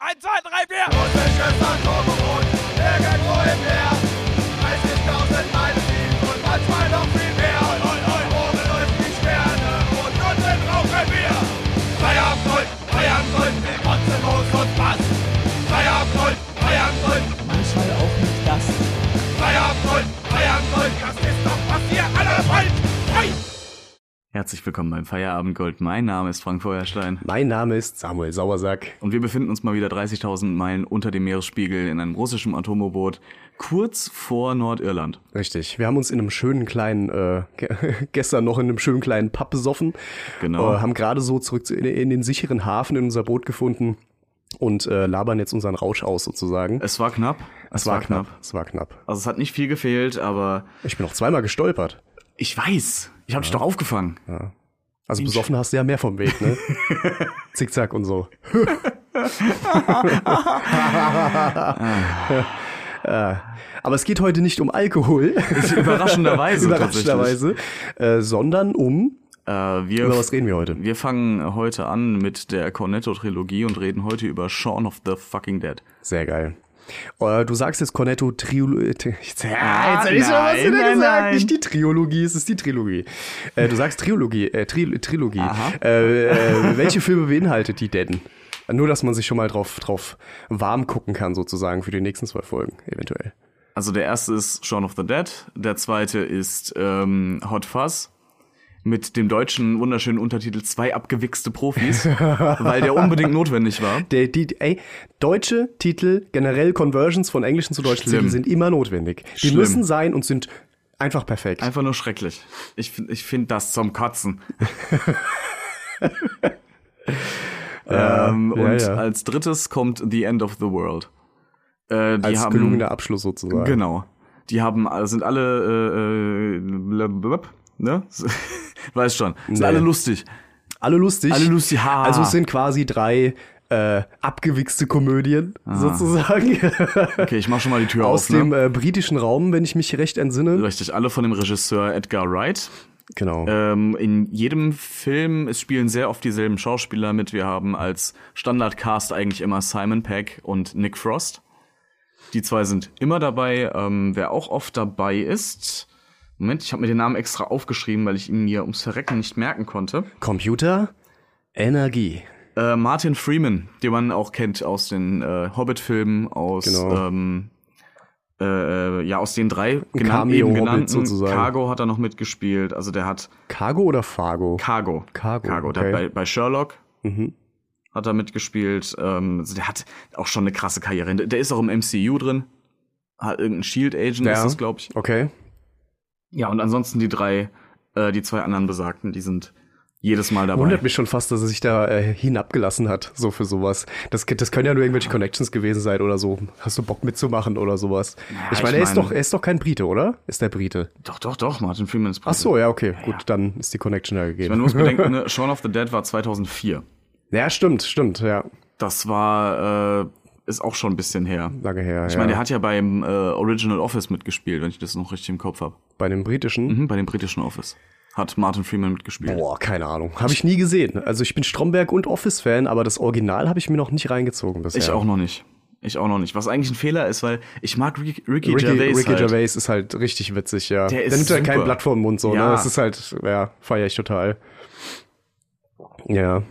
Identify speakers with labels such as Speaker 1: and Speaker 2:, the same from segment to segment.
Speaker 1: 1, 2, 3, 4.
Speaker 2: Und bin gestern so gewohnt, irgendwo im Meer. 30.000 Meilen tief und manchmal noch viel mehr. Und, und, und, oben läuft die Sterne und unten rauchen wir. Feierabend, Feierabend, der ganze Moos und Bass. Feierabend, Feierabend,
Speaker 3: Manchmal auch nicht das.
Speaker 2: Feierabend, Feierabend, das ist doch, was ihr alle wollt. Hey!
Speaker 4: Herzlich willkommen beim Feierabendgold. Mein Name ist Frank Feuerstein
Speaker 5: Mein Name ist Samuel Sauersack.
Speaker 4: und wir befinden uns mal wieder 30.000 Meilen unter dem Meeresspiegel in einem russischen Atomoboot kurz vor Nordirland.
Speaker 5: Richtig. Wir haben uns in einem schönen kleinen, äh, ge- gestern noch in einem schönen kleinen Pub besoffen.
Speaker 4: Genau.
Speaker 5: Äh, haben gerade so zurück zu, in, in den sicheren Hafen in unser Boot gefunden und äh, labern jetzt unseren Rausch aus sozusagen.
Speaker 4: Es war knapp. Es, war, knapp.
Speaker 5: Es war knapp.
Speaker 4: Also es hat nicht viel gefehlt, aber
Speaker 5: Ich bin auch zweimal gestolpert.
Speaker 4: ich weiß. Ich habe dich doch aufgefangen.
Speaker 5: Also besoffen hast du ja mehr vom Weg, ne? Zickzack und so. Äh, Aber es geht heute nicht um Alkohol,
Speaker 4: Überraschenderweise.
Speaker 5: überraschenderweise, äh, sondern um,
Speaker 4: tatsächlich. Äh, wir
Speaker 5: über was reden wir heute?
Speaker 4: Wir fangen heute an mit der Cornetto-Trilogie und reden heute über Shaun of the Fucking Dead.
Speaker 5: Sehr geil. Äh, Du sagst jetzt Cornetto Triologie. Jetzt,
Speaker 4: Ah,
Speaker 5: ah, jetzt hab ich schon was
Speaker 4: nein,
Speaker 5: wieder
Speaker 4: nein,
Speaker 5: gesagt.
Speaker 4: nein.
Speaker 5: Nicht die Triologie, es ist die Trilogie. Äh, Du sagst Triologie, äh, Tri Trilogie. Äh, äh, welche Filme beinhaltet die denn? Nur, dass man sich schon mal drauf, drauf warm gucken kann, sozusagen, für die nächsten zwei Folgen, eventuell.
Speaker 4: Also der erste ist Shaun of the Dead, der zweite ist ähm, Hot Fuzz mit dem deutschen wunderschönen Untertitel Zwei abgewichste Profis, weil der unbedingt notwendig war.
Speaker 5: Der, die, ey, deutsche Titel, generell Conversions von englischen zu deutschen
Speaker 4: Schlimm.
Speaker 5: Titeln sind immer notwendig. Die
Speaker 4: Schlimm.
Speaker 5: müssen sein und sind einfach perfekt.
Speaker 4: Einfach nur schrecklich. Ich, find- ich finde das zum Kotzen. ähm,
Speaker 5: ja,
Speaker 4: und
Speaker 5: ja.
Speaker 4: als drittes kommt The End of the World. Äh, die
Speaker 5: Als
Speaker 4: haben,
Speaker 5: gelungener Abschluss sozusagen.
Speaker 4: Genau. Die haben, äh, sind alle, äh, äh, blub, blub, ne? Weiß schon. Sind
Speaker 5: Nee.
Speaker 4: alle lustig.
Speaker 5: Alle lustig.
Speaker 4: Alle lustig, haha.
Speaker 5: Also es sind quasi drei äh, abgewichste Komödien sozusagen
Speaker 4: Ah. Okay, ich mach schon mal die Tür
Speaker 5: aus
Speaker 4: auf. ne?
Speaker 5: dem äh, britischen Raum, wenn ich mich recht entsinne.
Speaker 4: Richtig, alle von dem Regisseur Edgar Wright.
Speaker 5: Genau.
Speaker 4: Ähm, in jedem Film, es spielen sehr oft dieselben Schauspieler mit. Wir haben als Standardcast eigentlich immer Simon Pegg und Nick Frost. Die zwei sind immer dabei. Ähm, wer auch oft dabei ist. Moment, ich habe mir den Namen extra aufgeschrieben, weil ich ihn mir ums Verrecken nicht merken konnte.
Speaker 5: Computer, Energie.
Speaker 4: Äh, Martin Freeman, den man auch kennt aus den äh, Hobbit-Filmen, aus
Speaker 5: Genau.
Speaker 4: ähm, äh, ja aus den drei genannten,
Speaker 5: Cameo-Hobbit
Speaker 4: eben genannten.
Speaker 5: sozusagen.
Speaker 4: Cargo hat er noch mitgespielt, also der hat
Speaker 5: Cargo oder Fargo? Mhm.
Speaker 4: Cargo.
Speaker 5: Cargo,
Speaker 4: Cargo. Der
Speaker 5: okay.
Speaker 4: hat bei, bei Sherlock hat er mitgespielt. Ähm, also der hat auch schon eine krasse Karriere. Der, der ist auch im MCU drin. Hat irgendein Shield Agent
Speaker 5: Ja.
Speaker 4: ist das, glaube ich.
Speaker 5: okay.
Speaker 4: Ja, und ansonsten die drei, äh, die zwei anderen besagten, die sind jedes Mal dabei.
Speaker 5: Wundert mich schon fast, dass er sich da äh, hinabgelassen hat, so für sowas. Das, das können ja nur irgendwelche Connections gewesen sein oder so. Hast du Bock mitzumachen oder sowas? ich
Speaker 4: ich
Speaker 5: meine, er ist
Speaker 4: meine-
Speaker 5: doch, er ist doch kein Brite, oder? Ist der Brite?
Speaker 4: Doch, doch, doch, Martin Freeman ist
Speaker 5: Ach so, ja, okay. Gut, dann ist die Connection da gegeben.
Speaker 4: Man muss bedenken, ne, Shaun of the Dead war 2004.
Speaker 5: ja, stimmt, stimmt, ja.
Speaker 4: Das war, äh, ist auch schon ein bisschen her.
Speaker 5: Lange her.
Speaker 4: Ich
Speaker 5: ja.
Speaker 4: meine, der hat ja beim äh, Original Office mitgespielt, wenn ich das noch richtig im Kopf habe.
Speaker 5: bei dem britischen.
Speaker 4: Mhm, bei dem britischen Office. Hat Martin Freeman mitgespielt.
Speaker 5: Boah, keine Ahnung. Habe ich nie gesehen. Also ich bin Stromberg und Office-Fan, aber das Original habe ich mir noch nicht reingezogen bisher.
Speaker 4: Ich auch noch nicht. Ich auch noch nicht. Was eigentlich ein Fehler ist, weil ich mag Ricky, Ricky,
Speaker 5: Ricky,
Speaker 4: Gervais.
Speaker 5: Ricky
Speaker 4: halt.
Speaker 5: Gervais ist halt richtig witzig, ja.
Speaker 4: Der ist
Speaker 5: nimmt halt kein
Speaker 4: super.
Speaker 5: Blatt vor den Mund so,
Speaker 4: Ja.
Speaker 5: ne? Es ist halt, ja, feiere ich total. Ja.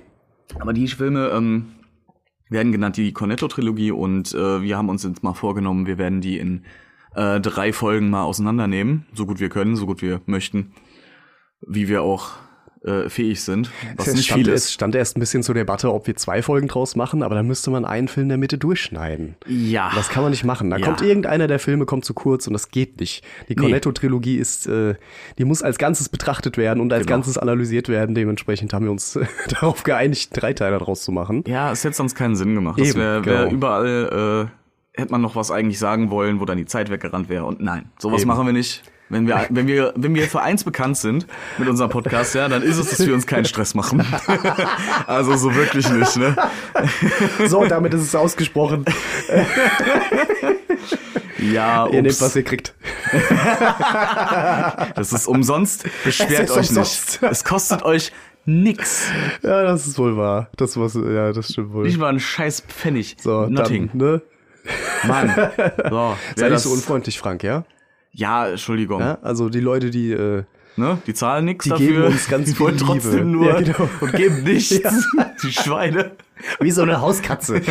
Speaker 4: Aber die Filme ähm, werden genannt die Cornetto-Trilogie und äh, wir haben uns jetzt mal vorgenommen, wir werden die in äh, drei Folgen mal auseinandernehmen, so gut wir können, so gut wir möchten, wie wir auch äh, fähig sind, was
Speaker 5: es
Speaker 4: nicht
Speaker 5: stand,
Speaker 4: viel
Speaker 5: Es
Speaker 4: ist.
Speaker 5: stand erst ein bisschen zur Debatte, ob wir zwei Folgen draus machen, aber dann müsste man einen Film in der Mitte durchschneiden.
Speaker 4: Ja.
Speaker 5: Das kann man nicht machen. Da
Speaker 4: Ja.
Speaker 5: kommt irgendeiner der Filme, kommt zu kurz und das geht nicht. Die Cornetto-Trilogie ist, äh, die muss als Ganzes betrachtet werden und als
Speaker 4: Genau.
Speaker 5: Ganzes analysiert werden. Dementsprechend haben wir uns äh, darauf geeinigt, drei Teile draus zu machen.
Speaker 4: Ja, es hätte sonst keinen Sinn gemacht. das
Speaker 5: Eben,
Speaker 4: wäre wär
Speaker 5: genau.
Speaker 4: überall, äh, hätte man noch was eigentlich sagen wollen, wo dann die Zeit weggerannt wäre. Und nein, sowas
Speaker 5: Eben.
Speaker 4: machen wir nicht. Wenn wir, wenn wir, wenn wir für eins bekannt sind mit unserem Podcast, ja, dann ist es, dass wir uns keinen Stress machen. also so wirklich nicht, ne?
Speaker 5: So, damit ist es ausgesprochen.
Speaker 4: Ja,
Speaker 5: Ihr nehmt,
Speaker 4: ups,
Speaker 5: was ihr kriegt.
Speaker 4: das ist umsonst. Beschwert
Speaker 5: Es ist
Speaker 4: euch
Speaker 5: umsonst.
Speaker 4: nicht. Es kostet euch nix.
Speaker 5: Ja, das ist wohl wahr. Das was, ja, das stimmt wohl.
Speaker 4: Ich war ein scheiß Pfennig.
Speaker 5: so,
Speaker 4: Nothing.
Speaker 5: Dann, ne?
Speaker 4: Mann. So,
Speaker 5: Sei
Speaker 4: wer
Speaker 5: nicht so
Speaker 4: das,
Speaker 5: unfreundlich, Frank, ja?
Speaker 4: ja, Entschuldigung.
Speaker 5: ja? Also die Leute, die äh,
Speaker 4: Ne? Die zahlen nichts
Speaker 5: Die
Speaker 4: dafür.
Speaker 5: geben uns ganz
Speaker 4: die wollen
Speaker 5: viel Liebe.
Speaker 4: trotzdem nur
Speaker 5: Ja, genau.
Speaker 4: und geben nichts. Die Schweine.
Speaker 5: wie so eine Hauskatze.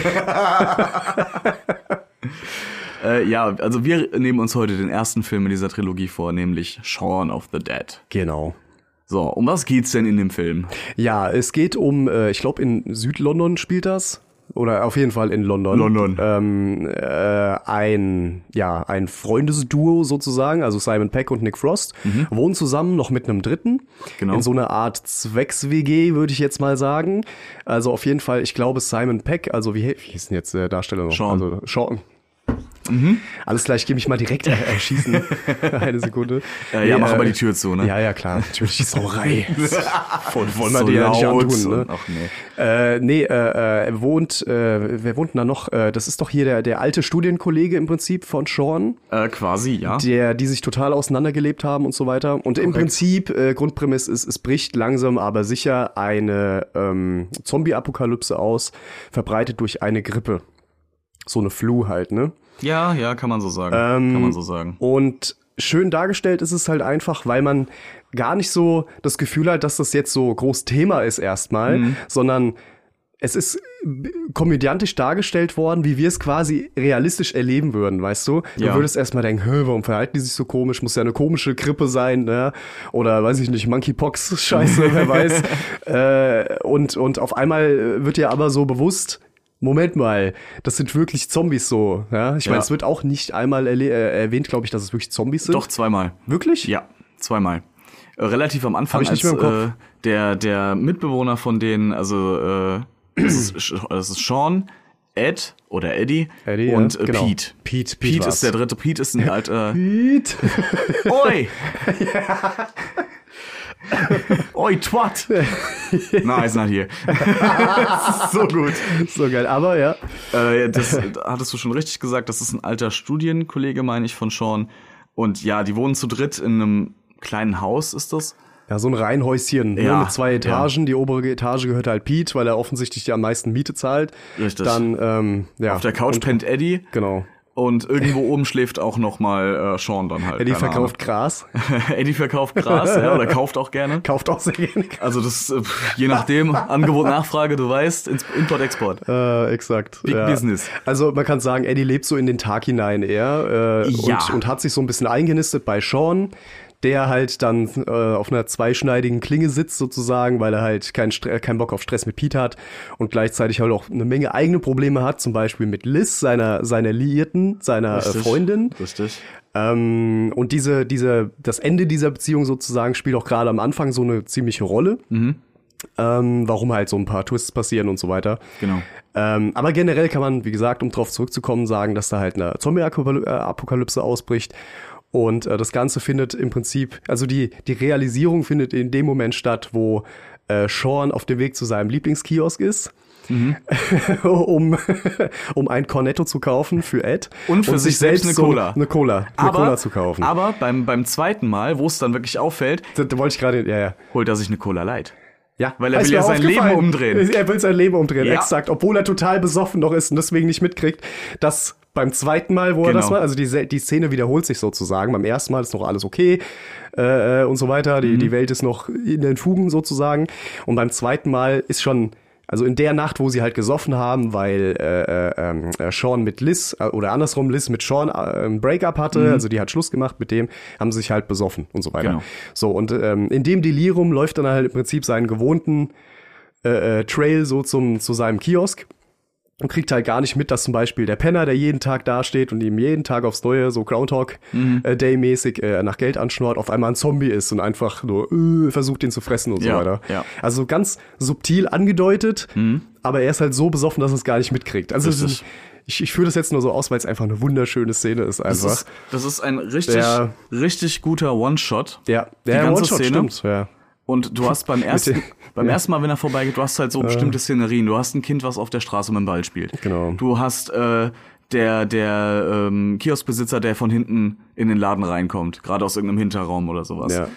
Speaker 4: Äh, ja, also wir nehmen uns heute den ersten Film in dieser Trilogie vor, nämlich Shaun of the Dead.
Speaker 5: genau.
Speaker 4: So, um was geht's denn in dem Film?
Speaker 5: Ja, es geht um, äh, ich glaube, in Südlondon spielt das. Oder auf jeden Fall in London.
Speaker 4: London.
Speaker 5: Ähm, äh, ein, ja, ein Freundesduo sozusagen, also Simon Peck und Nick Frost, wohnen zusammen noch mit einem Dritten.
Speaker 4: Mhm. Genau.
Speaker 5: In so einer Art Zwecks-WG, würde ich jetzt mal sagen. Also auf jeden Fall, ich glaube, Simon Peck, also wie, wie hieß denn jetzt der Darsteller noch?
Speaker 4: Sean.
Speaker 5: Also, Sean.
Speaker 4: Mhm.
Speaker 5: Alles gleich, geh mich mal direkt erschießen. Eine Sekunde.
Speaker 4: Äh, ja, mach aber die Tür zu, ne?
Speaker 5: Ja, ja, klar. Natürlich die Sauerei. Voll wollen wir
Speaker 4: So
Speaker 5: die ja nicht
Speaker 4: laut
Speaker 5: antun, ne?
Speaker 4: und- ach nee.
Speaker 5: Äh, nee, äh, äh, wohnt, äh, wer wohnt denn da noch? Äh, das ist doch hier der, der alte Studienkollege im Prinzip von Sean,
Speaker 4: Äh, quasi, ja.
Speaker 5: der, die sich total auseinandergelebt haben und so weiter. Und im Prinzip, äh, Grundprämisse ist, es bricht langsam, aber sicher eine ähm, Zombie-Apokalypse aus, verbreitet durch eine Grippe. So eine Flu halt, ne?
Speaker 4: ja, ja, kann man so sagen. kann man so sagen.
Speaker 5: Und schön dargestellt ist es halt einfach, weil man gar nicht so das Gefühl hat, dass das jetzt so groß Thema ist erstmal,
Speaker 4: Mhm.
Speaker 5: sondern es ist b- komödiantisch dargestellt worden, wie wir es quasi realistisch erleben würden, weißt du? Du
Speaker 4: Ja.
Speaker 5: würdest erstmal denken, "Hä, warum verhalten die sich so komisch? Muss ja eine komische Grippe sein, ne? Oder weiß ich nicht, Monkeypox, Scheiße, wer weiß. äh, und, und auf einmal wird dir aber so bewusst, Moment mal, das sind wirklich Zombies so, ja? Ich meine,
Speaker 4: Ja.
Speaker 5: es wird auch nicht einmal erle- äh, erwähnt, glaube ich, dass es wirklich Zombies sind.
Speaker 4: Doch, zweimal.
Speaker 5: Wirklich?
Speaker 4: Ja, zweimal. Äh, Relativ am Anfang,
Speaker 5: ich nicht
Speaker 4: als
Speaker 5: mehr im Kopf.
Speaker 4: Äh, der, der Mitbewohner von denen, also äh, das, ist, Sch- das ist Sean, Ed oder Eddie,
Speaker 5: Eddie,
Speaker 4: und
Speaker 5: ja,
Speaker 4: äh,
Speaker 5: genau.
Speaker 4: Pete.
Speaker 5: Pete, Pete
Speaker 4: Pete
Speaker 5: war's.
Speaker 4: ist der dritte. Pete ist ein alter.
Speaker 5: Piet.
Speaker 4: Oi! Oi, Twat! Nice, not here. so gut.
Speaker 5: so geil, aber ja.
Speaker 4: Äh, das da hattest du schon richtig gesagt. Das ist ein alter Studienkollege, meine ich, von Sean. Und ja, die wohnen zu dritt in einem kleinen Haus, ist das?
Speaker 5: Ja, so ein Reihenhäuschen ne,
Speaker 4: Ja,
Speaker 5: mit zwei Etagen. Die obere Etage gehört halt Pete, weil er offensichtlich die am meisten Miete zahlt.
Speaker 4: Richtig.
Speaker 5: Dann, ähm, ja.
Speaker 4: Auf der Couch pennt Eddie.
Speaker 5: Genau.
Speaker 4: Und irgendwo oben schläft auch nochmal äh, Sean dann halt.
Speaker 5: Eddie
Speaker 4: keine
Speaker 5: verkauft Gras,
Speaker 4: Ahnung. Eddie verkauft Gras, ja, oder kauft auch gerne.
Speaker 5: kauft auch sehr gerne Gras.
Speaker 4: Also das, äh, pf, je nachdem, Angebot, Nachfrage, du weißt, Ins- Import-Export.
Speaker 5: Äh, exakt. Big
Speaker 4: Business.
Speaker 5: Also man kann sagen, Eddie lebt so in den Tag hinein eher äh,
Speaker 4: Ja.
Speaker 5: und, und hat sich so ein bisschen eingenistet bei Sean, der halt dann äh, auf einer zweischneidigen Klinge sitzt sozusagen, weil er halt keinen Stre- keinen Bock auf Stress mit Pete hat und gleichzeitig halt auch eine Menge eigene Probleme hat, zum Beispiel mit Liz, seiner, seiner Liierten, seiner äh, Freundin.
Speaker 4: Richtig.
Speaker 5: Ähm, und diese, diese, das Ende dieser Beziehung sozusagen spielt auch gerade am Anfang so eine ziemliche Rolle.
Speaker 4: Mhm.
Speaker 5: Ähm, warum halt so ein paar Twists passieren und so weiter.
Speaker 4: Genau.
Speaker 5: Ähm, aber generell kann man, wie gesagt, um drauf zurückzukommen, sagen, dass da halt eine Zombie-Apokalypse ausbricht. Und äh, das Ganze findet im Prinzip, also die, die Realisierung findet in dem Moment statt, wo äh, Sean auf dem Weg zu seinem Lieblingskiosk ist,
Speaker 4: Mhm.
Speaker 5: um, um ein Cornetto zu kaufen für Ed.
Speaker 4: Und für sich selbst eine
Speaker 5: so
Speaker 4: Cola.
Speaker 5: Eine Cola, eine Cola zu kaufen.
Speaker 4: Aber beim, beim zweiten Mal, wo es dann wirklich auffällt,
Speaker 5: das, das wollte ich gerade, ja, ja.
Speaker 4: holt er sich eine Cola Light.
Speaker 5: Ja,
Speaker 4: Weil er
Speaker 5: ist
Speaker 4: will ja
Speaker 5: mir
Speaker 4: sein Leben
Speaker 5: aufgefallen.
Speaker 4: umdrehen.
Speaker 5: Er will sein Leben umdrehen,
Speaker 4: Ja.
Speaker 5: exakt. Obwohl er total besoffen noch ist und deswegen nicht mitkriegt, dass beim zweiten Mal, wo er
Speaker 4: Genau.
Speaker 5: das mal, also die, Se- die Szene wiederholt sich sozusagen. Beim ersten Mal ist noch alles okay äh, äh, und so weiter. Die, die Welt ist noch in den Fugen sozusagen. Und beim zweiten Mal ist schon, also in der Nacht, wo sie halt gesoffen haben, weil äh, äh, ähm, äh, Sean mit Liz äh, oder andersrum Liz mit Sean äh, ein Breakup hatte, also die hat Schluss gemacht mit dem, haben sich halt besoffen und so weiter.
Speaker 4: Genau.
Speaker 5: So, und ähm, in dem Delirium läuft dann halt im Prinzip seinen gewohnten äh, äh, Trail so zum, zu seinem Kiosk und kriegt halt gar nicht mit, dass zum Beispiel der Penner, der jeden Tag dasteht und ihm jeden Tag aufs Neue, so Groundhog
Speaker 4: Mhm.
Speaker 5: äh, Day-mäßig äh, nach Geld anschnurrt, auf einmal ein Zombie ist und einfach nur äh, versucht, ihn zu fressen und
Speaker 4: Ja,
Speaker 5: so weiter.
Speaker 4: ja. Mhm.
Speaker 5: Also ganz subtil angedeutet, aber er ist halt so besoffen, dass er es gar nicht mitkriegt. Also es ist,
Speaker 4: Richtig.
Speaker 5: ich, ich führe das jetzt nur so aus, weil es einfach eine wunderschöne Szene ist
Speaker 4: Das
Speaker 5: einfach.
Speaker 4: ist, das ist ein richtig,
Speaker 5: Ja.
Speaker 4: richtig guter One-Shot.
Speaker 5: ja,
Speaker 4: die
Speaker 5: ja,
Speaker 4: ganze
Speaker 5: One-Shot,
Speaker 4: Szene.
Speaker 5: stimmt. Ja.
Speaker 4: Und du hast beim ersten,
Speaker 5: dem-
Speaker 4: beim ersten Mal, wenn er vorbeigeht, du hast halt so bestimmte Szenerien. Du hast ein Kind, was auf der Straße mit dem Ball spielt.
Speaker 5: Genau.
Speaker 4: Du hast äh, der, der ähm, Kioskbesitzer, der von hinten in den Laden reinkommt, gerade aus irgendeinem Hinterraum oder sowas.
Speaker 5: Ja.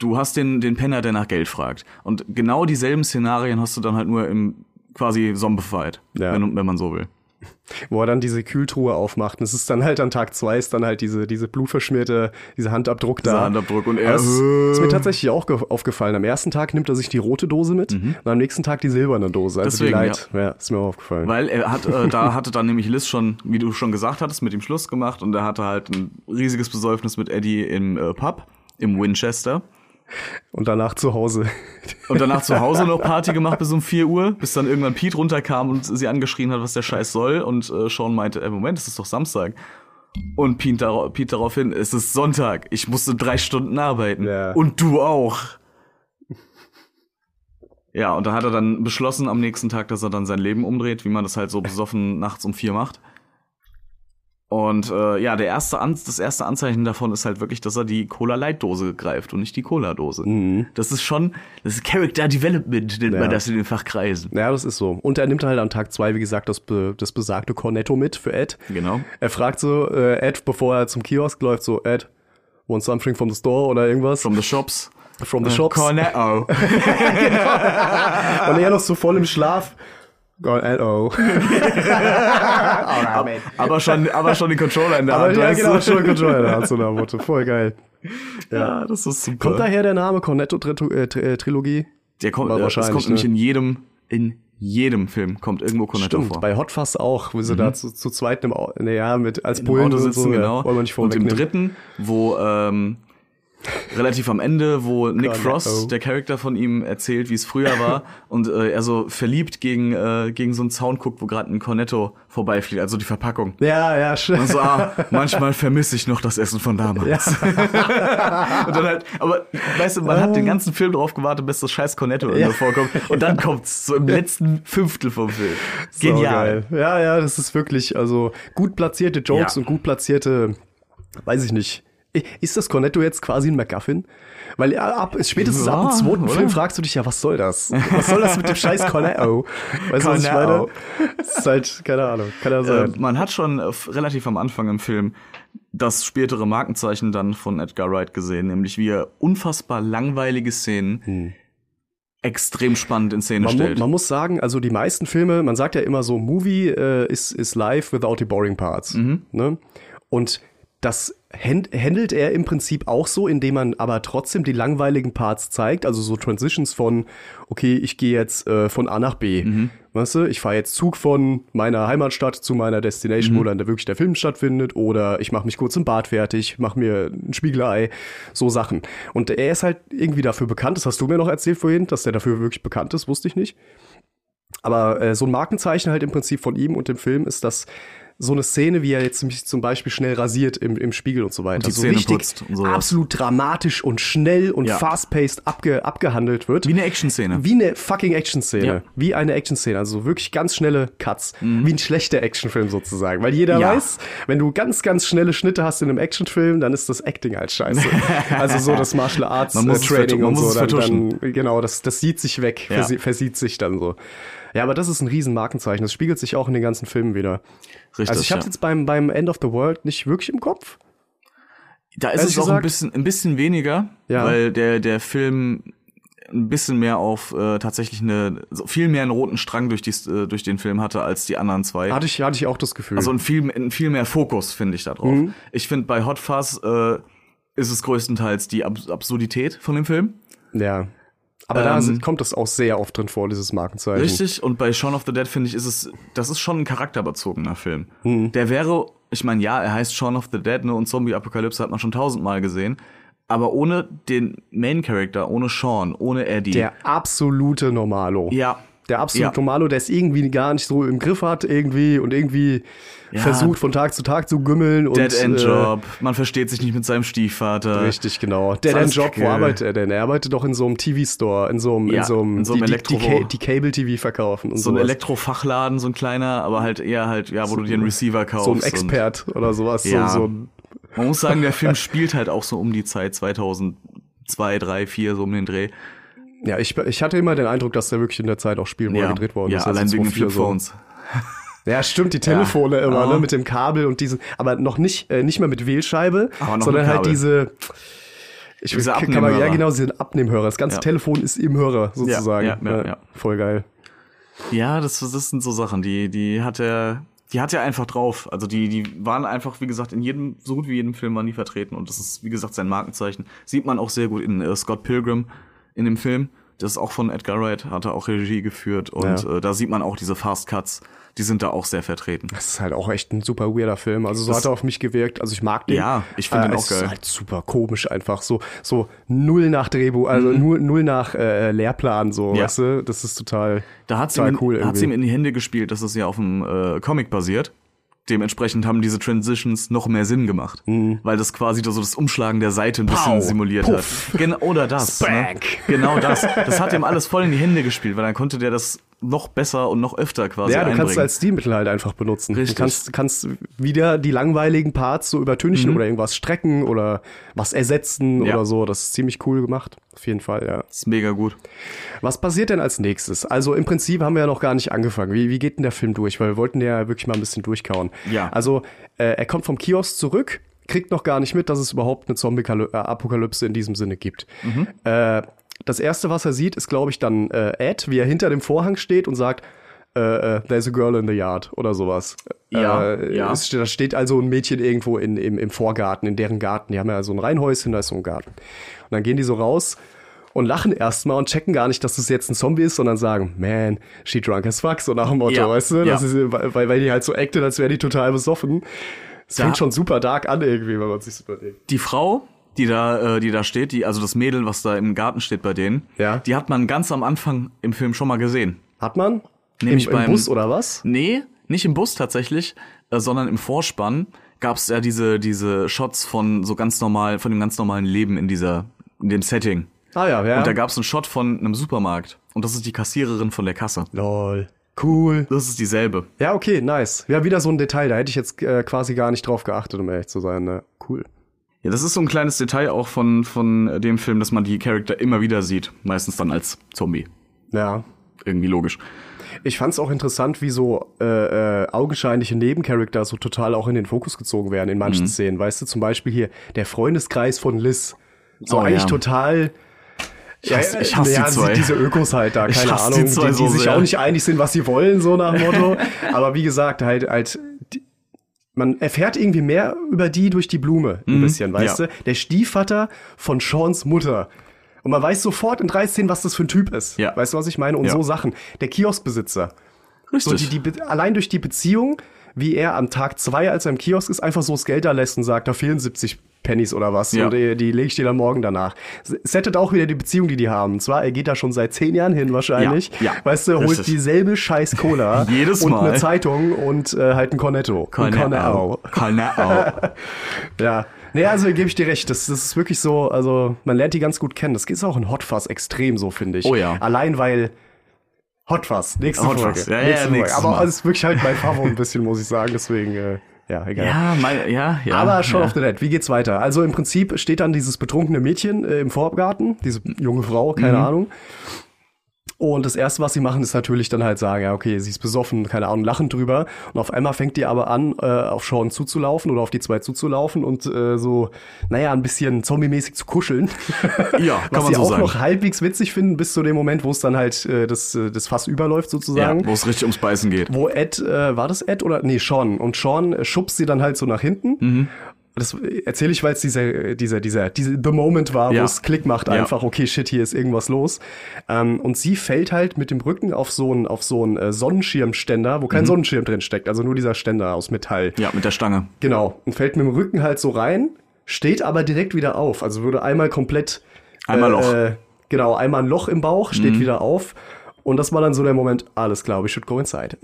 Speaker 4: Du hast den, den Penner, der nach Geld fragt. Und genau dieselben Szenarien hast du dann halt nur im quasi Zombified,
Speaker 5: Ja.
Speaker 4: wenn, wenn man so will.
Speaker 5: wo er dann diese Kühltruhe aufmacht. Und es ist dann halt an Tag zwei ist dann halt diese, diese blutverschmierte, dieser Handabdruck da.
Speaker 4: Dieser Handabdruck und er- äh.
Speaker 5: Das ist mir tatsächlich auch ge- aufgefallen. Am ersten Tag nimmt er sich die rote Dose mit und am nächsten Tag die silberne Dose. Also
Speaker 4: Mhm. Deswegen,
Speaker 5: die Light. Ja. ist mir auch aufgefallen.
Speaker 4: Weil er hat, äh, da hatte dann nämlich Liz schon, wie du schon gesagt hattest, mit ihm Schluss gemacht und er hatte halt ein riesiges Besäufnis mit Eddie im äh, Pub, im Winchester.
Speaker 5: und danach zu Hause.
Speaker 4: Und danach zu Hause noch Party gemacht bis um 4 Uhr, bis dann irgendwann Pete runterkam und sie angeschrien hat, was der Scheiß soll. Und äh, Sean meinte, äh, Moment, es ist doch Samstag. Und Pete, dar Pete daraufhin, es ist Sonntag, ich musste drei Stunden arbeiten.
Speaker 5: Ja.
Speaker 4: Und du auch. Ja, und da hat er dann beschlossen am nächsten Tag, dass er dann sein Leben umdreht, wie man das halt so besoffen nachts um vier macht. Und äh, ja, der erste An das erste Anzeichen davon ist halt wirklich, dass er die Cola-Leitdose greift und nicht die Cola-Dose. Das ist schon, das ist Character Development, nennt
Speaker 5: Mhm. Ja.
Speaker 4: man das in den Fachkreisen.
Speaker 5: Ja, das ist so. Und er nimmt halt am Tag zwei, wie gesagt, das, be das besagte Cornetto mit für Ed.
Speaker 4: Genau.
Speaker 5: Er fragt so, äh, Ed, bevor er zum Kiosk läuft, so, Ed, want something from the store oder irgendwas?
Speaker 4: From the shops. oh.
Speaker 5: from the shops.
Speaker 4: Cornetto.
Speaker 5: Und er noch so voll im Schlaf. äh, oh.
Speaker 4: Oh,
Speaker 5: Cornetto.
Speaker 4: aber schon, aber schon den Controller in der
Speaker 5: Aber
Speaker 4: Hand.
Speaker 5: ja,
Speaker 4: weißt
Speaker 5: genau,
Speaker 4: du?
Speaker 5: schon Controller da so eine Motto. Voll geil.
Speaker 4: ja, das ist super.
Speaker 5: Kommt daher der Name äh, Cornetto-Trilogie?
Speaker 4: Der kommt,
Speaker 5: Aber
Speaker 4: äh, das
Speaker 5: wahrscheinlich,
Speaker 4: kommt nämlich
Speaker 5: ne?
Speaker 4: in jedem, in jedem Film kommt irgendwo Cornetto vor.
Speaker 5: bei Hot Fuzz auch, wo sie da zu, zu zweit im Au- naja, mit als
Speaker 4: im
Speaker 5: Bullen
Speaker 4: Auto
Speaker 5: und
Speaker 4: sitzen,
Speaker 5: so, ja,
Speaker 4: genau.
Speaker 5: wollen wir nicht
Speaker 4: und im
Speaker 5: vorwegnehmen.
Speaker 4: dritten, wo ähm, relativ am Ende, wo Nick
Speaker 5: Cornetto.
Speaker 4: Frost, der Charakter von ihm, erzählt, wie es früher war und äh, er so verliebt gegen, äh, gegen so einen Zaun guckt, wo gerade ein Cornetto vorbeifliegt, also die Verpackung.
Speaker 5: Ja, ja, schön.
Speaker 4: Und so, ah, manchmal vermisse ich noch das Essen von damals. und dann halt, aber weißt du, man
Speaker 5: Ah.
Speaker 4: hat den ganzen Film drauf gewartet, bis das scheiß Cornetto ja. vorkommt. Und dann kommt's so im letzten Fünftel vom Film. Genial.
Speaker 5: Saugeil. Ja, ja, das ist wirklich, also gut platzierte Jokes
Speaker 4: Ja.
Speaker 5: und gut platzierte, weiß ich nicht. I- Ist das Cornetto jetzt quasi ein MacGuffin? Weil ja, ab, spätestens
Speaker 4: Ja,
Speaker 5: ab dem zweiten
Speaker 4: oder?
Speaker 5: Film fragst du dich ja, was soll das? Was soll das mit dem scheiß Cornetto? Weißt du, was ich meine?
Speaker 4: Cornetto.
Speaker 5: Das ist halt, keine Ahnung, kann ja
Speaker 4: Äh,
Speaker 5: sein.
Speaker 4: man hat schon äh, f- relativ am Anfang im Film das spätere Markenzeichen dann von Edgar Wright gesehen, nämlich wie er unfassbar langweilige Szenen extrem spannend in Szene
Speaker 5: Hm. Man, mu
Speaker 4: stellt.
Speaker 5: man muss sagen, also die meisten Filme, man sagt ja immer so, Movie äh, ist is live without the boring parts. Ne? Und das hand handelt er im Prinzip auch so, indem man aber trotzdem die langweiligen Parts zeigt, also so Transitions von, okay, ich gehe jetzt äh, von A nach B. Weißt du, ich fahre jetzt Zug von meiner Heimatstadt zu meiner Destination, wo dann wirklich der Film stattfindet, oder ich mache mich kurz im Bad fertig, mache mir ein Spiegelei, so Sachen. Und er ist halt irgendwie dafür bekannt, das hast du mir noch erzählt vorhin, dass der dafür wirklich bekannt ist, wusste ich nicht. Aber äh, so ein Markenzeichen halt im Prinzip von ihm und dem Film ist, dass so eine Szene, wie er jetzt mich zum Beispiel schnell rasiert im, im Spiegel und so weiter,
Speaker 4: die
Speaker 5: so
Speaker 4: Zähne
Speaker 5: richtig
Speaker 4: putzt und sowas.
Speaker 5: absolut dramatisch und schnell und
Speaker 4: Ja.
Speaker 5: fast-paced abge abgehandelt wird.
Speaker 4: wie eine Action-Szene.
Speaker 5: Wie eine fucking Action-Szene.
Speaker 4: Ja. Mhm.
Speaker 5: Wie eine Action-Szene. Also wirklich ganz schnelle Cuts. Wie ein schlechter Actionfilm sozusagen. Weil jeder
Speaker 4: Ja.
Speaker 5: weiß, wenn du ganz, ganz schnelle Schnitte hast in einem Actionfilm, dann ist das Acting halt scheiße. also so das Martial Arts
Speaker 4: Man muss
Speaker 5: äh,
Speaker 4: es
Speaker 5: Training
Speaker 4: vertu- man
Speaker 5: und
Speaker 4: muss
Speaker 5: so.
Speaker 4: es
Speaker 5: Dann,
Speaker 4: vertuschen.
Speaker 5: dann, genau, das, das sieht sich weg,
Speaker 4: Ja.
Speaker 5: versie versieht sich dann so. Ja, aber das ist ein riesen Markenzeichen. Das spiegelt sich auch in den ganzen Filmen wieder.
Speaker 4: Richtig,
Speaker 5: also ich hab's
Speaker 4: ja.
Speaker 5: jetzt beim, beim End of the World nicht wirklich im Kopf.
Speaker 4: Da ist
Speaker 5: Ehrlich
Speaker 4: es auch ein
Speaker 5: gesagt-
Speaker 4: bisschen, ein bisschen weniger,
Speaker 5: Ja.
Speaker 4: weil der, der Film ein bisschen mehr auf äh, tatsächlich eine, so viel mehr einen roten Strang durch, die, äh, durch den Film hatte als die anderen zwei.
Speaker 5: Hatte ich, hatte ich auch das Gefühl.
Speaker 4: Also ein viel, ein viel mehr Fokus, finde ich, da drauf.
Speaker 5: Mhm.
Speaker 4: Ich finde, bei Hot Fuzz äh, ist es größtenteils die Abs Absurdität von dem Film.
Speaker 5: ja. Aber da
Speaker 4: Ähm,
Speaker 5: sind- kommt das auch sehr oft drin vor, dieses Markenzeichen.
Speaker 4: Richtig. Und bei Shaun of the Dead, finde ich, ist es, das ist schon ein charakterbezogener Film.
Speaker 5: Mhm.
Speaker 4: Der wäre, ich meine, ja, er heißt Shaun of the Dead ne, und Zombie-Apokalypse hat man schon tausendmal gesehen. Aber ohne den Main-Character, ohne Sean, ohne Eddie.
Speaker 5: Der absolute Normalo.
Speaker 4: Ja.
Speaker 5: Der absolute
Speaker 4: Ja.
Speaker 5: Normalo, der es irgendwie gar nicht so im Griff hat, irgendwie und irgendwie
Speaker 4: Ja.
Speaker 5: versucht von Tag zu Tag zu gümmeln und.
Speaker 4: Dead-End-Job. man versteht sich nicht mit seinem Stiefvater.
Speaker 5: Äh, richtig, genau. Dead End
Speaker 4: alles
Speaker 5: Job, wo
Speaker 4: Kacke.
Speaker 5: arbeitet er denn? Er arbeitet doch in so einem TV-Store, in so einem,
Speaker 4: Ja,
Speaker 5: in so einem,
Speaker 4: in so einem
Speaker 5: die, die,
Speaker 4: Elektro-
Speaker 5: die, Ca- die Cable-TV verkaufen und
Speaker 4: So ein
Speaker 5: sowas.
Speaker 4: Elektrofachladen, so ein kleiner, aber halt eher halt, ja, wo du dir einen Receiver kaufst.
Speaker 5: so ein
Speaker 4: und-
Speaker 5: Expert oder sowas.
Speaker 4: Ja.
Speaker 5: So, so ein,
Speaker 4: Man muss sagen, der Film spielt halt auch so um die Zeit 2002, 3, 4, so um den Dreh.
Speaker 5: ja ich, ich hatte immer den Eindruck, dass der wirklich in der Zeit auch spielen wo er gedreht worden
Speaker 4: ja
Speaker 5: ist.
Speaker 4: allein
Speaker 5: also
Speaker 4: wegen den
Speaker 5: 2004 so.
Speaker 4: Flipphones.
Speaker 5: Ja, stimmt, die Telefone immer,
Speaker 4: Ah.
Speaker 5: ne, mit dem Kabel und diesen, aber noch nicht, äh, nicht mehr mit Wählscheibe,
Speaker 4: Aber noch
Speaker 5: sondern
Speaker 4: mit
Speaker 5: halt
Speaker 4: Kabel.
Speaker 5: diese, Ich
Speaker 4: Diese
Speaker 5: kann- kann
Speaker 4: Abnehmhörer.
Speaker 5: Man, ja, genau, sie sind Abnehmhörer. Das ganze
Speaker 4: Ja.
Speaker 5: Telefon ist im Hörer sozusagen. Ne?
Speaker 4: ja, ja, ja.
Speaker 5: Voll geil.
Speaker 4: Ja, das, das sind so Sachen, die, die hat er, die hat er einfach drauf. Also die, die waren einfach, wie gesagt, in jedem, so gut wie jedem Film waren die vertreten. Und das ist, wie gesagt, sein Markenzeichen. Sieht man auch sehr gut in äh, Scott Pilgrim in dem Film. Das ist auch von Edgar Wright, hat er auch Regie geführt. Und
Speaker 5: Ja.
Speaker 4: äh, da sieht man auch diese Fast Cuts, die sind da auch sehr vertreten.
Speaker 5: Das ist halt auch echt ein super weirder Film. Also so hat er auf mich gewirkt. Also ich mag den.
Speaker 4: Ja, ich find den auch
Speaker 5: es
Speaker 4: geil.
Speaker 5: Ist halt super komisch einfach. So, so null nach Drehbuch, also null, null nach äh, Lehrplan, so,
Speaker 4: Mhm. Ja.
Speaker 5: weißt du? Das ist total,
Speaker 4: Da hat sie,
Speaker 5: total
Speaker 4: ihm,
Speaker 5: cool
Speaker 4: hat
Speaker 5: irgendwie.
Speaker 4: sie ihm in die Hände gespielt, dass das ja auf dem äh, Comic basiert. Dementsprechend haben diese Transitions noch mehr Sinn gemacht, weil das quasi so das Umschlagen der Seite ein bisschen
Speaker 5: Mhm. Pow,
Speaker 4: simuliert
Speaker 5: puff,
Speaker 4: hat. Gen oder das. Ne?
Speaker 5: spank.
Speaker 4: Genau das. Das hat ihm alles voll in die Hände gespielt, weil dann konnte der das noch besser und noch öfter quasi
Speaker 5: ja, du
Speaker 4: einbringen.
Speaker 5: kannst es als Stilmittel halt einfach benutzen.
Speaker 4: Richtig.
Speaker 5: Du kannst, kannst wieder die langweiligen Parts so übertünchen oder irgendwas strecken oder was ersetzen
Speaker 4: Mhm. Ja.
Speaker 5: oder so. Das ist ziemlich cool gemacht. Auf jeden Fall, ja.
Speaker 4: das ist mega gut.
Speaker 5: Was passiert denn als nächstes? Also im Prinzip haben wir ja noch gar nicht angefangen. Wie, wie geht denn der Film durch? Weil wir wollten ja wirklich mal ein bisschen durchkauen.
Speaker 4: Ja.
Speaker 5: Also äh, er kommt vom Kiosk zurück, kriegt noch gar nicht mit, dass es überhaupt eine Zombie-Apokalypse in diesem Sinne gibt.
Speaker 4: Mhm.
Speaker 5: Äh, das erste, was er sieht, ist, glaube ich, dann äh, Ed, wie er hinter dem Vorhang steht und sagt, äh, äh, there's a girl in the yard oder sowas.
Speaker 4: Ja,
Speaker 5: äh,
Speaker 4: ja.
Speaker 5: Es, da steht also ein Mädchen irgendwo in, im, im Vorgarten, in deren Garten. Die haben ja so ein Reihenhäuschen, da ist so ein Garten. Und dann gehen die so raus und lachen erstmal und checken gar nicht, dass es jetzt ein Zombie ist, sondern sagen, man, she drunk as fuck, so nach dem Motto,
Speaker 4: Ja,
Speaker 5: weißt du? Das
Speaker 4: ja.
Speaker 5: ist, weil, weil die halt so acten, als wären die total besoffen. Es
Speaker 4: Da-
Speaker 5: fängt schon super dark an irgendwie, wenn man sich überlegt.
Speaker 4: die Frau, die da, äh, die da steht, die, also das Mädel, was da im Garten steht bei denen,
Speaker 5: Ja.
Speaker 4: die hat man ganz am Anfang im Film schon mal gesehen.
Speaker 5: Hat man?
Speaker 4: Nee,
Speaker 5: Im,
Speaker 4: ich
Speaker 5: im
Speaker 4: beim-
Speaker 5: Bus oder was?
Speaker 4: Nee, nicht im Bus tatsächlich, äh, sondern im Vorspann gab's ja diese, diese Shots von so ganz normal, von dem ganz normalen Leben in dieser, in dem Setting.
Speaker 5: Ah ja, ja.
Speaker 4: Und da gab's einen Shot von einem Supermarkt. Und das ist die Kassiererin von der Kasse.
Speaker 5: Lol. Cool.
Speaker 4: Das ist dieselbe.
Speaker 5: Ja, okay, nice. Ja, wieder so ein Detail, da hätte ich jetzt äh, quasi gar nicht drauf geachtet, um ehrlich zu sein. Ne? Cool.
Speaker 4: Ja, das ist so ein kleines Detail auch von, von äh, dem Film, dass man die Charakter immer wieder sieht. Meistens dann als Zombie.
Speaker 5: Ja.
Speaker 4: Irgendwie logisch.
Speaker 5: Ich fand es auch interessant, wie so äh, äh, augenscheinliche Nebencharakter so total auch in den Fokus gezogen werden in
Speaker 4: Mhm.
Speaker 5: manchen Szenen. Weißt du, zum Beispiel hier der Freundeskreis von Liz. So
Speaker 4: Oh,
Speaker 5: eigentlich
Speaker 4: ja.
Speaker 5: total. Ich
Speaker 4: hasse- ich hasse die zwei.
Speaker 5: diese Ökos halt da,
Speaker 4: Ich
Speaker 5: keine
Speaker 4: hasse die
Speaker 5: Ahnung, die,
Speaker 4: zwei
Speaker 5: die,
Speaker 4: so
Speaker 5: sich
Speaker 4: sehr.
Speaker 5: auch nicht einig sind, was sie wollen, so nach dem Motto. Aber wie gesagt, halt, halt, die, man erfährt irgendwie mehr über die durch die Blume ein bisschen, weißt
Speaker 4: Mhm. ja.
Speaker 5: du? Der Stiefvater von Seans Mutter. Und man weiß sofort in drei Szenen, was das für ein Typ ist.
Speaker 4: Ja.
Speaker 5: Weißt du, was ich meine? Und
Speaker 4: Ja.
Speaker 5: so Sachen. Der Kioskbesitzer. So
Speaker 4: Richtig.
Speaker 5: die, die, Be- allein durch die Beziehung, wie er am Tag zwei, als er im Kiosk ist, einfach so das Geld da lässt und sagt, da fehlen 70 Pennies oder was.
Speaker 4: Ja.
Speaker 5: Und die, die lege ich dir dann morgen danach. S- Settet auch wieder die Beziehung, die die haben. Und zwar, er geht da schon seit zehn Jahren hin wahrscheinlich.
Speaker 4: Ja, ja.
Speaker 5: Weißt du, holt
Speaker 4: Richtig.
Speaker 5: dieselbe scheiß Cola.
Speaker 4: Jedes
Speaker 5: und
Speaker 4: Mal.
Speaker 5: eine Zeitung und äh, halt ein Cornetto. Ein Cornetto.
Speaker 4: Keine Au.
Speaker 5: Ja. Nee, also gebe ich dir recht. Das, das ist wirklich so, also man lernt die ganz gut kennen. Das ist auch in Hot Fuzz extrem so, finde ich.
Speaker 4: Oh ja.
Speaker 5: Allein weil Hot Fuzz, nächste
Speaker 4: Hot
Speaker 5: Folge.
Speaker 4: Fuzz, ja, ja,
Speaker 5: nächste Folge.
Speaker 4: nächstes
Speaker 5: Aber
Speaker 4: Mal.
Speaker 5: es ist wirklich halt mein Favorit ein bisschen, muss ich sagen. Deswegen, äh, ja, egal.
Speaker 4: Ja, mein, ja, ja.
Speaker 5: Aber schon
Speaker 4: ja.
Speaker 5: auf the net. Wie geht's weiter? Also im Prinzip steht dann dieses betrunkene Mädchen äh, im Vorgarten, diese junge Frau,
Speaker 4: Mhm.
Speaker 5: keine Ahnung. Und das erste, was sie machen, ist natürlich dann halt sagen, ja, okay, sie ist besoffen, keine Ahnung, lachen drüber. Und auf einmal fängt die aber an, äh, auf Sean zuzulaufen oder auf die zwei zuzulaufen und äh, so, naja, ein bisschen zombie-mäßig zu kuscheln.
Speaker 4: Ja, kann
Speaker 5: was
Speaker 4: man
Speaker 5: sie
Speaker 4: so
Speaker 5: auch
Speaker 4: sagen.
Speaker 5: noch halbwegs witzig finden, bis zu dem Moment, wo es dann halt äh, das, äh, das Fass überläuft sozusagen
Speaker 4: Ja, wo es richtig ums Beißen geht.
Speaker 5: wo Ed, äh, war das Ed oder? Nee, Sean. Und Sean äh, schubst sie dann halt so nach hinten.
Speaker 4: Mhm.
Speaker 5: Das erzähle ich, weil es dieser, dieser, dieser, diese The Moment war,
Speaker 4: Ja.
Speaker 5: wo es Klick macht,
Speaker 4: Ja.
Speaker 5: einfach, okay, shit, hier ist irgendwas los. Ähm, und sie fällt halt mit dem Rücken auf so einen auf so einen, äh, Sonnenschirmständer, wo kein Sonnenschirm drin steckt, also nur dieser Ständer aus Metall.
Speaker 4: Mhm. Ja, mit der Stange.
Speaker 5: Genau. Und fällt mit dem Rücken halt so rein, steht aber direkt wieder auf. Also würde einmal komplett.
Speaker 4: Einmal Loch. Mhm.
Speaker 5: Äh, genau, einmal ein Loch im Bauch, steht wieder auf. Und das war dann so der Moment, alles klar, we should go inside.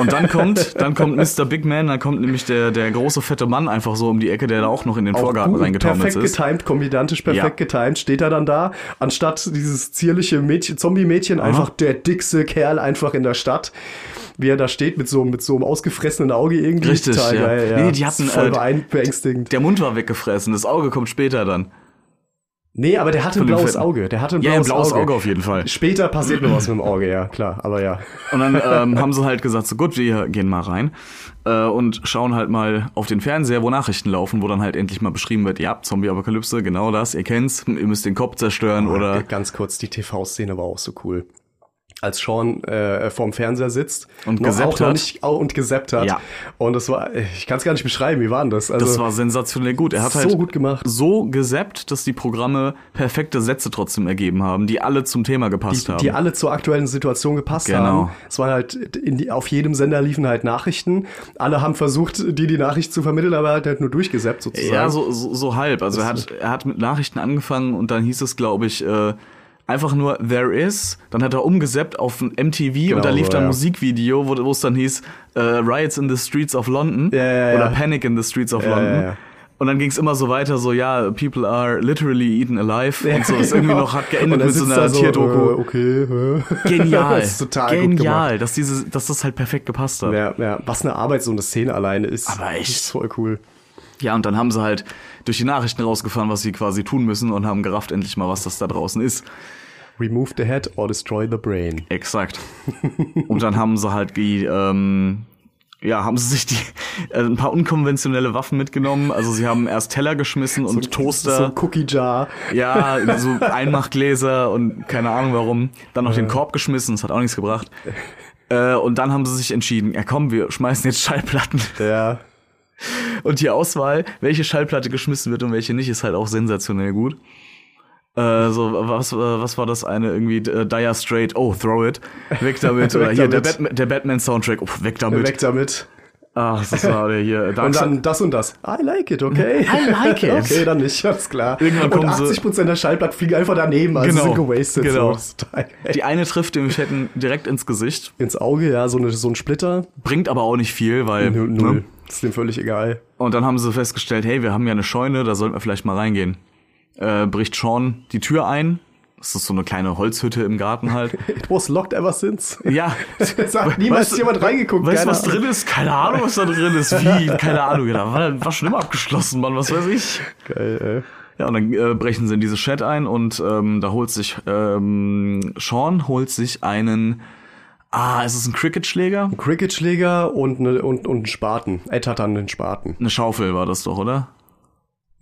Speaker 4: Und dann kommt, dann kommt Mr. Big Man, dann kommt nämlich der, der große fette Mann einfach so um die Ecke, der da auch noch in den Vorgarten
Speaker 5: gut,
Speaker 4: reingetaumelt
Speaker 5: perfekt
Speaker 4: ist.
Speaker 5: getimed, komödiantisch perfekt getimed, steht er dann da, anstatt dieses zierliche Mädchen, Zombie-Mädchen, einfach der dickste Kerl einfach in der Stadt, wie er da steht mit so, mit so einem ausgefressenen Auge irgendwie.
Speaker 4: Richtig,
Speaker 5: Total
Speaker 4: ja.
Speaker 5: geil, ja.
Speaker 4: Nee, die hatten,
Speaker 5: Voll
Speaker 4: äh,
Speaker 5: beein- beängstigend.
Speaker 4: Der Mund war weggefressen, das Auge kommt später dann.
Speaker 5: Nee, aber der hatte ein
Speaker 4: dem
Speaker 5: blaues
Speaker 4: Fetten.
Speaker 5: Auge. Der hatte ein
Speaker 4: Ja,
Speaker 5: blaues,
Speaker 4: ein blaues Auge auf jeden Fall.
Speaker 5: Später passiert noch was mit dem Auge, ja, klar, aber ja.
Speaker 4: Und dann ähm, haben sie halt gesagt, so gut, wir gehen mal rein äh, und schauen halt mal auf den Fernseher, wo Nachrichten laufen, wo dann halt endlich mal beschrieben wird, ja, Zombie-Apokalypse, genau das, ihr kennt's, ihr müsst den Kopf zerstören
Speaker 5: Ja,
Speaker 4: oder
Speaker 5: Ganz kurz, die TV-Szene war auch so cool. Als Sean äh, vorm Fernseher sitzt
Speaker 4: Und
Speaker 5: noch,
Speaker 4: gesappt
Speaker 5: auch noch
Speaker 4: hat.
Speaker 5: nicht au- und gesappt hat.
Speaker 4: Ja.
Speaker 5: Und das war, ich kann es gar nicht beschreiben, wie war denn das? Also,
Speaker 4: das war sensationell gut. Er hat
Speaker 5: so
Speaker 4: halt
Speaker 5: gut gemacht.
Speaker 4: so gesappt, dass die Programme perfekte Sätze trotzdem ergeben haben, die alle zum Thema gepasst haben.
Speaker 5: die alle zur aktuellen Situation gepasst
Speaker 4: Genau.
Speaker 5: haben. Es waren halt, in die, auf jedem Sender liefen halt Nachrichten. Alle haben versucht, die die Nachricht zu vermitteln, aber er hat halt nur durchgesappt sozusagen.
Speaker 4: Ja, so, so, so halb. Also er hat, er hat mit Nachrichten angefangen und dann hieß es, glaube ich, äh, einfach nur There is. Dann hat er umgesappt auf ein MTV und da lief
Speaker 5: Genau so,
Speaker 4: dann
Speaker 5: ja.
Speaker 4: Musikvideo, wo wo es dann hieß äh, Riots in the Streets of London
Speaker 5: ja, ja.
Speaker 4: oder Panic in the Streets of London.
Speaker 5: ja, ja.
Speaker 4: Und dann ging es immer so weiter, so ja, people are literally eaten alive und so. Das irgendwie noch hat
Speaker 5: genau. Und
Speaker 4: geendet
Speaker 5: dann
Speaker 4: mit so
Speaker 5: sitzt
Speaker 4: einer
Speaker 5: er so,
Speaker 4: Tierdoku.
Speaker 5: äh, Okay. äh.
Speaker 4: Genial,
Speaker 5: das ist total gut gemacht.
Speaker 4: genial, dass diese, dass das halt perfekt gepasst hat.
Speaker 5: Ja, ja. Was eine Arbeit so eine Szene alleine ist.
Speaker 4: Aber echt.
Speaker 5: Das ist voll cool.
Speaker 4: Ja, und dann haben sie halt durch die Nachrichten rausgefahren, was sie quasi tun müssen und haben gerafft endlich mal, was das da draußen ist.
Speaker 5: Remove the head or destroy the brain.
Speaker 4: Exakt. und dann haben sie halt die, ähm, ja, haben sie sich die, äh, ein paar unkonventionelle Waffen mitgenommen. Also sie haben erst Teller geschmissen und
Speaker 5: So
Speaker 4: Toaster.
Speaker 5: ein Cookie Jar.
Speaker 4: ja, so Einmachgläser und keine Ahnung warum. Dann noch den Korb geschmissen, das hat auch nichts gebracht. Äh, und dann haben sie sich entschieden, ja komm, wir schmeißen jetzt Schallplatten.
Speaker 5: Ja.
Speaker 4: Und die Auswahl, welche Schallplatte geschmissen wird und welche nicht, ist halt auch sensationell gut. Äh, so, was, äh, was war das eine? Irgendwie äh, Dire Straight, oh, throw it. Weg damit.
Speaker 5: Weg
Speaker 4: Oder hier, der,
Speaker 5: damit.
Speaker 4: Batman, der Batman-Soundtrack, oh, weg damit.
Speaker 5: Weg damit.
Speaker 4: Ach, das war der hier. äh, Dark
Speaker 5: Und
Speaker 4: Side-
Speaker 5: dann das und das. I like it, okay.
Speaker 4: I like it.
Speaker 5: Okay, dann nicht, alles klar.
Speaker 4: Irgendwann
Speaker 5: und
Speaker 4: kommen sie-
Speaker 5: 80% der Schallplatten fliegen einfach daneben, also
Speaker 4: Genau.
Speaker 5: sind gewastet.
Speaker 4: Genau.
Speaker 5: So. Das ist total geil.
Speaker 4: die eine trifft dem Fetten direkt ins Gesicht,
Speaker 5: Ins Auge, ja, so, eine, so ein Splitter.
Speaker 4: bringt aber auch nicht viel, weil.
Speaker 5: Null.
Speaker 4: ne?
Speaker 5: Null. Ist dem völlig egal.
Speaker 4: Und dann haben sie festgestellt, hey, wir haben ja eine Scheune, da sollten wir vielleicht mal reingehen. Äh, bricht Sean die Tür ein. Das ist so eine kleine Holzhütte im Garten halt.
Speaker 5: It was locked ever since.
Speaker 4: Ja.
Speaker 5: Es hat niemals
Speaker 4: Weißt du-
Speaker 5: jemand reingeguckt.
Speaker 4: Weißt du,
Speaker 5: keine
Speaker 4: was
Speaker 5: Ahnung.
Speaker 4: drin ist? Keine Ahnung, was da drin ist. Wie? Keine Ahnung. Da war, war schon immer abgeschlossen, Mann. Was weiß ich.
Speaker 5: Geil, ey.
Speaker 4: Ja, und dann äh, brechen sie in diese Chat ein und ähm, da holt sich ähm, Sean holt sich einen. Ah, ist es ein Cricketschläger?
Speaker 5: Cricketschläger und, ne, und, und einen Spaten. Ed hat dann einen Spaten.
Speaker 4: Eine Schaufel war das doch, oder?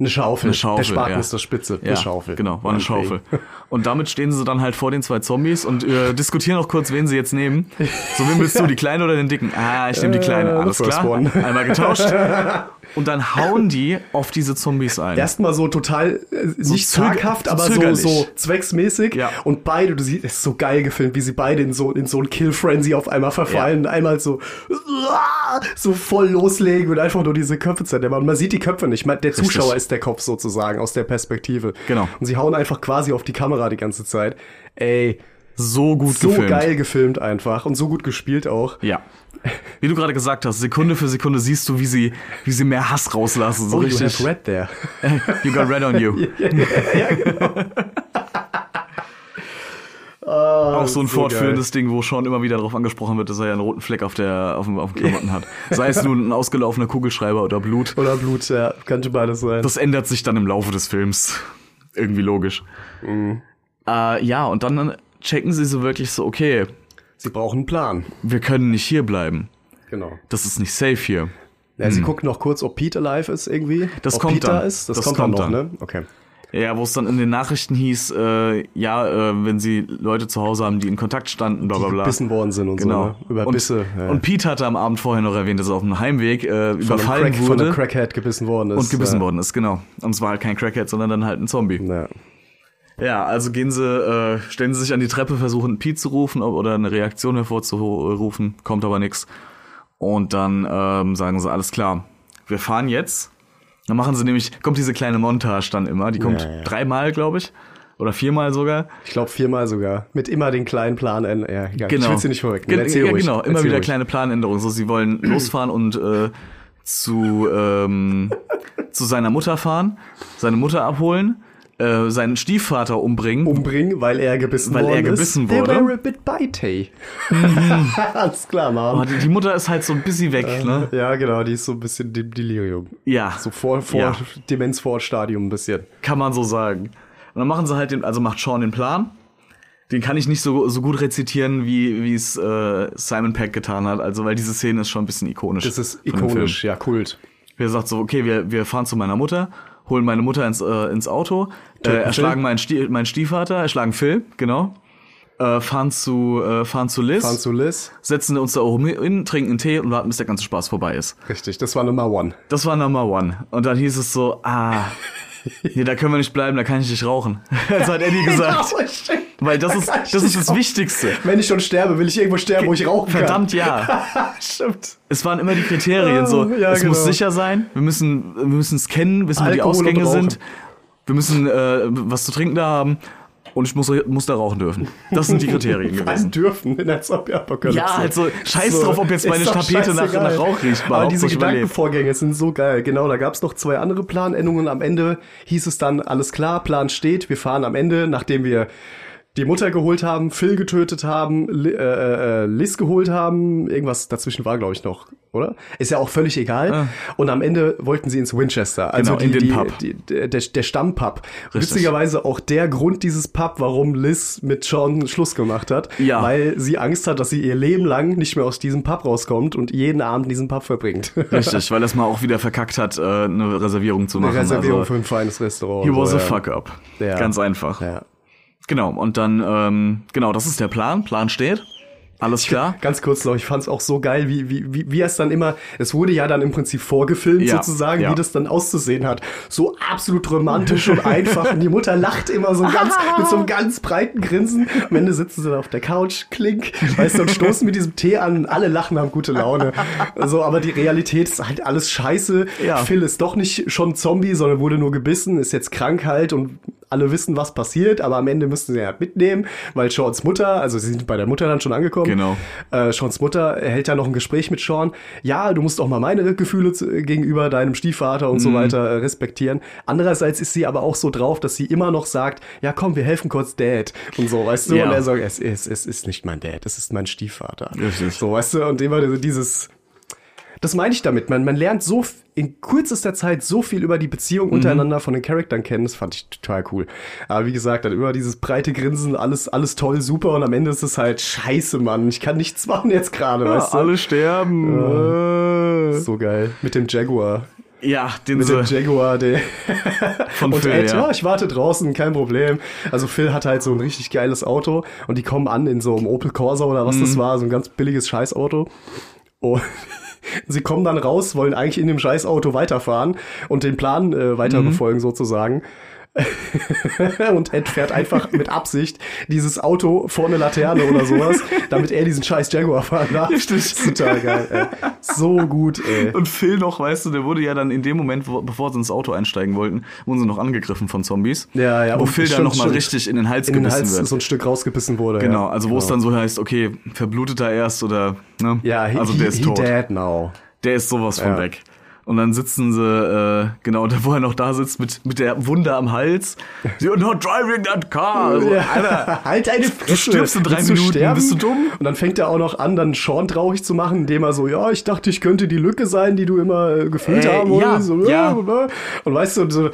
Speaker 5: Eine Schaufel.
Speaker 4: Eine Schaufel,
Speaker 5: Der Spaten
Speaker 4: ja.
Speaker 5: ist das Spitze.
Speaker 4: Ja,
Speaker 5: eine Schaufel.
Speaker 4: Genau, war eine Schaufel.
Speaker 5: Meinetwegen.
Speaker 4: Und damit stehen sie dann halt vor den zwei Zombies und äh, diskutieren auch kurz, wen sie jetzt nehmen. So, wen willst du, die kleine oder den dicken? Ah, ich nehme die
Speaker 5: Äh,
Speaker 4: kleine.
Speaker 5: the
Speaker 4: Alles
Speaker 5: first
Speaker 4: klar.
Speaker 5: one.
Speaker 4: Einmal getauscht. Und dann hauen die auf diese Zombies ein.
Speaker 5: Erstmal so total, äh, nicht
Speaker 4: zöger-
Speaker 5: zaghaft, aber so,
Speaker 4: zögerlich.
Speaker 5: so zwecksmäßig.
Speaker 4: Ja.
Speaker 5: Und beide, du siehst, es ist so geil gefilmt, wie sie beide in so, in so ein Kill-Frenzy auf einmal verfallen. Einmal so, uah, so voll loslegen und einfach nur diese Köpfe zerdämmern. Und man sieht die Köpfe nicht. Man, der Zuschauer ist der Kopf sozusagen aus der Perspektive.
Speaker 4: Genau.
Speaker 5: Und sie hauen einfach quasi auf die Kamera die ganze Zeit. Ey,
Speaker 4: so gut
Speaker 5: so
Speaker 4: gefilmt.
Speaker 5: geil gefilmt einfach und so gut gespielt auch.
Speaker 4: Ja. Wie du gerade gesagt hast, Sekunde für Sekunde siehst du, wie sie, wie sie mehr Hass rauslassen. So
Speaker 5: Oh, you
Speaker 4: richtig.
Speaker 5: have red there.
Speaker 4: you got red on you. Auch so ein
Speaker 5: so
Speaker 4: fortführendes Ding, wo Sean immer wieder darauf angesprochen wird, dass er ja einen roten Fleck auf, der, auf, dem, auf dem Klamotten hat. Sei es nun ein ausgelaufener Kugelschreiber oder Blut.
Speaker 5: Oder Blut, ja, kann schon beides sein.
Speaker 4: Das ändert sich dann im Laufe des Films. Irgendwie logisch.
Speaker 5: Mhm.
Speaker 4: Äh, ja, und dann checken sie so wirklich so, okay,
Speaker 5: sie brauchen einen Plan.
Speaker 4: wir können nicht hier bleiben.
Speaker 5: Genau.
Speaker 4: Das ist nicht safe hier.
Speaker 5: Ja, sie guckt noch kurz, ob Pete alive ist irgendwie.
Speaker 4: Hm. Das
Speaker 5: ob
Speaker 4: kommt
Speaker 5: Pete
Speaker 4: dann.
Speaker 5: Da ist. Das,
Speaker 4: Das
Speaker 5: kommt,
Speaker 4: kommt
Speaker 5: dann noch,
Speaker 4: dann.
Speaker 5: ne? Okay.
Speaker 4: Ja, wo es dann in den Nachrichten hieß, äh, ja, äh, wenn sie Leute zu Hause haben, die in Kontakt standen, bla bla bla.
Speaker 5: Gebissen worden sind und
Speaker 4: Genau.
Speaker 5: so. Ne? Über
Speaker 4: und,
Speaker 5: Bisse. ja.
Speaker 4: und Pete hatte am Abend vorher noch erwähnt, dass er auf dem Heimweg äh,
Speaker 5: von einem,
Speaker 4: überfallen
Speaker 5: Crack, von
Speaker 4: wurde
Speaker 5: einem Crackhead gebissen worden ist.
Speaker 4: und gebissen
Speaker 5: ja.
Speaker 4: worden ist, genau. Und es war halt kein Crackhead, sondern dann halt ein Zombie.
Speaker 5: Ja.
Speaker 4: Ja, also gehen sie, äh, stellen sie sich an die Treppe, versuchen Pete zu rufen ob- oder eine Reaktion hervorzurufen, kommt aber nix. Und dann ähm, sagen sie, alles klar, wir fahren jetzt. Dann machen sie nämlich, kommt diese kleine Montage dann immer, die kommt
Speaker 5: Ja, ja.
Speaker 4: dreimal, glaube ich, oder viermal sogar.
Speaker 5: Ich glaube viermal sogar. Mit immer den kleinen Plan. N ja, egal.
Speaker 4: Genau.
Speaker 5: Ich will sie nicht
Speaker 4: Ge-
Speaker 5: vorwegnehmen. Erzähl
Speaker 4: ja,
Speaker 5: ruhig.
Speaker 4: genau. Immer
Speaker 5: Erzähl
Speaker 4: wieder
Speaker 5: ruhig.
Speaker 4: kleine Planänderungen. So, sie wollen losfahren und äh, zu, ähm, zu seiner Mutter fahren, seine Mutter abholen, äh, seinen Stiefvater umbringen.
Speaker 5: Umbringen, weil er gebissen
Speaker 4: Weil er
Speaker 5: worden ist.
Speaker 4: gebissen
Speaker 5: They
Speaker 4: wurde.
Speaker 5: were a bit bitey. Alles klar,
Speaker 4: Aber
Speaker 5: Mom.
Speaker 4: die die Mutter ist halt so ein bisschen weg, ne?
Speaker 5: Ja, genau. Die ist so ein bisschen dem Delirium.
Speaker 4: Ja.
Speaker 5: So vor, vor
Speaker 4: Ja.
Speaker 5: Demenz vor Stadium ein bisschen.
Speaker 4: Kann man so sagen. Und dann machen sie halt den, also macht Sean den Plan. Den kann ich nicht so, so gut rezitieren, wie wie es äh, Simon Peck getan hat. Also, weil diese Szene ist schon ein bisschen ikonisch.
Speaker 5: Das ist
Speaker 4: von dem Film.
Speaker 5: ikonisch, ja, Kult.
Speaker 4: Wir sagt so, okay, wir, wir fahren zu meiner Mutter, holen meine Mutter ins, äh, ins Auto, äh,
Speaker 5: Phil.
Speaker 4: erschlagen meinen, Stie meinen Stiefvater, erschlagen Phil, genau. Äh, fahren zu äh, fahren zu Liz,
Speaker 5: Fahren zu Liz.
Speaker 4: setzen uns da oben hin, trinken einen Tee und warten, bis der ganze Spaß vorbei ist.
Speaker 5: Richtig, das war Nummer One.
Speaker 4: Das war Number One. Und dann hieß es so, ah, nee, da können wir nicht bleiben, da kann ich nicht rauchen. Das hat Eddie gesagt. Weil das ist
Speaker 5: Genau. kann ich
Speaker 4: das, ist
Speaker 5: nicht
Speaker 4: das
Speaker 5: rauchen.
Speaker 4: Wichtigste.
Speaker 5: Wenn ich schon sterbe, will ich irgendwo sterben, wo ich rauchen
Speaker 4: Verdammt, ja.
Speaker 5: kann. Stimmt.
Speaker 4: Es waren immer die Kriterien so,
Speaker 5: Oh, ja,
Speaker 4: es muss
Speaker 5: genau.
Speaker 4: sicher sein, wir müssen wir müssen es kennen, wissen wo die
Speaker 5: Alkohol und
Speaker 4: Ausgänge
Speaker 5: Rauchen.
Speaker 4: sind. Wir müssen äh, was zu trinken da haben und ich muss muss da rauchen dürfen. Das sind die Kriterien
Speaker 5: Rein
Speaker 4: gewesen.
Speaker 5: dürfen in der Zombie-Apokalypse.
Speaker 4: Ja, also scheiß drauf, ob jetzt
Speaker 5: ist
Speaker 4: meine
Speaker 5: doch
Speaker 4: Tapete nach-
Speaker 5: scheißegal.
Speaker 4: nach Rauch riecht, mal,
Speaker 5: Aber diese
Speaker 4: Hauptsache ich überleb.
Speaker 5: Gedankenvorgänge sind so geil. Genau, da gab es noch zwei andere Planänderungen. Am Ende hieß es dann, alles klar, Plan steht. Wir fahren am Ende, nachdem wir die Mutter geholt haben, Phil getötet haben, Li äh, äh, Liz geholt haben. Irgendwas dazwischen war, glaube ich, noch, oder? Ist ja auch völlig egal. Und am Ende wollten sie ins Winchester. Also
Speaker 4: Ah. Genau,
Speaker 5: die,
Speaker 4: in den
Speaker 5: die,
Speaker 4: Pub.
Speaker 5: Die, der, der Stammpub. Witzigerweise auch der Grund dieses Pub, warum Liz mit Sean Schluss gemacht hat.
Speaker 4: Ja.
Speaker 5: Weil sie Angst hat, dass sie ihr Leben lang nicht mehr aus diesem Pub rauskommt und jeden Abend in diesem Pub verbringt.
Speaker 4: Richtig, weil das mal auch wieder verkackt hat, äh, eine Reservierung zu machen.
Speaker 5: Eine Reservierung
Speaker 4: also,
Speaker 5: für ein feines Restaurant.
Speaker 4: He was
Speaker 5: So,
Speaker 4: a
Speaker 5: ja.
Speaker 4: fuck up.
Speaker 5: Ja.
Speaker 4: Ganz einfach.
Speaker 5: Ja.
Speaker 4: Genau, und dann, ähm, genau, das ist der Plan. Plan steht. Alles klar.
Speaker 5: Ganz kurz noch, ich fand es auch so geil, wie, wie, wie, wie er es dann immer, es wurde ja dann im Prinzip vorgefilmt
Speaker 4: Ja,
Speaker 5: sozusagen,
Speaker 4: ja.
Speaker 5: wie das dann auszusehen hat. So absolut romantisch und einfach. Und die Mutter lacht immer so ganz, mit so einem ganz breiten Grinsen. Am Ende sitzen sie dann auf der Couch, klink, weißt du, und stoßen mit diesem Tee an. Alle lachen, haben gute Laune. So, aber die Realität ist halt alles scheiße.
Speaker 4: Ja.
Speaker 5: Phil ist doch nicht schon Zombie, sondern wurde nur gebissen, ist jetzt krank halt und alle wissen, was passiert, aber am Ende müssen sie ihn halt mitnehmen, weil Shorts Mutter, also sie sind bei der Mutter dann schon angekommen.
Speaker 4: Genau.
Speaker 5: Äh, Seans Mutter hält ja noch ein Gespräch mit Sean. Ja, du musst auch mal meine Gefühle zu, gegenüber deinem Stiefvater und so weiter äh, respektieren. Andererseits ist sie aber auch so drauf, dass sie immer noch sagt, ja komm, wir helfen kurz Dad und so, weißt du?
Speaker 4: Ja.
Speaker 5: Und er sagt, es ist, es ist nicht mein Dad, es ist mein Stiefvater.
Speaker 4: Richtig.
Speaker 5: So, weißt du? Und immer dieses, das meine ich damit, man, man lernt so f- in kürzester Zeit so viel über die Beziehung untereinander von den Charaktern kennen, das fand ich total cool. Aber wie gesagt, dann immer dieses breite Grinsen, alles, alles toll, super und am Ende ist es halt scheiße, Mann, ich kann nichts machen jetzt gerade, weißt du?
Speaker 4: sterben.
Speaker 5: So geil. Mit dem Jaguar.
Speaker 4: Äh. Ja, den
Speaker 5: Mit
Speaker 4: so
Speaker 5: dem Jaguar, der.
Speaker 4: von
Speaker 5: und
Speaker 4: Phil,
Speaker 5: Ed, ja.
Speaker 4: ja.
Speaker 5: ich warte draußen, kein Problem. Also Phil hat halt so ein richtig geiles Auto und die kommen an in so einem Opel Corsa oder was
Speaker 4: Mhm.
Speaker 5: das war, so ein ganz billiges Scheißauto. Und sie kommen dann raus, wollen eigentlich in dem Scheißauto weiterfahren und den Plan äh,
Speaker 4: Mhm.
Speaker 5: weiter befolgen sozusagen. und Ed fährt einfach mit Absicht dieses Auto vor eine Laterne oder sowas, damit er diesen scheiß Jaguar fahren darf.
Speaker 4: Richtig.
Speaker 5: Total geil, ey. So gut, ey.
Speaker 4: Und Phil noch, weißt du, der wurde ja dann in dem Moment, wo, bevor sie ins Auto einsteigen wollten, wurden sie noch angegriffen von Zombies.
Speaker 5: Ja, ja,
Speaker 4: Wo
Speaker 5: und
Speaker 4: Phil dann
Speaker 5: stimmt,
Speaker 4: nochmal
Speaker 5: stimmt.
Speaker 4: richtig in den Hals
Speaker 5: in den
Speaker 4: gebissen
Speaker 5: Hals
Speaker 4: wird.
Speaker 5: so ein Stück rausgebissen wurde.
Speaker 4: genau,
Speaker 5: ja.
Speaker 4: also wo es dann so heißt, okay, verblutet er erst oder, ne?
Speaker 5: Ja, he,
Speaker 4: also
Speaker 5: he,
Speaker 4: der ist
Speaker 5: he
Speaker 4: tot.
Speaker 5: dead now.
Speaker 4: Der ist sowas von
Speaker 5: Ja.
Speaker 4: weg. Und dann sitzen sie, äh, genau, da wo er noch da sitzt, mit, mit der Wunde am Hals. You're not driving that car. Also, Alter,
Speaker 5: halt deine
Speaker 4: du
Speaker 5: Fresse.
Speaker 4: stirbst in drei
Speaker 5: Willst
Speaker 4: Minuten,
Speaker 5: sterben?
Speaker 4: bist du dumm?
Speaker 5: Und dann fängt er auch noch an, dann Sean traurig zu machen, indem er so, ja, ich dachte, ich könnte die Lücke sein, die du immer äh, gefüllt
Speaker 4: Äh,
Speaker 5: haben wolltest.
Speaker 4: ja,
Speaker 5: so,
Speaker 4: ja.
Speaker 5: blablabla. Und weißt du, so,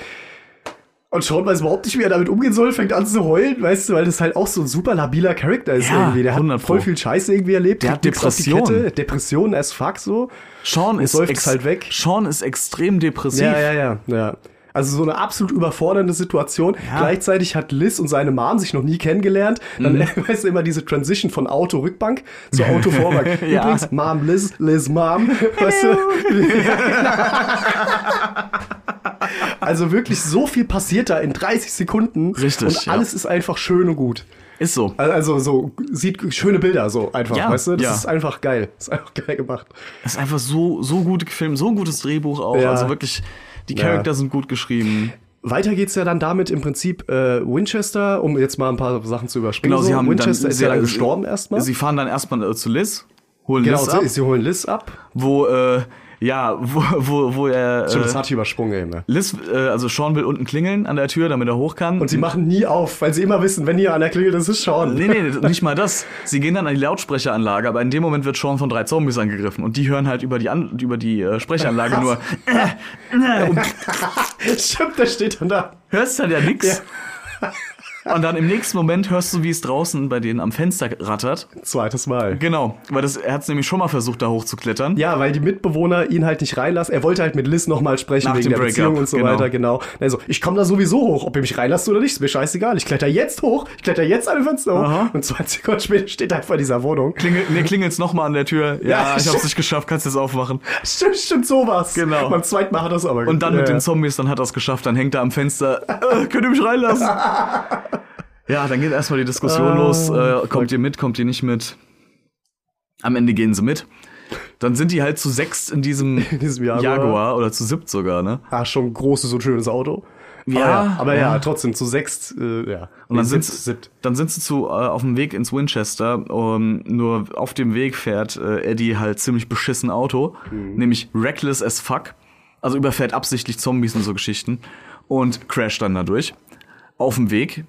Speaker 5: und Sean weiß überhaupt nicht, wie er damit umgehen soll, fängt an zu heulen, weißt du, weil das halt auch so ein super labiler Charakter ist
Speaker 4: Ja,
Speaker 5: irgendwie. Der hat
Speaker 4: 100
Speaker 5: voll
Speaker 4: Pro.
Speaker 5: viel Scheiße irgendwie erlebt.
Speaker 4: Der hat
Speaker 5: kriegt nichts auf die
Speaker 4: Depressionen.
Speaker 5: Kette, Depressionen as fuck so.
Speaker 4: Sean ist,
Speaker 5: säuft es halt weg.
Speaker 4: Sean ist extrem depressiv.
Speaker 5: Ja, ja, ja, ja. Also so eine absolut überfordernde Situation. Gleichzeitig hat Liz und seine Mom sich noch nie kennengelernt. Dann
Speaker 4: Mhm.
Speaker 5: weißt du immer diese Transition von Auto-Rückbank zu Auto-Vorbank.
Speaker 4: Ja.
Speaker 5: Übrigens, Mom Liz, Liz Mom. Weißt du? also wirklich so viel passiert da in 30 Sekunden.
Speaker 4: Richtig,
Speaker 5: Und
Speaker 4: ja.
Speaker 5: alles ist einfach schön und gut.
Speaker 4: Ist so.
Speaker 5: Al- Also so sieht schöne Bilder so einfach,
Speaker 4: Ja,
Speaker 5: weißt du? Das
Speaker 4: ja.
Speaker 5: ist einfach geil. Das ist einfach geil gemacht.
Speaker 4: Ist einfach so, so gut gefilmt, so ein gutes Drehbuch auch.
Speaker 5: Ja.
Speaker 4: Also wirklich, die Charakter sind gut geschrieben.
Speaker 5: Weiter geht's ja dann damit im Prinzip äh, Winchester, um jetzt mal ein paar Sachen zu überspringen.
Speaker 4: Genau, sie haben
Speaker 5: Winchester
Speaker 4: dann,
Speaker 5: ist
Speaker 4: sie-
Speaker 5: ja dann gestorben erstmal.
Speaker 4: Sie fahren dann erstmal äh, zu Liz, holen
Speaker 5: genau,
Speaker 4: Liz
Speaker 5: sie,
Speaker 4: ab,
Speaker 5: sie holen Liz ab.
Speaker 4: wo, äh, ja, wo, wo, wo er.
Speaker 5: Stimmt, das
Speaker 4: Äh,
Speaker 5: hatte ich übersprungen eben. ne?
Speaker 4: Liz, äh, also Sean will unten klingeln an der Tür, damit er hoch kann.
Speaker 5: Und sie machen nie auf, weil sie immer wissen, wenn hier einer klingelt, das ist Sean.
Speaker 4: Nee, nee, nicht mal das. Sie gehen dann an die Lautsprecheranlage, aber in dem Moment wird Sean von drei Zombies angegriffen und die hören halt über die, an über die äh, Sprechanlage nur. Äh, äh, und
Speaker 5: Stimmt, der steht dann da.
Speaker 4: hörst halt ja nix. Und dann im nächsten Moment hörst du, wie es draußen bei denen am Fenster rattert.
Speaker 5: Zweites Mal.
Speaker 4: Genau, weil das, er hat es nämlich schon mal versucht, da hochzuklettern.
Speaker 5: Ja, weil die Mitbewohner ihn halt nicht reinlassen. Er wollte halt mit Liz nochmal sprechen
Speaker 4: Nach
Speaker 5: wegen
Speaker 4: dem
Speaker 5: der
Speaker 4: Breakup,
Speaker 5: Beziehung und so
Speaker 4: genau.
Speaker 5: weiter, genau. Also, ich komme da sowieso hoch, ob ihr mich reinlasst oder nicht, ist mir scheißegal. Ich kletter jetzt hoch, ich kletter jetzt an den Fenster hoch
Speaker 4: Aha.
Speaker 5: und 20 Sekunden später steht er vor dieser Wohnung.
Speaker 4: Klingel, mir klingelt's nochmal an der Tür. Ja,
Speaker 5: Ja,
Speaker 4: ich hab's nicht geschafft, kannst jetzt aufmachen.
Speaker 5: Stimmt, stimmt sowas.
Speaker 4: Genau.
Speaker 5: Beim zweiten Mal hat das aber
Speaker 4: Und dann mit
Speaker 5: Ja,
Speaker 4: den
Speaker 5: ja.
Speaker 4: Zombies, dann hat er's geschafft, dann hängt er am Fenster. Äh, könnt ihr mich reinlassen? ja, dann geht erstmal die Diskussion los.
Speaker 5: Ah,
Speaker 4: Äh, kommt ihr mit, kommt ihr nicht mit? Am Ende gehen sie mit. Dann sind die halt zu sechst in diesem,
Speaker 5: diesem Jaguar.
Speaker 4: oder zu siebt sogar, ne?
Speaker 5: Ah, schon ein großes und schönes Auto.
Speaker 4: Ja,
Speaker 5: aber ja, aber ja
Speaker 4: ja.
Speaker 5: trotzdem zu sechst, äh, ja.
Speaker 4: Und dann sind,
Speaker 5: siebt.
Speaker 4: dann sind sie zu, äh, auf dem Weg ins Winchester. ähm, nur auf dem Weg fährt äh, Eddie halt ziemlich beschissen Auto. Nämlich reckless as fuck. Also überfährt absichtlich Zombies und so Geschichten. Und crasht dann dadurch. Auf dem Weg.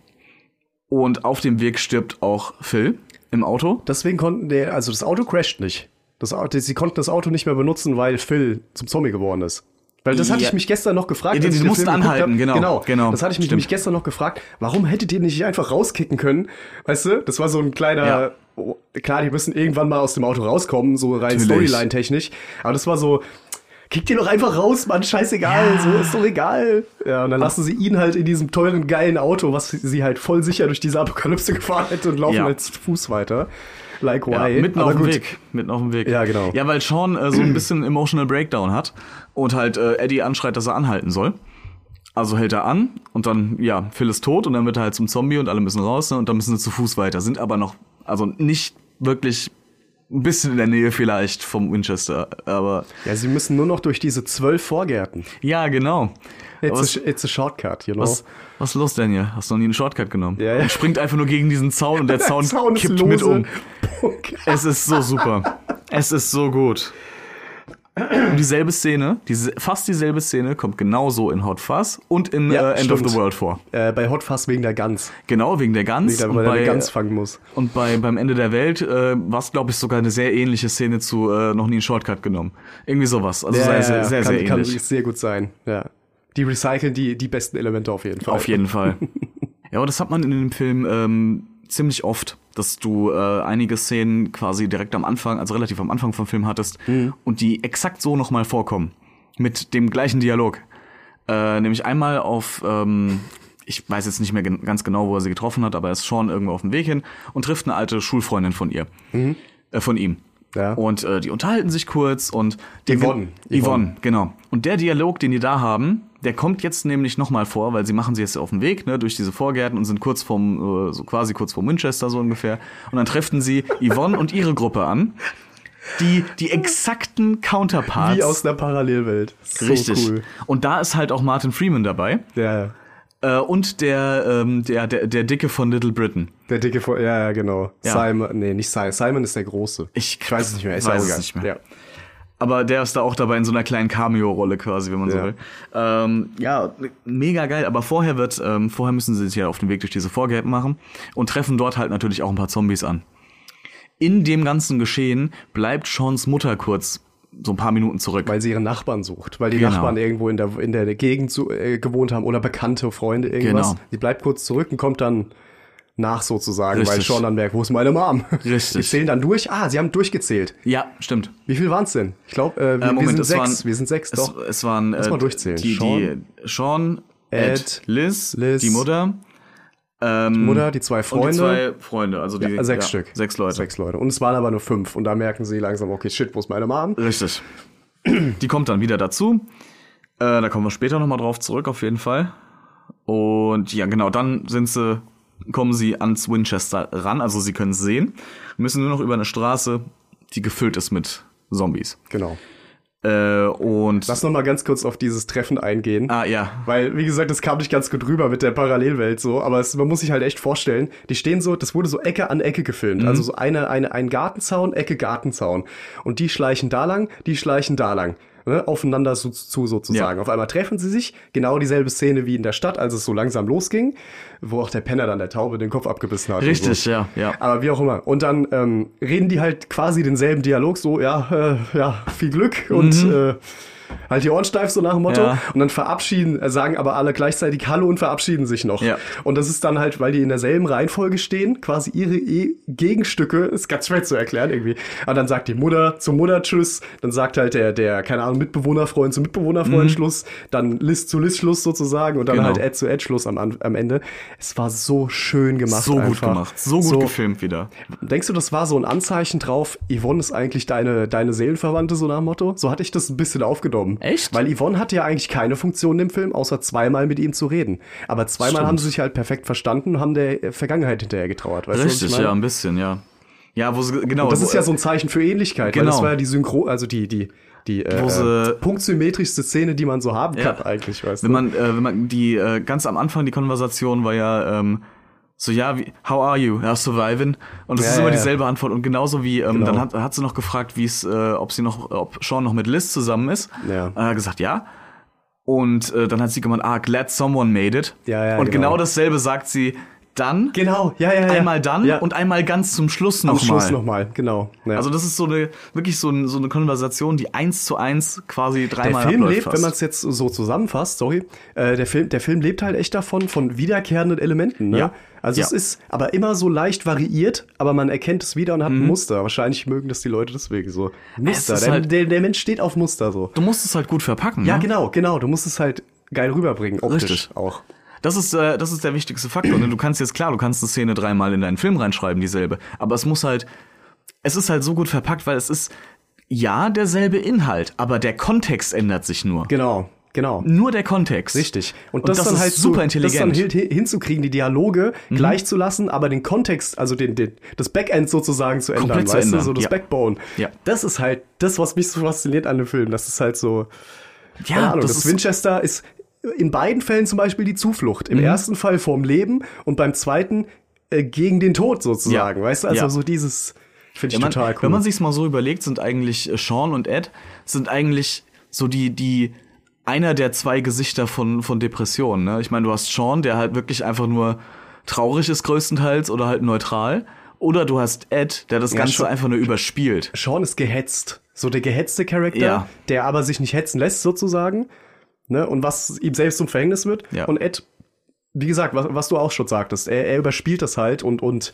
Speaker 4: Und auf dem Weg stirbt auch Phil im Auto.
Speaker 5: Deswegen konnten der, also das Auto crasht nicht. Das Auto, sie konnten das Auto nicht mehr benutzen, weil Phil zum Zombie geworden ist. Weil das hatte
Speaker 4: Ja.
Speaker 5: ich mich gestern noch gefragt.
Speaker 4: Ja, die-
Speaker 5: als ich
Speaker 4: die
Speaker 5: den
Speaker 4: mussten
Speaker 5: Film geguckt
Speaker 4: anhalten, genau,
Speaker 5: genau.
Speaker 4: genau.
Speaker 5: Das hatte ich mich
Speaker 4: Stimmt.
Speaker 5: nämlich gestern noch gefragt. Warum hättet ihr nicht einfach rauskicken können? Weißt du, das war so ein kleiner,
Speaker 4: Ja.
Speaker 5: oh, klar, die müssen irgendwann mal aus dem Auto rauskommen, so rein
Speaker 4: Natürlich.
Speaker 5: Storyline-technisch. Aber das war so, kickt ihr doch einfach raus, Mann, scheißegal, so ist doch egal. Ja, und dann lassen sie ihn halt in diesem teuren, geilen Auto, was sie halt voll sicher durch diese Apokalypse gefahren hätte und laufen
Speaker 4: Ja.
Speaker 5: halt zu Fuß weiter. Like
Speaker 4: Ja,
Speaker 5: why?
Speaker 4: mitten
Speaker 5: Aber
Speaker 4: auf dem
Speaker 5: gut.
Speaker 4: Weg. Mitten auf dem Weg.
Speaker 5: Ja, genau.
Speaker 4: Ja, weil Sean äh, so ein bisschen emotional Breakdown hat und halt äh, Eddie anschreit, dass er anhalten soll. Also hält er an und dann, ja, Phil ist tot und dann wird er halt zum Zombie und alle müssen raus ne, und dann müssen sie zu Fuß weiter. Sind aber noch, also nicht wirklich ein bisschen in der Nähe vielleicht vom Winchester, aber
Speaker 5: Ja, sie müssen nur noch durch diese zwölf Vorgärten.
Speaker 4: ja, genau. Aber
Speaker 5: It's,
Speaker 4: was,
Speaker 5: a, it's a shortcut, you know.
Speaker 4: was, was ist los, Daniel? Hast du noch nie einen Shortcut genommen?
Speaker 5: Ja, ja.
Speaker 4: Und springt einfach nur gegen diesen Zaun und der Zaun,
Speaker 5: ist
Speaker 4: kippt
Speaker 5: lose.
Speaker 4: mit um.
Speaker 5: Punkt.
Speaker 4: Es ist so super. Es ist so gut. Und dieselbe Szene, diese, fast dieselbe Szene, kommt genauso in Hot Fuzz und in
Speaker 5: Ja,
Speaker 4: äh, End of
Speaker 5: stimmt.
Speaker 4: the World vor.
Speaker 5: Äh, bei Hot Fuzz wegen der Gans.
Speaker 4: Genau, wegen der Gans.
Speaker 5: Weil
Speaker 4: und
Speaker 5: er
Speaker 4: bei,
Speaker 5: eine Gans fangen muss.
Speaker 4: und bei, beim Ende der Welt äh, war es, glaube ich, sogar eine sehr ähnliche Szene zu äh, Noch nie einen Shortcut genommen. Irgendwie sowas. Also sehr, sehr, sehr,
Speaker 5: Äh, kann,
Speaker 4: sehr
Speaker 5: kann
Speaker 4: ähnlich.
Speaker 5: sehr gut sein, ja. Die recyceln die, die besten Elemente auf jeden Fall.
Speaker 4: Auf jeden Fall. ja, aber das hat man in dem Film ähm, ziemlich oft, dass du äh, einige Szenen quasi direkt am Anfang, also relativ am Anfang vom Film hattest
Speaker 5: Mhm.
Speaker 4: und die exakt so nochmal vorkommen. Mit dem gleichen Dialog. Äh, nämlich einmal auf, ähm, ich weiß jetzt nicht mehr gen ganz genau, wo er sie getroffen hat, aber er ist schon irgendwo auf dem Weg hin und trifft eine alte Schulfreundin von ihr. Äh, von ihm.
Speaker 5: Mhm. Ja.
Speaker 4: Und äh, die unterhalten sich kurz und der
Speaker 5: Yvonne.
Speaker 4: Yvonne.
Speaker 5: Yvonne,
Speaker 4: genau. Und der Dialog, den die da haben, der kommt jetzt nämlich nochmal vor, weil sie machen sie jetzt auf dem Weg, ne, durch diese Vorgärten und sind kurz vorm, äh, so quasi kurz vorm Winchester so ungefähr. Und dann treffen sie Yvonne und ihre Gruppe an, die die exakten Counterparts.
Speaker 5: Wie aus einer Parallelwelt. So
Speaker 4: Richtig.
Speaker 5: cool.
Speaker 4: Und da ist halt auch Martin Freeman dabei
Speaker 5: Ja,
Speaker 4: äh, und der, ähm, der, der, der Dicke von Little Britain.
Speaker 5: der dicke Vor ja, ja, genau.
Speaker 4: Ja.
Speaker 5: Simon, nee, nicht Simon. Simon ist der Große.
Speaker 4: Ich-
Speaker 5: weiß es nicht mehr. Ist
Speaker 4: weiß
Speaker 5: ja auch
Speaker 4: es
Speaker 5: egal.
Speaker 4: nicht mehr.
Speaker 5: Ja.
Speaker 4: Aber der ist da auch dabei in so einer kleinen Cameo-Rolle quasi, wenn man so
Speaker 5: Ja.
Speaker 4: will. Ähm, ja, mega geil. Aber vorher wird, ähm, vorher müssen sie sich ja auf den Weg durch diese Vorgärten machen und treffen dort halt natürlich auch ein paar Zombies an. In dem ganzen Geschehen bleibt Seans Mutter kurz so ein paar Minuten zurück.
Speaker 5: Weil sie ihre Nachbarn sucht, weil die
Speaker 4: Genau.
Speaker 5: Nachbarn irgendwo in der, in der Gegend zu, äh, gewohnt haben oder bekannte Freunde, irgendwas.
Speaker 4: Genau.
Speaker 5: Die bleibt kurz zurück und kommt dann nach sozusagen, weil
Speaker 4: Richtig.
Speaker 5: Sean dann merkt, wo ist meine Mom?
Speaker 4: Richtig.
Speaker 5: Die zählen dann durch. Ah, sie haben durchgezählt.
Speaker 4: ja, stimmt.
Speaker 5: Wie viel waren's denn? Ich glaube, äh, wir,
Speaker 4: Äh,
Speaker 5: wir sind
Speaker 4: es
Speaker 5: sechs.
Speaker 4: waren-
Speaker 5: wir sind sechs,
Speaker 4: es,
Speaker 5: doch.
Speaker 4: Es waren äh,
Speaker 5: mal durchzählen.
Speaker 4: Die,
Speaker 5: Sean,
Speaker 4: Sean, die, Sean Ed,
Speaker 5: Ed,
Speaker 4: Liz,
Speaker 5: Liz,
Speaker 4: die Mutter ähm,
Speaker 5: Mutter, die zwei
Speaker 4: und die
Speaker 5: Freunde.
Speaker 4: zwei Freunde. Also die,
Speaker 5: Ah, sechs
Speaker 4: ja,
Speaker 5: Stück.
Speaker 4: Sechs Leute.
Speaker 5: Sechs Leute. Und es waren aber nur fünf. Und da merken sie langsam, okay, shit, wo ist meine Mom?
Speaker 4: Richtig. Die kommt dann wieder dazu. Äh, da kommen wir später nochmal drauf zurück, auf jeden Fall. Und ja, genau, dann sind sie, kommen sie ans Winchester ran, also sie können es sehen, müssen nur noch über eine Straße, die gefüllt ist mit Zombies.
Speaker 5: Genau.
Speaker 4: Äh, und.
Speaker 5: Lass noch mal ganz kurz auf dieses Treffen eingehen.
Speaker 4: ah, ja.
Speaker 5: Weil, wie gesagt, das kam nicht ganz gut rüber mit der Parallelwelt so, aber es, man muss sich halt echt vorstellen, die stehen so, das wurde so Ecke an Ecke gefilmt.
Speaker 4: Mhm.
Speaker 5: Also so eine, eine, ein Gartenzaun, Ecke Gartenzaun. Und die schleichen da lang, die schleichen da lang. Ne, aufeinander so, zu sozusagen.
Speaker 4: Ja.
Speaker 5: Auf einmal treffen sie sich, genau dieselbe Szene wie in der Stadt, als es so langsam losging, wo auch der Penner dann der Taube den Kopf abgebissen hat. und
Speaker 4: Richtig,
Speaker 5: so.
Speaker 4: ja, ja.
Speaker 5: Aber wie auch immer. Und dann ähm, reden die halt quasi denselben Dialog, so, ja, äh, ja, viel Glück und äh, Halt die Ohren steif, so nach dem Motto.
Speaker 4: Mhm. Ja.
Speaker 5: Und dann verabschieden, äh, sagen aber alle gleichzeitig Hallo und verabschieden sich noch.
Speaker 4: Ja.
Speaker 5: Und das ist dann halt, weil die in derselben Reihenfolge stehen, quasi ihre e Gegenstücke, ist ganz schwer zu erklären irgendwie. Aber dann sagt die Mutter zur Mutter Tschüss, dann sagt halt der, der, keine Ahnung, Mitbewohnerfreund zu Mitbewohnerfreund Schluss, dann List zu List Schluss sozusagen und dann
Speaker 4: Mhm. Genau.
Speaker 5: halt Ed zu Ed Schluss am, An- am Ende. Es war so schön gemacht.
Speaker 4: so gut
Speaker 5: einfach.
Speaker 4: gemacht, so gut gefilmt wieder.
Speaker 5: Denkst du, das war so ein Anzeichen drauf, Yvonne ist eigentlich deine, deine Seelenverwandte, so nach dem Motto? So hatte ich das ein bisschen aufgenommen.
Speaker 4: Echt?
Speaker 5: Weil Yvonne hatte ja eigentlich keine Funktion im Film, außer zweimal mit ihm zu reden. Aber zweimal
Speaker 4: Stimmt.
Speaker 5: haben sie sich halt perfekt verstanden und haben der äh, Vergangenheit hinterher getrauert. Weißt du, was
Speaker 4: Richtig,
Speaker 5: ich meine?
Speaker 4: ja, ein bisschen, ja. Ja, wo sie, genau.
Speaker 5: Und das ist
Speaker 4: wo,
Speaker 5: ja so ein Zeichen für Ähnlichkeit, weil
Speaker 4: Genau.
Speaker 5: das war ja die Synchro, also die, die, die äh,
Speaker 4: Wo sie-
Speaker 5: äh, punktsymmetrischste Szene, die man so haben
Speaker 4: Ja.
Speaker 5: kann eigentlich, weißt
Speaker 4: Wenn
Speaker 5: du?
Speaker 4: man, äh, wenn man die äh, ganz am Anfang die Konversation war ja ähm, so ja, wie, how are you? Ja, surviving. Und es
Speaker 5: Ja,
Speaker 4: ist
Speaker 5: ja,
Speaker 4: immer
Speaker 5: ja.
Speaker 4: dieselbe Antwort und genauso wie ähm,
Speaker 5: Genau.
Speaker 4: dann hat, hat sie noch gefragt, wie es, äh, ob sie noch, ob Sean noch mit Liz zusammen ist.
Speaker 5: Ja.
Speaker 4: Und er hat gesagt ja. Und äh, dann hat sie gemeint, ah, glad someone made it.
Speaker 5: Ja, ja,
Speaker 4: und genau.
Speaker 5: genau.
Speaker 4: dasselbe sagt sie dann
Speaker 5: Genau, ja, ja, ja.
Speaker 4: einmal dann
Speaker 5: ja.
Speaker 4: und einmal ganz zum Schluss
Speaker 5: am
Speaker 4: nochmal.
Speaker 5: Schluss nochmal, genau. Ja.
Speaker 4: Also das ist so eine wirklich so, ein, so eine Konversation, die eins zu eins quasi
Speaker 5: Der
Speaker 4: dreimal
Speaker 5: Film
Speaker 4: abläuft
Speaker 5: lebt,
Speaker 4: fast.
Speaker 5: wenn man es jetzt so zusammenfasst, sorry, äh, der, Film, der Film lebt halt echt davon, von wiederkehrenden Elementen. Ne?
Speaker 4: Ja.
Speaker 5: Also
Speaker 4: Ja.
Speaker 5: es ist aber immer so leicht variiert, aber man erkennt es wieder und hat ein Muster. Wahrscheinlich mögen das die Leute deswegen so. Muster,
Speaker 4: Mhm. ist
Speaker 5: der,
Speaker 4: halt-
Speaker 5: der, der Mensch steht auf Muster so.
Speaker 4: Du musst es halt gut verpacken.
Speaker 5: Ja,
Speaker 4: ne?
Speaker 5: genau, genau. Du musst es halt geil rüberbringen, optisch
Speaker 4: Richtig.
Speaker 5: auch.
Speaker 4: Das ist, äh, das ist der wichtigste Faktor. denn du kannst jetzt, klar, du kannst eine Szene dreimal in deinen Film reinschreiben, dieselbe. Aber es muss halt, es ist halt so gut verpackt, weil es ist, ja, derselbe Inhalt, aber der Kontext ändert sich nur.
Speaker 5: Genau, genau.
Speaker 4: Nur der Kontext.
Speaker 5: Richtig. Und, das, dann
Speaker 4: ist Mhm.
Speaker 5: halt
Speaker 4: super
Speaker 5: so, das dann
Speaker 4: intelligent.
Speaker 5: hin, hin- hinzukriegen, die Dialoge gleich zu lassen, aber den Kontext, also den, den das Backend sozusagen zu ändern,
Speaker 4: Komplett zu
Speaker 5: weißt
Speaker 4: ändern,
Speaker 5: du, so das
Speaker 4: ja.
Speaker 5: Backbone.
Speaker 4: Ja.
Speaker 5: Das ist halt das, was mich so fasziniert an dem Film. Das ist halt so,
Speaker 4: ja,
Speaker 5: keine Ahnung, das,
Speaker 4: ist-
Speaker 5: Winchester ist in beiden Fällen zum Beispiel die Zuflucht. Im
Speaker 4: Mhm.
Speaker 5: ersten Fall vorm Leben und beim zweiten äh, gegen den Tod sozusagen,
Speaker 4: Ja.
Speaker 5: weißt du? Also
Speaker 4: Ja.
Speaker 5: so dieses, finde ich
Speaker 4: wenn man,
Speaker 5: total cool.
Speaker 4: Wenn man sich's mal so überlegt, sind eigentlich äh, Sean und Ed sind eigentlich so die die einer der zwei Gesichter von von Depressionen. Ne? Ich meine, du hast Sean, der halt wirklich einfach nur traurig ist größtenteils oder halt neutral, oder du hast Ed, der das Ganze
Speaker 5: Sean-
Speaker 4: einfach nur überspielt.
Speaker 5: Sean ist gehetzt. So der gehetzte Charakter,
Speaker 4: Ja.
Speaker 5: der aber sich nicht hetzen lässt, sozusagen. Ne? Und was ihm selbst zum Verhängnis wird.
Speaker 4: Ja.
Speaker 5: Und Ed, wie gesagt, was, was du auch schon sagtest, er, er überspielt das halt und. und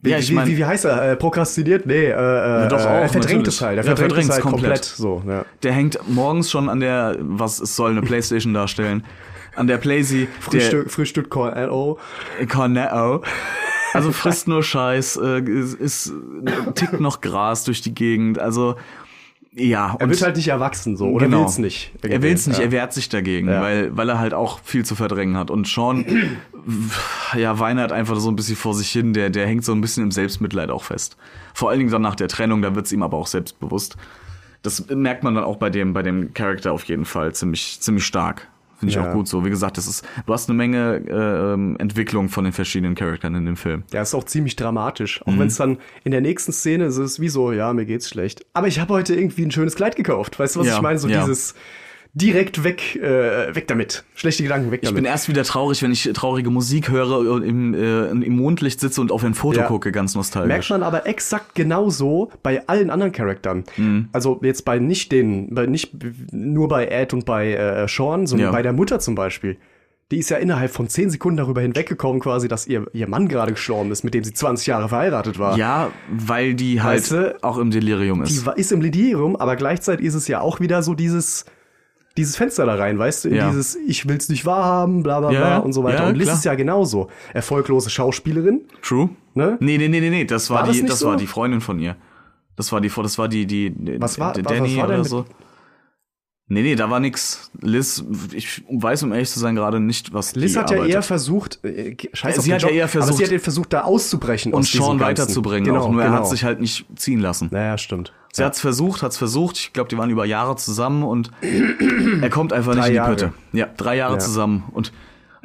Speaker 5: wie,
Speaker 4: Ja, ich
Speaker 5: wie,
Speaker 4: mein-
Speaker 5: wie, wie heißt er? Äh, prokrastiniert? Nee, äh, äh,
Speaker 4: doch auch,
Speaker 5: er verdrängt
Speaker 4: natürlich.
Speaker 5: es halt. Er
Speaker 4: Ja,
Speaker 5: verdrängt es
Speaker 4: verdrängt's
Speaker 5: halt komplett.
Speaker 4: komplett.
Speaker 5: So, ja.
Speaker 4: Der hängt morgens schon an der, was es soll eine Playstation darstellen, an der Playsee, der
Speaker 5: Frühstück, Frühstück, Call L.O.
Speaker 4: Cornetto. Also frisst nur Scheiß, äh, ist, ist äh, tickt noch Gras durch die Gegend. Also ja,
Speaker 5: Er wird halt nicht erwachsen, so. Oder will's nicht.
Speaker 4: Genau. Er will's nicht,
Speaker 5: Ja.
Speaker 4: er wehrt sich dagegen,
Speaker 5: Ja.
Speaker 4: weil, weil er halt auch viel zu verdrängen hat. Und Sean, w- ja, weinert einfach so ein bisschen vor sich hin, der, der hängt so ein bisschen im Selbstmitleid auch fest. Vor allen Dingen dann nach der Trennung, da wird's ihm aber auch selbstbewusst. Das merkt man dann auch bei dem, bei dem Charakter auf jeden Fall ziemlich, ziemlich stark. Finde ich
Speaker 5: Ja.
Speaker 4: auch gut so. Wie gesagt, das ist, du hast eine Menge äh, ähm, Entwicklung von den verschiedenen Charakteren in dem Film.
Speaker 5: Ja, ist auch ziemlich dramatisch.
Speaker 4: Mhm.
Speaker 5: Auch wenn es dann in der nächsten Szene ist, ist es wie so, ja, mir geht's schlecht. Aber ich habe heute irgendwie ein schönes Kleid gekauft. Weißt du, was
Speaker 4: Ja,
Speaker 5: ich meine? So
Speaker 4: ja.
Speaker 5: dieses direkt weg, äh, weg damit. Schlechte Gedanken, weg
Speaker 4: Ich bin
Speaker 5: damit.
Speaker 4: erst wieder traurig, wenn ich traurige Musik höre und im, äh, im Mondlicht sitze und auf ein Foto
Speaker 5: Ja.
Speaker 4: gucke, ganz nostalgisch.
Speaker 5: Merkt man aber exakt genauso bei allen anderen Charakteren.
Speaker 4: Mhm.
Speaker 5: Also jetzt bei nicht den, bei nicht nur bei Ed und bei äh, Sean, sondern
Speaker 4: Ja.
Speaker 5: bei der Mutter zum Beispiel. Die ist ja innerhalb von 10 Sekunden darüber hinweggekommen, quasi, dass ihr, ihr Mann gerade gestorben ist, mit dem sie 20 Jahre verheiratet war.
Speaker 4: Ja, weil die halt
Speaker 5: Weißt du,
Speaker 4: auch im Delirium ist.
Speaker 5: die wa- ist im Delirium, aber gleichzeitig ist es ja auch wieder so dieses dieses Fenster da rein, weißt du, in
Speaker 4: Ja.
Speaker 5: dieses ich will's nicht wahrhaben, bla bla
Speaker 4: Ja,
Speaker 5: bla
Speaker 4: ja.
Speaker 5: und so weiter.
Speaker 4: Ja,
Speaker 5: und Liz
Speaker 4: klar.
Speaker 5: ist ja genauso erfolglose Schauspielerin,
Speaker 4: True?
Speaker 5: Ne?
Speaker 4: Nee, nee, nee, nee, nee, das war,
Speaker 5: War das
Speaker 4: die
Speaker 5: nicht
Speaker 4: das
Speaker 5: so?
Speaker 4: war die Freundin von ihr. Das war die das war die die
Speaker 5: Was war-
Speaker 4: die
Speaker 5: was- was
Speaker 4: Danny
Speaker 5: war denn
Speaker 4: oder
Speaker 5: mit-
Speaker 4: so. Nee, nee, da war nix. Liz, ich weiß um ehrlich zu sein gerade nicht, was
Speaker 5: Liz
Speaker 4: die
Speaker 5: hat
Speaker 4: arbeitet.
Speaker 5: ja eher versucht, äh, ge- scheiß
Speaker 4: Ja,
Speaker 5: auf
Speaker 4: sie
Speaker 5: den
Speaker 4: hat ja
Speaker 5: Job,
Speaker 4: eher
Speaker 5: aber
Speaker 4: versucht-
Speaker 5: sie hat den versucht da auszubrechen
Speaker 4: und
Speaker 5: aus diesem
Speaker 4: Sean
Speaker 5: Ganzen.
Speaker 4: weiterzubringen,
Speaker 5: genau,
Speaker 4: auch nur
Speaker 5: genau.
Speaker 4: er hat sich halt nicht ziehen lassen.
Speaker 5: Naja, stimmt.
Speaker 4: Sie hat's versucht, hat's versucht. Ich glaube, die waren über Jahre zusammen und er kommt einfach nicht in die
Speaker 5: Jahre.
Speaker 4: Pötte. Ja, drei Jahre
Speaker 5: Ja.
Speaker 4: zusammen und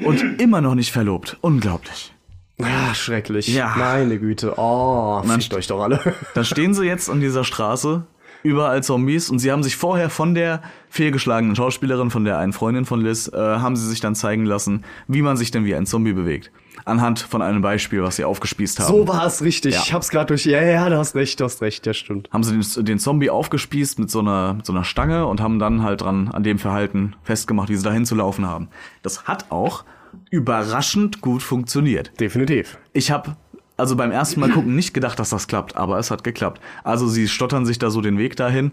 Speaker 4: und immer noch nicht verlobt. Unglaublich.
Speaker 5: Ah, schrecklich.
Speaker 4: Ja.
Speaker 5: Meine Güte. Oh, fickt euch doch alle.
Speaker 4: Da stehen sie jetzt an dieser Straße überall Zombies und sie haben sich vorher von der fehlgeschlagenen Schauspielerin, von der einen Freundin von Liz, äh, haben sie sich dann zeigen lassen, wie man sich denn wie ein Zombie bewegt. Anhand von einem Beispiel, was sie aufgespießt haben.
Speaker 5: So war es richtig.
Speaker 4: Ja.
Speaker 5: Ich hab's gerade durch. Ja, ja, du hast recht, du hast recht, ja, stimmt.
Speaker 4: haben sie den, den Zombie aufgespießt mit so, einer, mit so einer Stange und haben dann halt dran an dem Verhalten festgemacht, wie sie dahin zu laufen haben. Das hat auch überraschend gut funktioniert.
Speaker 5: Definitiv.
Speaker 4: Ich habe also beim ersten Mal gucken nicht gedacht, dass das klappt, aber es hat geklappt. Also sie stottern sich da so den Weg dahin,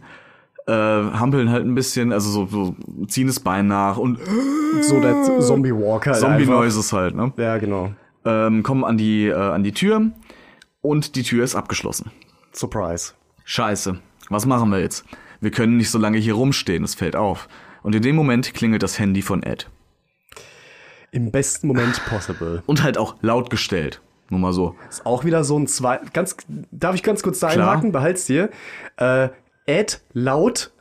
Speaker 4: äh, hampeln halt ein bisschen, also so, so ziehen das Bein nach und
Speaker 5: So der Z- Zombie Walker. halt
Speaker 4: Äh. Zombie
Speaker 5: einfach.
Speaker 4: Noises halt, ne?
Speaker 5: Ja, genau.
Speaker 4: Ähm, kommen an die äh, an die Tür und die Tür ist abgeschlossen.
Speaker 5: Surprise.
Speaker 4: Scheiße, was machen wir jetzt? Wir können nicht so lange hier rumstehen, es fällt auf. Und in dem Moment klingelt das Handy von Ed.
Speaker 5: Im besten Moment possible.
Speaker 4: Und halt auch lautgestellt. Nur mal so.
Speaker 5: Ist auch wieder so ein zwei. Ganz, darf ich ganz kurz da
Speaker 4: Klar.
Speaker 5: einhaken? Behalt's dir. Äh, Ed laut.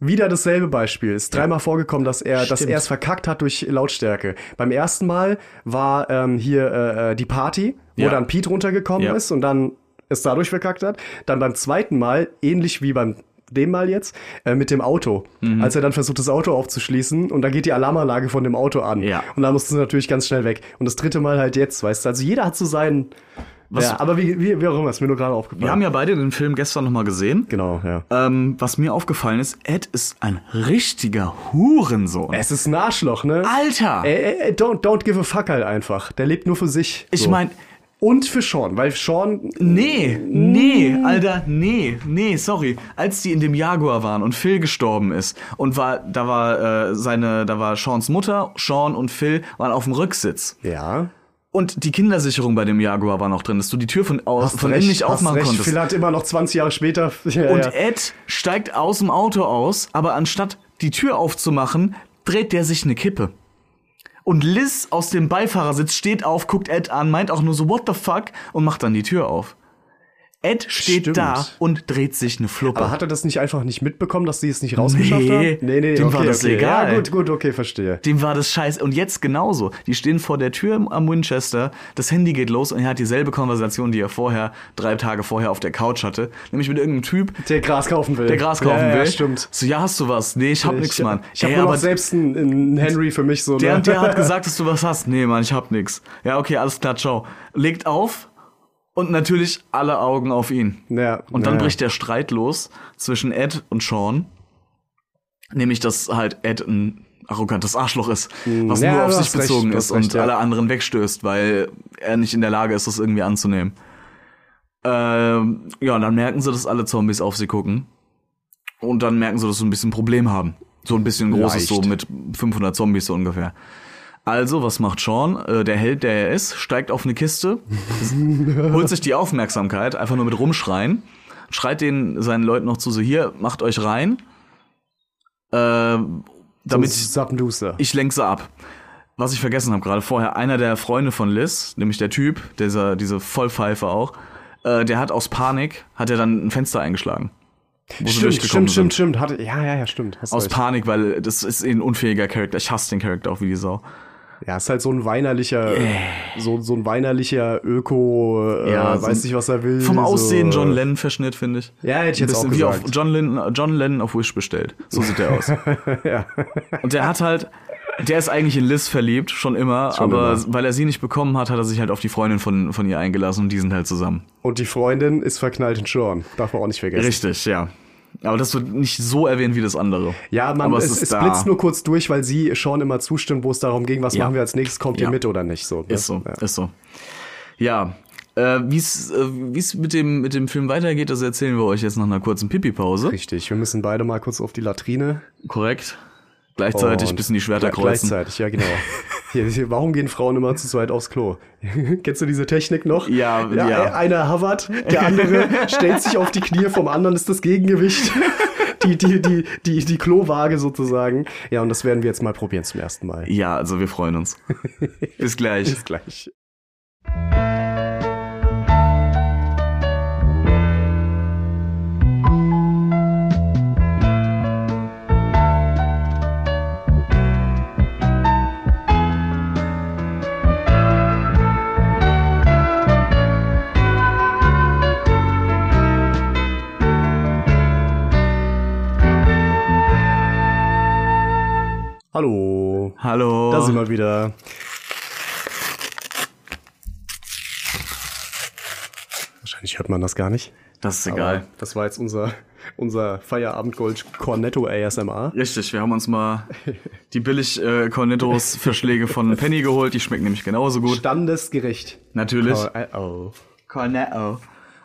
Speaker 5: Wieder dasselbe Beispiel. Ist dreimal vorgekommen, dass er, dass
Speaker 4: Stimmt.
Speaker 5: er es verkackt hat durch Lautstärke. Beim ersten Mal war ähm, hier äh, äh, die Party, wo
Speaker 4: Ja.
Speaker 5: dann Pete runtergekommen
Speaker 4: Ja.
Speaker 5: ist und dann es dadurch verkackt hat. Dann beim zweiten Mal, ähnlich wie beim dem Mal jetzt, äh, mit dem Auto.
Speaker 4: Mhm.
Speaker 5: Als er dann versucht, das Auto aufzuschließen und dann geht die Alarmanlage von dem Auto an.
Speaker 4: Ja.
Speaker 5: Und da mussten sie natürlich ganz schnell weg. Und das dritte Mal halt jetzt, weißt du. Also jeder hat so seinen.
Speaker 4: Was-
Speaker 5: ja, aber wie, wie, wie auch immer, ist mir nur gerade aufgefallen.
Speaker 4: Wir haben ja beide den Film gestern nochmal gesehen.
Speaker 5: genau, ja.
Speaker 4: Ähm, was mir aufgefallen ist, Ed ist ein richtiger Hurensohn.
Speaker 5: Es ist ein Arschloch, ne?
Speaker 4: Alter!
Speaker 5: Ey, ey, ey, don't, don't give a fuck halt einfach. Der lebt nur für sich.
Speaker 4: Ich mein-
Speaker 5: Und für Sean, weil Sean.
Speaker 4: Nee,
Speaker 5: Mm.
Speaker 4: nee, Alter, nee, nee, sorry. Als die in dem Jaguar waren und Phil gestorben ist und war, da war äh, seine, da war Seans Mutter, Sean und Phil waren auf dem Rücksitz.
Speaker 5: Ja.
Speaker 4: Und die Kindersicherung bei dem Jaguar war noch drin, dass du die Tür von, aus,
Speaker 5: Hast
Speaker 4: von
Speaker 5: recht,
Speaker 4: innen nicht
Speaker 5: hast
Speaker 4: aufmachen
Speaker 5: recht.
Speaker 4: konntest.
Speaker 5: Phil hat immer noch 20 Jahre später. Ja,
Speaker 4: Und
Speaker 5: ja.
Speaker 4: Ed steigt aus dem Auto aus, aber anstatt die Tür aufzumachen, dreht der sich eine Kippe. Und Liz aus dem Beifahrersitz steht auf, guckt Ed an, meint auch nur so, what the fuck, und macht dann die Tür auf. Ed steht
Speaker 5: Stimmt.
Speaker 4: da und dreht sich eine Fluppe.
Speaker 5: Aber hat er das nicht einfach nicht mitbekommen, dass sie es nicht rausgeschafft
Speaker 4: Nee,
Speaker 5: haben? Nee, nee,
Speaker 4: dem
Speaker 5: okay,
Speaker 4: war das
Speaker 5: okay.
Speaker 4: legal.
Speaker 5: Ja, gut, gut, okay, verstehe.
Speaker 4: Dem war das scheiße. Und jetzt genauso. Die stehen vor der Tür am Winchester, das Handy geht los und er hat dieselbe Konversation, die er vorher, drei Tage vorher auf der Couch hatte. Nämlich mit irgendeinem Typ,
Speaker 5: Der Gras kaufen will.
Speaker 4: der Gras kaufen
Speaker 5: ja,
Speaker 4: will.
Speaker 5: Ja, stimmt.
Speaker 4: So, ja, hast du was? Nee, ich hab nix,
Speaker 5: ich,
Speaker 4: Mann.
Speaker 5: Ich habe
Speaker 4: Ey,
Speaker 5: nur noch
Speaker 4: aber
Speaker 5: selbst einen, einen Henry für mich so.
Speaker 4: Der
Speaker 5: ne?
Speaker 4: und der hat gesagt, dass du was hast. Nee, Mann, ich hab nix. Ja, okay, alles klar, ciao. Legt auf und natürlich alle Augen auf ihn.
Speaker 5: Ja,
Speaker 4: und dann
Speaker 5: ja.
Speaker 4: bricht der Streit los zwischen Ed und Sean. Nämlich, dass halt Ed ein arrogantes Arschloch ist, was
Speaker 5: Mhm. Ja,
Speaker 4: nur auf
Speaker 5: du
Speaker 4: sich
Speaker 5: hast recht,
Speaker 4: bezogen
Speaker 5: du hast
Speaker 4: ist und
Speaker 5: recht, ja.
Speaker 4: alle anderen wegstößt, weil er nicht in der Lage ist, das irgendwie anzunehmen. Ähm, ja, und dann merken sie, dass alle Zombies auf sie gucken. Und dann merken sie, dass sie ein bisschen ein Problem haben. So ein bisschen ein großes, so
Speaker 5: Leicht.
Speaker 4: mit 500 Zombies so ungefähr. Also, was macht Sean? Äh, der Held, der er ist, steigt auf eine Kiste, holt sich die Aufmerksamkeit, einfach nur mit rumschreien, schreit den seinen Leuten noch zu, so hier, macht euch rein, äh, damit
Speaker 5: Sappenduster.
Speaker 4: ich lenke sie ab. Was ich vergessen habe gerade vorher, einer der Freunde von Liz, nämlich der Typ, dieser, diese Vollpfeife auch, äh, der hat aus Panik, hat er dann ein Fenster eingeschlagen. Wo sie
Speaker 5: Stimmt,
Speaker 4: durchgekommen sind.
Speaker 5: stimmt, stimmt, stimmt. Hatte, ja, ja, ja, stimmt. Hast
Speaker 4: Aus
Speaker 5: recht.
Speaker 4: Panik, weil das ist ein unfähiger Charakter. Ich hasse den Charakter auch wie die Sau.
Speaker 5: Ja, ist halt so ein weinerlicher, so, so ein weinerlicher Öko, äh,
Speaker 4: Ja, so
Speaker 5: weiß
Speaker 4: ein-
Speaker 5: nicht, was er will.
Speaker 4: Vom
Speaker 5: so.
Speaker 4: Aussehen John Lennon-Verschnitt, finde ich.
Speaker 5: Ja, hätte ich
Speaker 4: Ein
Speaker 5: jetzt auch
Speaker 4: bisschen wie auf
Speaker 5: gesagt.
Speaker 4: John Lennon, John Lennon auf Wish bestellt. So sieht der aus. Und der hat halt, der ist eigentlich in Liz verliebt, schon immer, aber weil er sie nicht bekommen hat, hat er sich halt auf die Freundin von, von ihr eingelassen und die sind halt zusammen.
Speaker 5: Und die Freundin ist verknallt in Sean. Darf man auch nicht vergessen.
Speaker 4: Richtig, ja. Aber das wird nicht so erwähnt wie das andere.
Speaker 5: Ja, man,
Speaker 4: aber
Speaker 5: es, es, blitzt nur kurz durch, weil sie Sean immer zustimmt, wo es darum ging, was
Speaker 4: Ja.
Speaker 5: machen wir als nächstes, kommt
Speaker 4: Ja.
Speaker 5: ihr mit oder nicht. So, ne?
Speaker 4: Ist so,
Speaker 5: Ja.
Speaker 4: ist so. Ja. Äh, wie es äh, wie's mit, dem, mit dem Film weitergeht, das erzählen wir euch jetzt nach einer kurzen Pipi-Pause.
Speaker 5: Richtig, wir müssen beide mal kurz auf die Latrine.
Speaker 4: Korrekt. Gleichzeitig
Speaker 5: Und-
Speaker 4: bisschen die Schwerter
Speaker 5: Gle-
Speaker 4: kreuzen.
Speaker 5: Gleichzeitig, ja, genau. Hier, hier, warum gehen Frauen immer zu zweit aufs Klo? Kennst du diese Technik noch?
Speaker 4: Ja, ja.
Speaker 5: e- Einer hovert, der andere stellt sich auf die Knie, vom anderen ist das Gegengewicht. Die, die, die, die, die Klowaage sozusagen. Ja, und das werden wir jetzt mal probieren zum ersten Mal.
Speaker 4: Ja, also wir freuen uns. Bis gleich.
Speaker 5: Bis gleich. Hallo.
Speaker 4: Hallo.
Speaker 5: Da sind wir wieder. Wahrscheinlich hört man das gar nicht.
Speaker 4: Das ist
Speaker 5: Aber
Speaker 4: egal.
Speaker 5: Das war jetzt unser, unser Feierabendgold Cornetto ASMR.
Speaker 4: Richtig, wir haben uns mal die billig äh, Cornettos Verschläge von Penny geholt, die schmecken nämlich genauso gut.
Speaker 5: Standesgerecht.
Speaker 4: Natürlich.
Speaker 5: Oh, oh.
Speaker 4: Cornetto.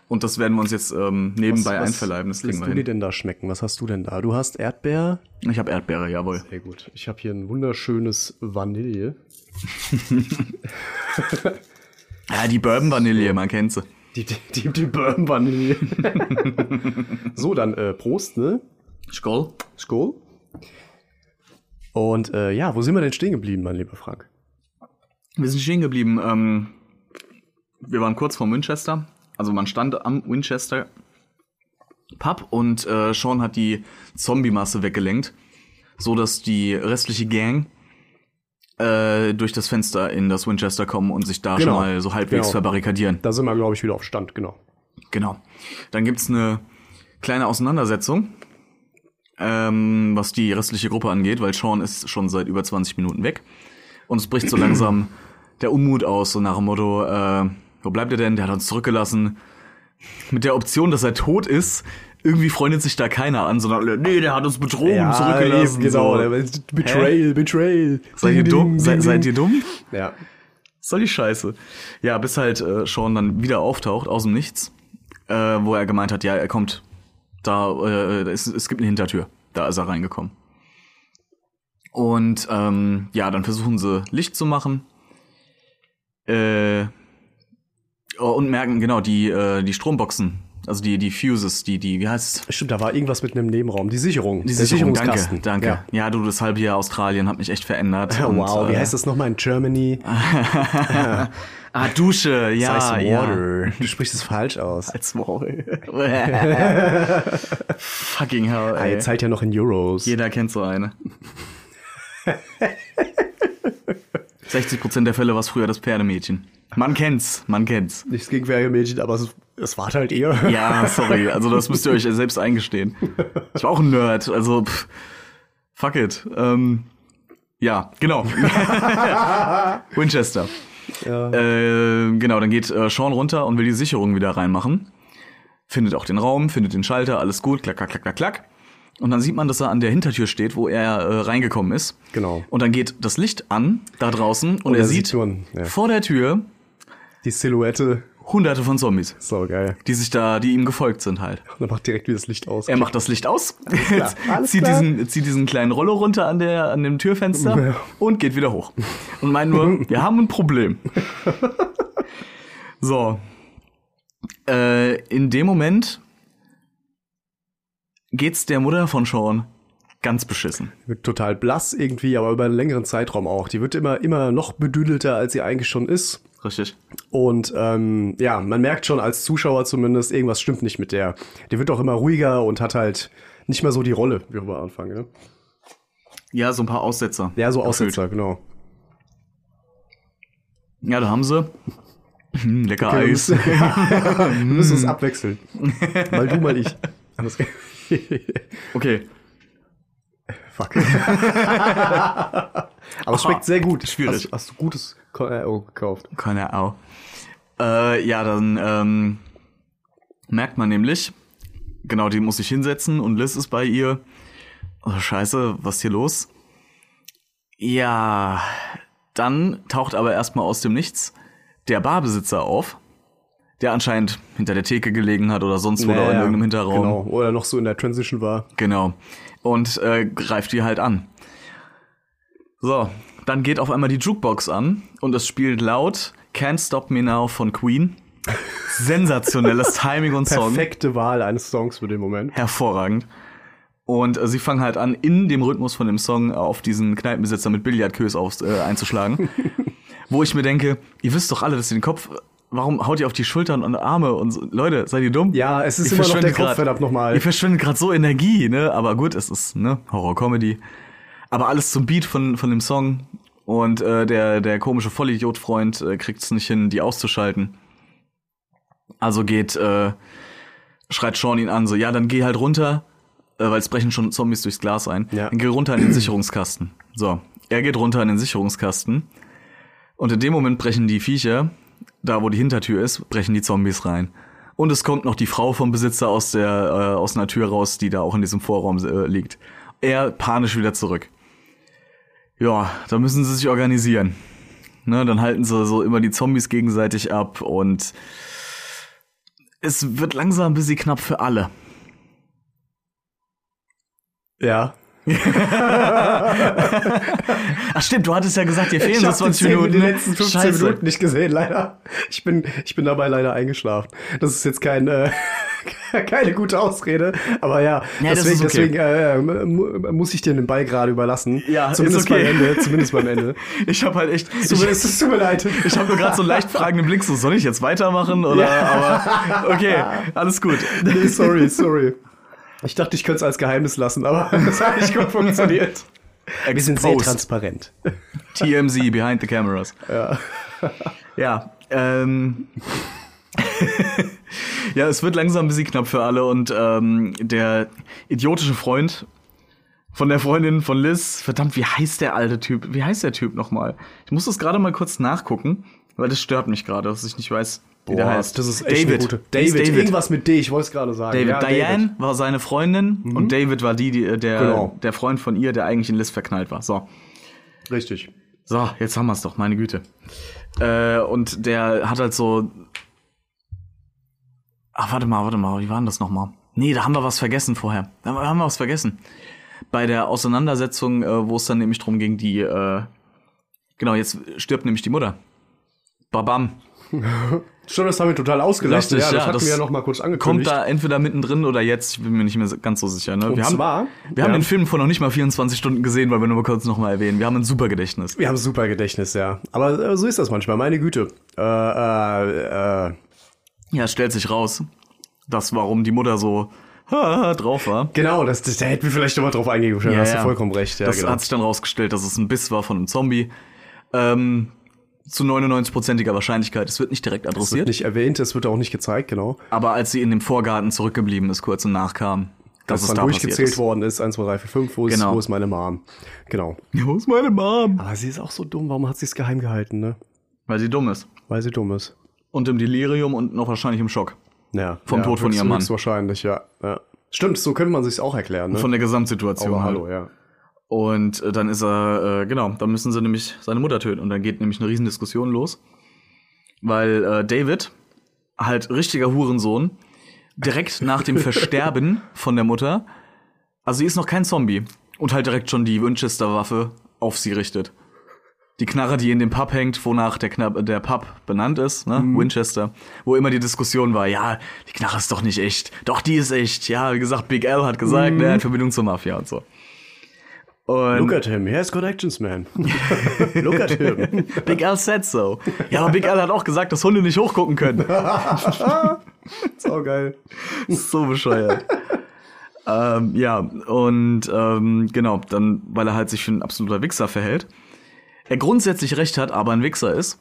Speaker 4: Und das werden wir uns jetzt ähm, nebenbei einverleiben, das kriegen
Speaker 5: lässt
Speaker 4: wir
Speaker 5: du dir
Speaker 4: hin.
Speaker 5: denn da schmecken? Was hast du denn da? Du hast Erdbeer.
Speaker 4: Ich habe Erdbeere, jawohl.
Speaker 5: Sehr gut. Ich habe hier ein wunderschönes Vanille.
Speaker 4: Ja, Ah, die Bourbon Vanille, man kennt sie.
Speaker 5: Die, die, die, die Bourbon Vanille. so, dann äh, Prost, ne?
Speaker 4: Skoll.
Speaker 5: Skol. Und äh, ja, wo sind wir denn stehen geblieben, mein lieber Frank?
Speaker 4: Wir sind stehen geblieben. Ähm, wir waren kurz vor Winchester. Also man stand am Winchester Pub und äh, Sean hat die Zombie-Masse weggelenkt, so dass die restliche Gang äh, durch das Fenster in das Winchester kommen und sich da
Speaker 5: Genau.
Speaker 4: schon mal so halbwegs
Speaker 5: Genau.
Speaker 4: verbarrikadieren.
Speaker 5: Da sind wir, glaube ich, wieder auf Stand, genau.
Speaker 4: Genau. Dann gibt's eine kleine Auseinandersetzung, ähm, was die restliche Gruppe angeht, weil Sean ist schon seit über 20 Minuten weg. Und es bricht so langsam der Unmut aus, so nach dem Motto, äh, wo bleibt er denn? Der hat uns zurückgelassen. Mit der Option, dass er tot ist, irgendwie freundet sich da keiner an, sondern nee, der hat uns betrogen, zurückgelassen.
Speaker 5: eben, genau.
Speaker 4: so.
Speaker 5: der- Betrayal, Betrayal.
Speaker 4: Seid ihr dumm? Seid, seid ihr dumm?
Speaker 5: Ja.
Speaker 4: soll die Scheiße? Ja, bis halt äh, Sean dann wieder auftaucht aus dem Nichts, äh, wo er gemeint hat, ja, er kommt. Da äh, es, es gibt eine Hintertür. Da ist er reingekommen. Und ähm, ja, dann versuchen sie Licht zu machen. Äh, oh, und merken genau die äh, die Stromboxen, also die die Fuses, die die wie heißt
Speaker 5: Stimmt, da war irgendwas mit einem Nebenraum. Die Sicherung.
Speaker 4: die
Speaker 5: der
Speaker 4: Sicherung, danke,
Speaker 5: Sicherungskasten.
Speaker 4: danke. Ja.
Speaker 5: Ja.
Speaker 4: du das halbe Jahr Australien hat mich echt verändert.
Speaker 5: Ja,
Speaker 4: und,
Speaker 5: wow, wie
Speaker 4: äh,
Speaker 5: heißt das nochmal in Germany?
Speaker 4: Ah, Dusche, ja,
Speaker 5: Ice
Speaker 4: ja.
Speaker 5: water. Du sprichst es falsch aus.
Speaker 4: als Maul. Fucking hell,
Speaker 5: Ah,
Speaker 4: ey.
Speaker 5: ihr zahlt ja noch in Euros.
Speaker 4: Jeder kennt so eine. 60% der Fälle war es früher das Pferdemädchen. Man kennt's, man kennt's.
Speaker 5: Nichts gegen Werbemädchen, aber es, es war halt eher.
Speaker 4: Ja, sorry, also das müsst ihr euch selbst eingestehen. Ich war auch ein Nerd, also pff, fuck it. Ähm, ja, genau. Winchester. Äh, genau, dann geht äh, Sean runter und will die Sicherung wieder reinmachen. Findet auch den Raum, findet den Schalter, alles gut, klack, klack, klack, klack, klack. Und dann sieht man, dass er an der Hintertür steht, wo er äh, reingekommen ist.
Speaker 5: Genau.
Speaker 4: Und dann geht das Licht an, da draußen, und, er,
Speaker 5: er sieht
Speaker 4: sieht
Speaker 5: nur ein- ja.
Speaker 4: vor der Tür
Speaker 5: Die Silhouette.
Speaker 4: hunderte von Zombies,
Speaker 5: So geil.
Speaker 4: die sich da, die ihm gefolgt sind halt.
Speaker 5: Und dann macht direkt wieder das Licht aus.
Speaker 4: Er macht das Licht aus,
Speaker 5: klar, alles
Speaker 4: zieht,
Speaker 5: klar.
Speaker 4: Diesen, zieht diesen kleinen Rollo runter an, der, an dem Türfenster
Speaker 5: Ja.
Speaker 4: und geht wieder hoch. Und meint nur, wir haben ein Problem. So. Äh, in dem Moment geht's der Mutter von Sean ganz beschissen.
Speaker 5: wird total blass irgendwie, aber über einen längeren Zeitraum auch. Die wird immer, immer noch bedüdelter, als sie eigentlich schon ist.
Speaker 4: Richtig.
Speaker 5: Und ähm, ja, man merkt schon als Zuschauer zumindest, irgendwas stimmt nicht mit der. Die wird auch immer ruhiger und hat halt nicht mehr so die Rolle, wie wir am Anfang. Ne?
Speaker 4: Ja, so ein paar Aussetzer.
Speaker 5: Ja, so
Speaker 4: Gefühlt.
Speaker 5: Aussetzer, genau.
Speaker 4: Ja, da haben sie. Hm, Lecker
Speaker 5: Okay, wir
Speaker 4: Eis. Mm.
Speaker 5: müssen- wir müssen es abwechseln. mal du, mal ich. Anders-
Speaker 4: Okay.
Speaker 5: Fuck. Aber es schmeckt sehr gut.
Speaker 4: Schwierig.
Speaker 5: Hast, hast du gutes Ko- äh, oh, gekauft?
Speaker 4: Keine Ahnung. Äh, ja, dann ähm, merkt man nämlich, genau, die muss sich hinsetzen und Liz ist bei ihr. Oh, scheiße, was ist hier los? Ja, dann taucht aber erstmal aus dem Nichts der Barbesitzer auf, der anscheinend hinter der Theke gelegen hat oder sonst wo da in
Speaker 5: Naja,
Speaker 4: irgendeinem Hinterraum.
Speaker 5: Genau. Oder noch so in der Transition war.
Speaker 4: Genau. Und äh, greift die halt an. So, dann geht auf einmal die Jukebox an und es spielt laut Can't Stop Me Now von Queen. Sensationelles Timing und Song.
Speaker 5: Perfekte Wahl eines Songs für den Moment.
Speaker 4: Hervorragend. Und äh, sie fangen halt an, in dem Rhythmus von dem Song äh, auf diesen Kneipenbesitzer mit Billardkös aufs, äh, einzuschlagen. wo ich mir denke, ihr wisst doch alle, dass ihr den Kopf, warum haut ihr auf die Schultern und Arme und so? Leute, seid ihr dumm?
Speaker 5: Ja, es ist
Speaker 4: Ihr
Speaker 5: immer noch der
Speaker 4: verschwendet
Speaker 5: Kopf,
Speaker 4: grad-
Speaker 5: verdammt nochmal.
Speaker 4: Ihr verschwendet gerade so Energie, ne? Aber gut, es ist, ne? Horror-Comedy. Aber alles zum Beat von, von dem Song. Und äh, der, der komische Vollidiot-Freund äh, kriegt es nicht hin, die auszuschalten. Also geht, äh, schreit Sean ihn an, so, ja, dann geh halt runter äh, weil es brechen schon Zombies durchs Glas ein,
Speaker 5: Ja.
Speaker 4: und geh runter in den Sicherungskasten. So, er geht runter in den Sicherungskasten und in dem Moment brechen die Viecher, da wo die Hintertür ist, brechen die Zombies rein. Und es kommt noch die Frau vom Besitzer aus der äh, aus einer Tür raus, die da auch in diesem Vorraum äh, liegt. Er panisch wieder zurück. Ja, da müssen sie sich organisieren. Ne, dann halten sie so immer die Zombies gegenseitig ab und es wird langsam ein bisschen knapp für alle.
Speaker 5: Ja.
Speaker 4: Ach stimmt, du hattest ja gesagt, dir fehlen
Speaker 5: Ich
Speaker 4: so
Speaker 5: habe
Speaker 4: 20
Speaker 5: die,
Speaker 4: Minuten. ne?
Speaker 5: die letzten 15
Speaker 4: Scheiße.
Speaker 5: Minuten nicht gesehen, leider. Ich bin, ich bin dabei leider eingeschlafen. Das ist jetzt kein, äh, keine gute Ausrede, aber ja,
Speaker 4: Ja, das
Speaker 5: deswegen,
Speaker 4: ist okay.
Speaker 5: deswegen äh, mu- muss ich dir den Ball gerade überlassen.
Speaker 4: Ja, ist
Speaker 5: zumindest
Speaker 4: okay.
Speaker 5: beim Ende. Zumindest beim Ende.
Speaker 4: Ich habe halt echt.
Speaker 5: Du bist, es tut mir leid.
Speaker 4: Ich habe nur gerade so einen leicht fragenden Blick, so soll ich jetzt weitermachen oder aber okay, alles gut.
Speaker 5: Nee, sorry, sorry. Ich dachte, ich könnte es als Geheimnis lassen, aber das hat nicht gut funktioniert. Wir sind sehr
Speaker 4: Exposed.
Speaker 5: transparent.
Speaker 4: TMZ behind the cameras. Ja. Ja, ähm, ja, es wird langsam ein bisschen knapp für alle und ähm, der idiotische Freund von der Freundin von Liz, verdammt, wie heißt der alte Typ? Wie heißt der Typ nochmal? Ich muss das gerade mal kurz nachgucken, weil das stört mich gerade, dass ich nicht weiß, wie der heißt.
Speaker 5: das ist echt eine gute.
Speaker 4: David.
Speaker 5: David.
Speaker 4: David.
Speaker 5: Irgendwas mit D, ich wollte es gerade sagen.
Speaker 4: David.
Speaker 5: Ja, Mhm.
Speaker 4: Diane war seine Freundin und David war die, die der,
Speaker 5: Genau.
Speaker 4: der Freund von ihr, der eigentlich in Liz verknallt war. So.
Speaker 5: Richtig.
Speaker 4: So, jetzt haben wir es doch, meine Güte. Äh, und der hat halt so. Ach, warte mal, warte mal, wie war denn das nochmal? Nee, da haben wir was vergessen vorher. Da haben wir was vergessen. Bei der Auseinandersetzung, äh, wo es dann nämlich drum ging, die. Äh, genau, jetzt stirbt nämlich die Mutter. Babam.
Speaker 5: Schon, das haben wir total ausgelassen.
Speaker 4: Richtig,
Speaker 5: ja, das
Speaker 4: ja,
Speaker 5: hatten
Speaker 4: das
Speaker 5: wir ja noch mal kurz
Speaker 4: Kommt
Speaker 5: angekündigt.
Speaker 4: da entweder mittendrin oder jetzt, ich bin mir nicht mehr so- ganz so sicher. Ne?
Speaker 5: Und
Speaker 4: wir haben,
Speaker 5: zwar-
Speaker 4: wir haben
Speaker 5: ja.
Speaker 4: den Film vor noch nicht mal 24 Stunden gesehen, weil wir nur mal kurz nochmal erwähnen. Wir haben ein super Gedächtnis.
Speaker 5: wir haben super Gedächtnis, ja. Aber äh, so ist das manchmal, meine Güte. Äh, äh, äh.
Speaker 4: Ja, es stellt sich raus, dass warum die Mutter so drauf war.
Speaker 5: Genau, das, das, da hätten wir vielleicht nochmal drauf eingehen können. da hast du vollkommen recht. Ja,
Speaker 4: das
Speaker 5: genau.
Speaker 4: hat sich dann rausgestellt, dass es ein Biss war von einem Zombie. Ähm, zu 99%iger Wahrscheinlichkeit. Es wird nicht direkt
Speaker 5: Es wird
Speaker 4: adressiert.
Speaker 5: nicht erwähnt, es wird auch nicht gezeigt, genau.
Speaker 4: aber als sie in dem Vorgarten zurückgeblieben ist, kurz und nachkam, dass
Speaker 5: Dass
Speaker 4: es
Speaker 5: dann
Speaker 4: da passiert
Speaker 5: durchgezählt
Speaker 4: ist.
Speaker 5: worden ist, 1, 2, 3, 4, 5, wo,
Speaker 4: Genau.
Speaker 5: ist, wo ist meine Mom? Genau.
Speaker 4: Wo ist meine Mom?
Speaker 5: Aber sie ist auch so dumm, warum hat sie es geheim gehalten, ne?
Speaker 4: Weil sie dumm ist.
Speaker 5: Weil sie dumm ist.
Speaker 4: Und im Delirium und noch wahrscheinlich im Schock.
Speaker 5: Ja.
Speaker 4: Vom
Speaker 5: ja,
Speaker 4: Tod von
Speaker 5: höchst-
Speaker 4: ihrem Mann.
Speaker 5: Höchstwahrscheinlich, ja. ja. Stimmt, so könnte man sich's auch erklären, ne?
Speaker 4: Von der Gesamtsituation.
Speaker 5: Aber
Speaker 4: halt.
Speaker 5: hallo, ja.
Speaker 4: Und äh, dann ist er, äh, genau, dann müssen sie nämlich seine Mutter töten. Und dann geht nämlich eine Riesendiskussion los. Weil äh, David, halt richtiger Hurensohn, direkt nach dem Versterben von der Mutter, also sie ist noch kein Zombie, und halt direkt schon die Winchester-Waffe auf sie richtet. Die Knarre, die in dem Pub hängt, wonach der, Knapp, der Pub benannt ist, ne? Winchester, wo immer die Diskussion war, ja, die Knarre ist doch nicht echt, doch die ist echt, ja, wie gesagt, Big L hat gesagt, ne, er hat Verbindung zur Mafia und so. Und
Speaker 5: Look at him, he has connections, man. Look at him.
Speaker 4: Big L said so. Ja, aber Big L hat auch gesagt, dass Hunde nicht hochgucken können.
Speaker 5: Sau geil.
Speaker 4: so bescheuert. ähm, ja, und ähm, genau, dann, weil er halt sich für ein absoluter Wichser verhält. Er grundsätzlich recht hat, aber ein Wichser ist.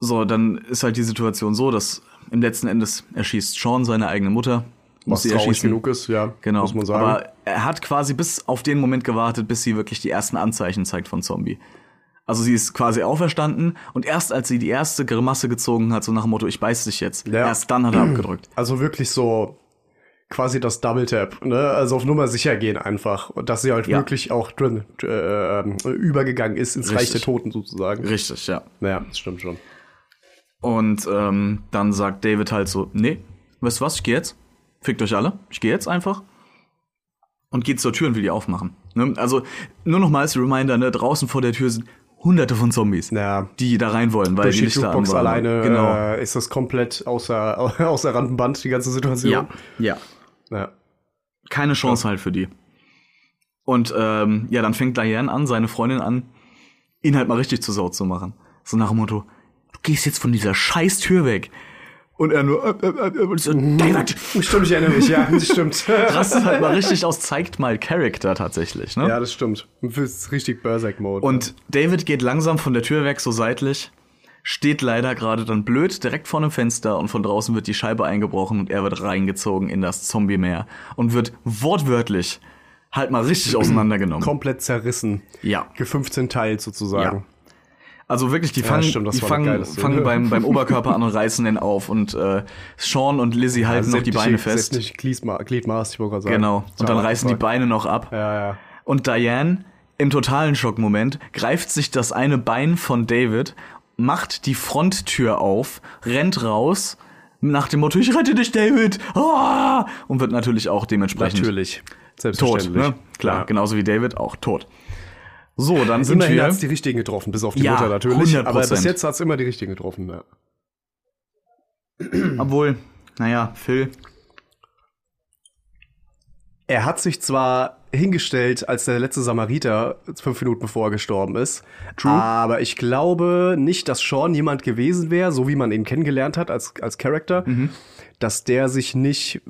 Speaker 4: So, dann ist halt die Situation so, dass im letzten Endes erschießt Sean seine eigene Mutter.
Speaker 5: Was traurig genug ist, ja.
Speaker 4: Genau.
Speaker 5: Muss man sagen.
Speaker 4: Aber er hat quasi bis auf den Moment gewartet, bis sie wirklich die ersten Anzeichen zeigt von Zombie. Also sie ist quasi auferstanden und erst als sie die erste Grimasse gezogen hat, so nach dem Motto, ich beiß dich jetzt,
Speaker 5: Ja.
Speaker 4: erst dann hat er abgedrückt.
Speaker 5: also wirklich so quasi das Double Tap, ne? Also auf Nummer sicher gehen einfach. Und dass sie halt
Speaker 4: Ja.
Speaker 5: wirklich auch drin äh, ähm, übergegangen ist ins Reich
Speaker 4: Richtig.
Speaker 5: der Toten sozusagen.
Speaker 4: Richtig, ja.
Speaker 5: Naja, das stimmt schon.
Speaker 4: Und ähm, dann sagt David halt so, nee, weißt du was, ich gehe jetzt. Fickt euch alle, ich gehe jetzt einfach. Und geht zur Tür und will die aufmachen. Ne? Also nur noch mal als Reminder, ne, draußen vor der Tür sind hunderte von Zombies, ne,
Speaker 5: Ja.
Speaker 4: die da rein wollen, weil
Speaker 5: Durch
Speaker 4: die
Speaker 5: die
Speaker 4: Lichter an
Speaker 5: Jukebox
Speaker 4: waren.
Speaker 5: alleine
Speaker 4: Genau.
Speaker 5: äh, ist das komplett außer, außer Rand und Band, die ganze Situation.
Speaker 4: ja, ja.
Speaker 5: ja.
Speaker 4: keine Chance halt für die. Und ähm, ja, dann fängt Diane an, seine Freundin an, ihn halt mal richtig zur Sau zu machen. So nach dem Motto, du gehst jetzt von dieser scheiß Tür weg. Und er nur, äh, äh, äh, und ich so, David,
Speaker 5: Stimmt, ich erinnere mich, ja, das stimmt.
Speaker 4: rastet halt mal richtig aus, zeigt mal Charakter tatsächlich, ne?
Speaker 5: ja, das stimmt. Das ist richtig Berserk-Mode.
Speaker 4: Und David geht langsam von der Tür weg, so seitlich, steht leider gerade dann blöd direkt vor einem Fenster und von draußen wird die Scheibe eingebrochen und er wird reingezogen in das Zombie-Meer und wird wortwörtlich halt mal richtig auseinandergenommen.
Speaker 5: Komplett zerrissen.
Speaker 4: Ja.
Speaker 5: Ge15 teilt sozusagen.
Speaker 4: Also wirklich, die fangen,
Speaker 5: stimmt, das
Speaker 4: die
Speaker 5: war eine
Speaker 4: fangen,
Speaker 5: geile Szene.
Speaker 4: fangen beim, beim Oberkörper an und reißen den auf und äh, Sean und Lizzie halten noch die Beine fest.
Speaker 5: Also Nicht Gliedma Gliedmaß, ich wollte gerade sagen.
Speaker 4: Genau. Und dann
Speaker 5: Ja,
Speaker 4: reißen die
Speaker 5: fuck.
Speaker 4: Beine noch ab.
Speaker 5: Ja, ja.
Speaker 4: Und Diane, im totalen Schockmoment, greift sich das eine Bein von David, macht die Fronttür auf, rennt raus, nach dem Motto, ich rette dich, David! Ah! Und wird natürlich auch dementsprechend
Speaker 5: Natürlich.
Speaker 4: tot.
Speaker 5: Selbstverständlich.
Speaker 4: Ne? Klar,
Speaker 5: Ja.
Speaker 4: genauso wie David, auch tot. So, dann sind
Speaker 5: Immerhin
Speaker 4: wir...
Speaker 5: hat es die richtigen getroffen, bis auf die
Speaker 4: Ja,
Speaker 5: Mutter natürlich.
Speaker 4: 100%.
Speaker 5: Aber bis jetzt hat es immer die richtigen getroffen. Ja.
Speaker 4: Obwohl, naja, Phil,
Speaker 5: Er hat sich zwar hingestellt, als der letzte Samariter fünf Minuten bevor er gestorben ist, aber ich glaube nicht, dass Sean jemand gewesen wäre, so wie man ihn kennengelernt hat als, als Charakter, dass der sich nicht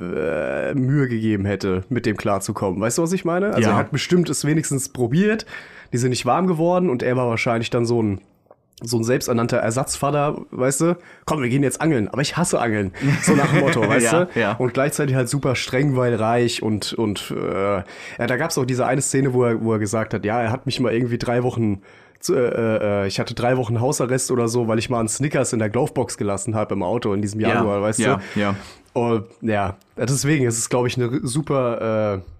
Speaker 5: äh, Mühe gegeben hätte, mit dem klarzukommen. Weißt du, was ich meine? Also
Speaker 4: Ja.
Speaker 5: er hat bestimmt es wenigstens probiert, die sind nicht warm geworden und er war wahrscheinlich dann so ein so ein selbsternannter Ersatzvater, weißt du? Komm, wir gehen jetzt angeln, aber ich hasse Angeln. So nach dem Motto, weißt
Speaker 4: Ja,
Speaker 5: du?
Speaker 4: ja.
Speaker 5: Und gleichzeitig halt super streng, weil reich und, und äh, ja, da gab's auch diese eine Szene, wo er, wo er gesagt hat, ja, er hat mich mal irgendwie drei Wochen, zu, äh, äh, ich hatte drei Wochen Hausarrest oder so, weil ich mal einen Snickers in der Glovebox gelassen habe im Auto in diesem
Speaker 4: Ja,
Speaker 5: Januar, weißt
Speaker 4: ja,
Speaker 5: du?
Speaker 4: ja.
Speaker 5: Und, ja, deswegen ist es, glaube ich, eine super... Äh,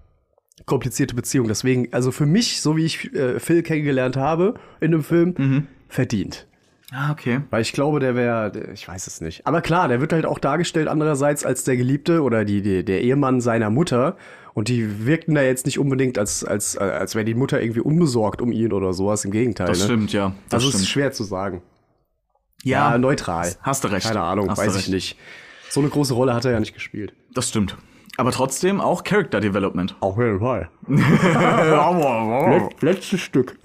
Speaker 5: komplizierte Beziehung. Deswegen, also für mich, so wie ich äh, Phil kennengelernt habe in dem Film,
Speaker 4: Mhm.
Speaker 5: verdient.
Speaker 4: ah, okay.
Speaker 5: Weil ich glaube, der wäre, ich weiß es nicht. Aber klar, der wird halt auch dargestellt andererseits als der Geliebte oder die, die, der Ehemann seiner Mutter. Und die wirkten da jetzt nicht unbedingt, als, als, als wäre die Mutter irgendwie unbesorgt um ihn oder sowas. Im Gegenteil.
Speaker 4: Das
Speaker 5: ne?
Speaker 4: stimmt, ja. Das
Speaker 5: also
Speaker 4: stimmt.
Speaker 5: ist schwer zu sagen.
Speaker 4: ja,
Speaker 5: neutral.
Speaker 4: Hast du recht.
Speaker 5: Keine Ahnung,
Speaker 4: Hast du
Speaker 5: weiß
Speaker 4: recht.
Speaker 5: ich nicht. So eine große Rolle hat er ja nicht gespielt.
Speaker 4: Das stimmt. Aber trotzdem auch Character Development.
Speaker 5: Auf jeden Fall.
Speaker 4: äh,
Speaker 5: letztes Stück.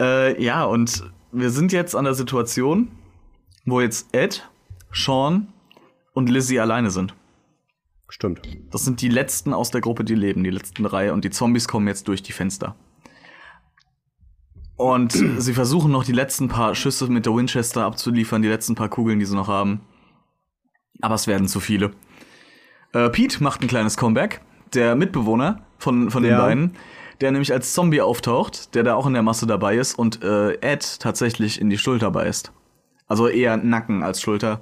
Speaker 4: Äh, ja, und wir sind jetzt an der Situation, wo jetzt Ed, Sean und Lizzie alleine sind.
Speaker 5: Stimmt.
Speaker 4: Das sind die letzten aus der Gruppe, die leben, die letzten drei. Und die Zombies kommen jetzt durch die Fenster. Und sie versuchen noch die letzten paar Schüsse mit der Winchester abzuliefern, die letzten paar Kugeln, die sie noch haben. Aber es werden zu viele. Äh, Pete macht ein kleines Comeback. Der Mitbewohner von, von den
Speaker 5: Ja.
Speaker 4: beiden, der nämlich als Zombie auftaucht, der da auch in der Masse dabei ist und äh, Ed tatsächlich in die Schulter beißt. Also eher Nacken als Schulter.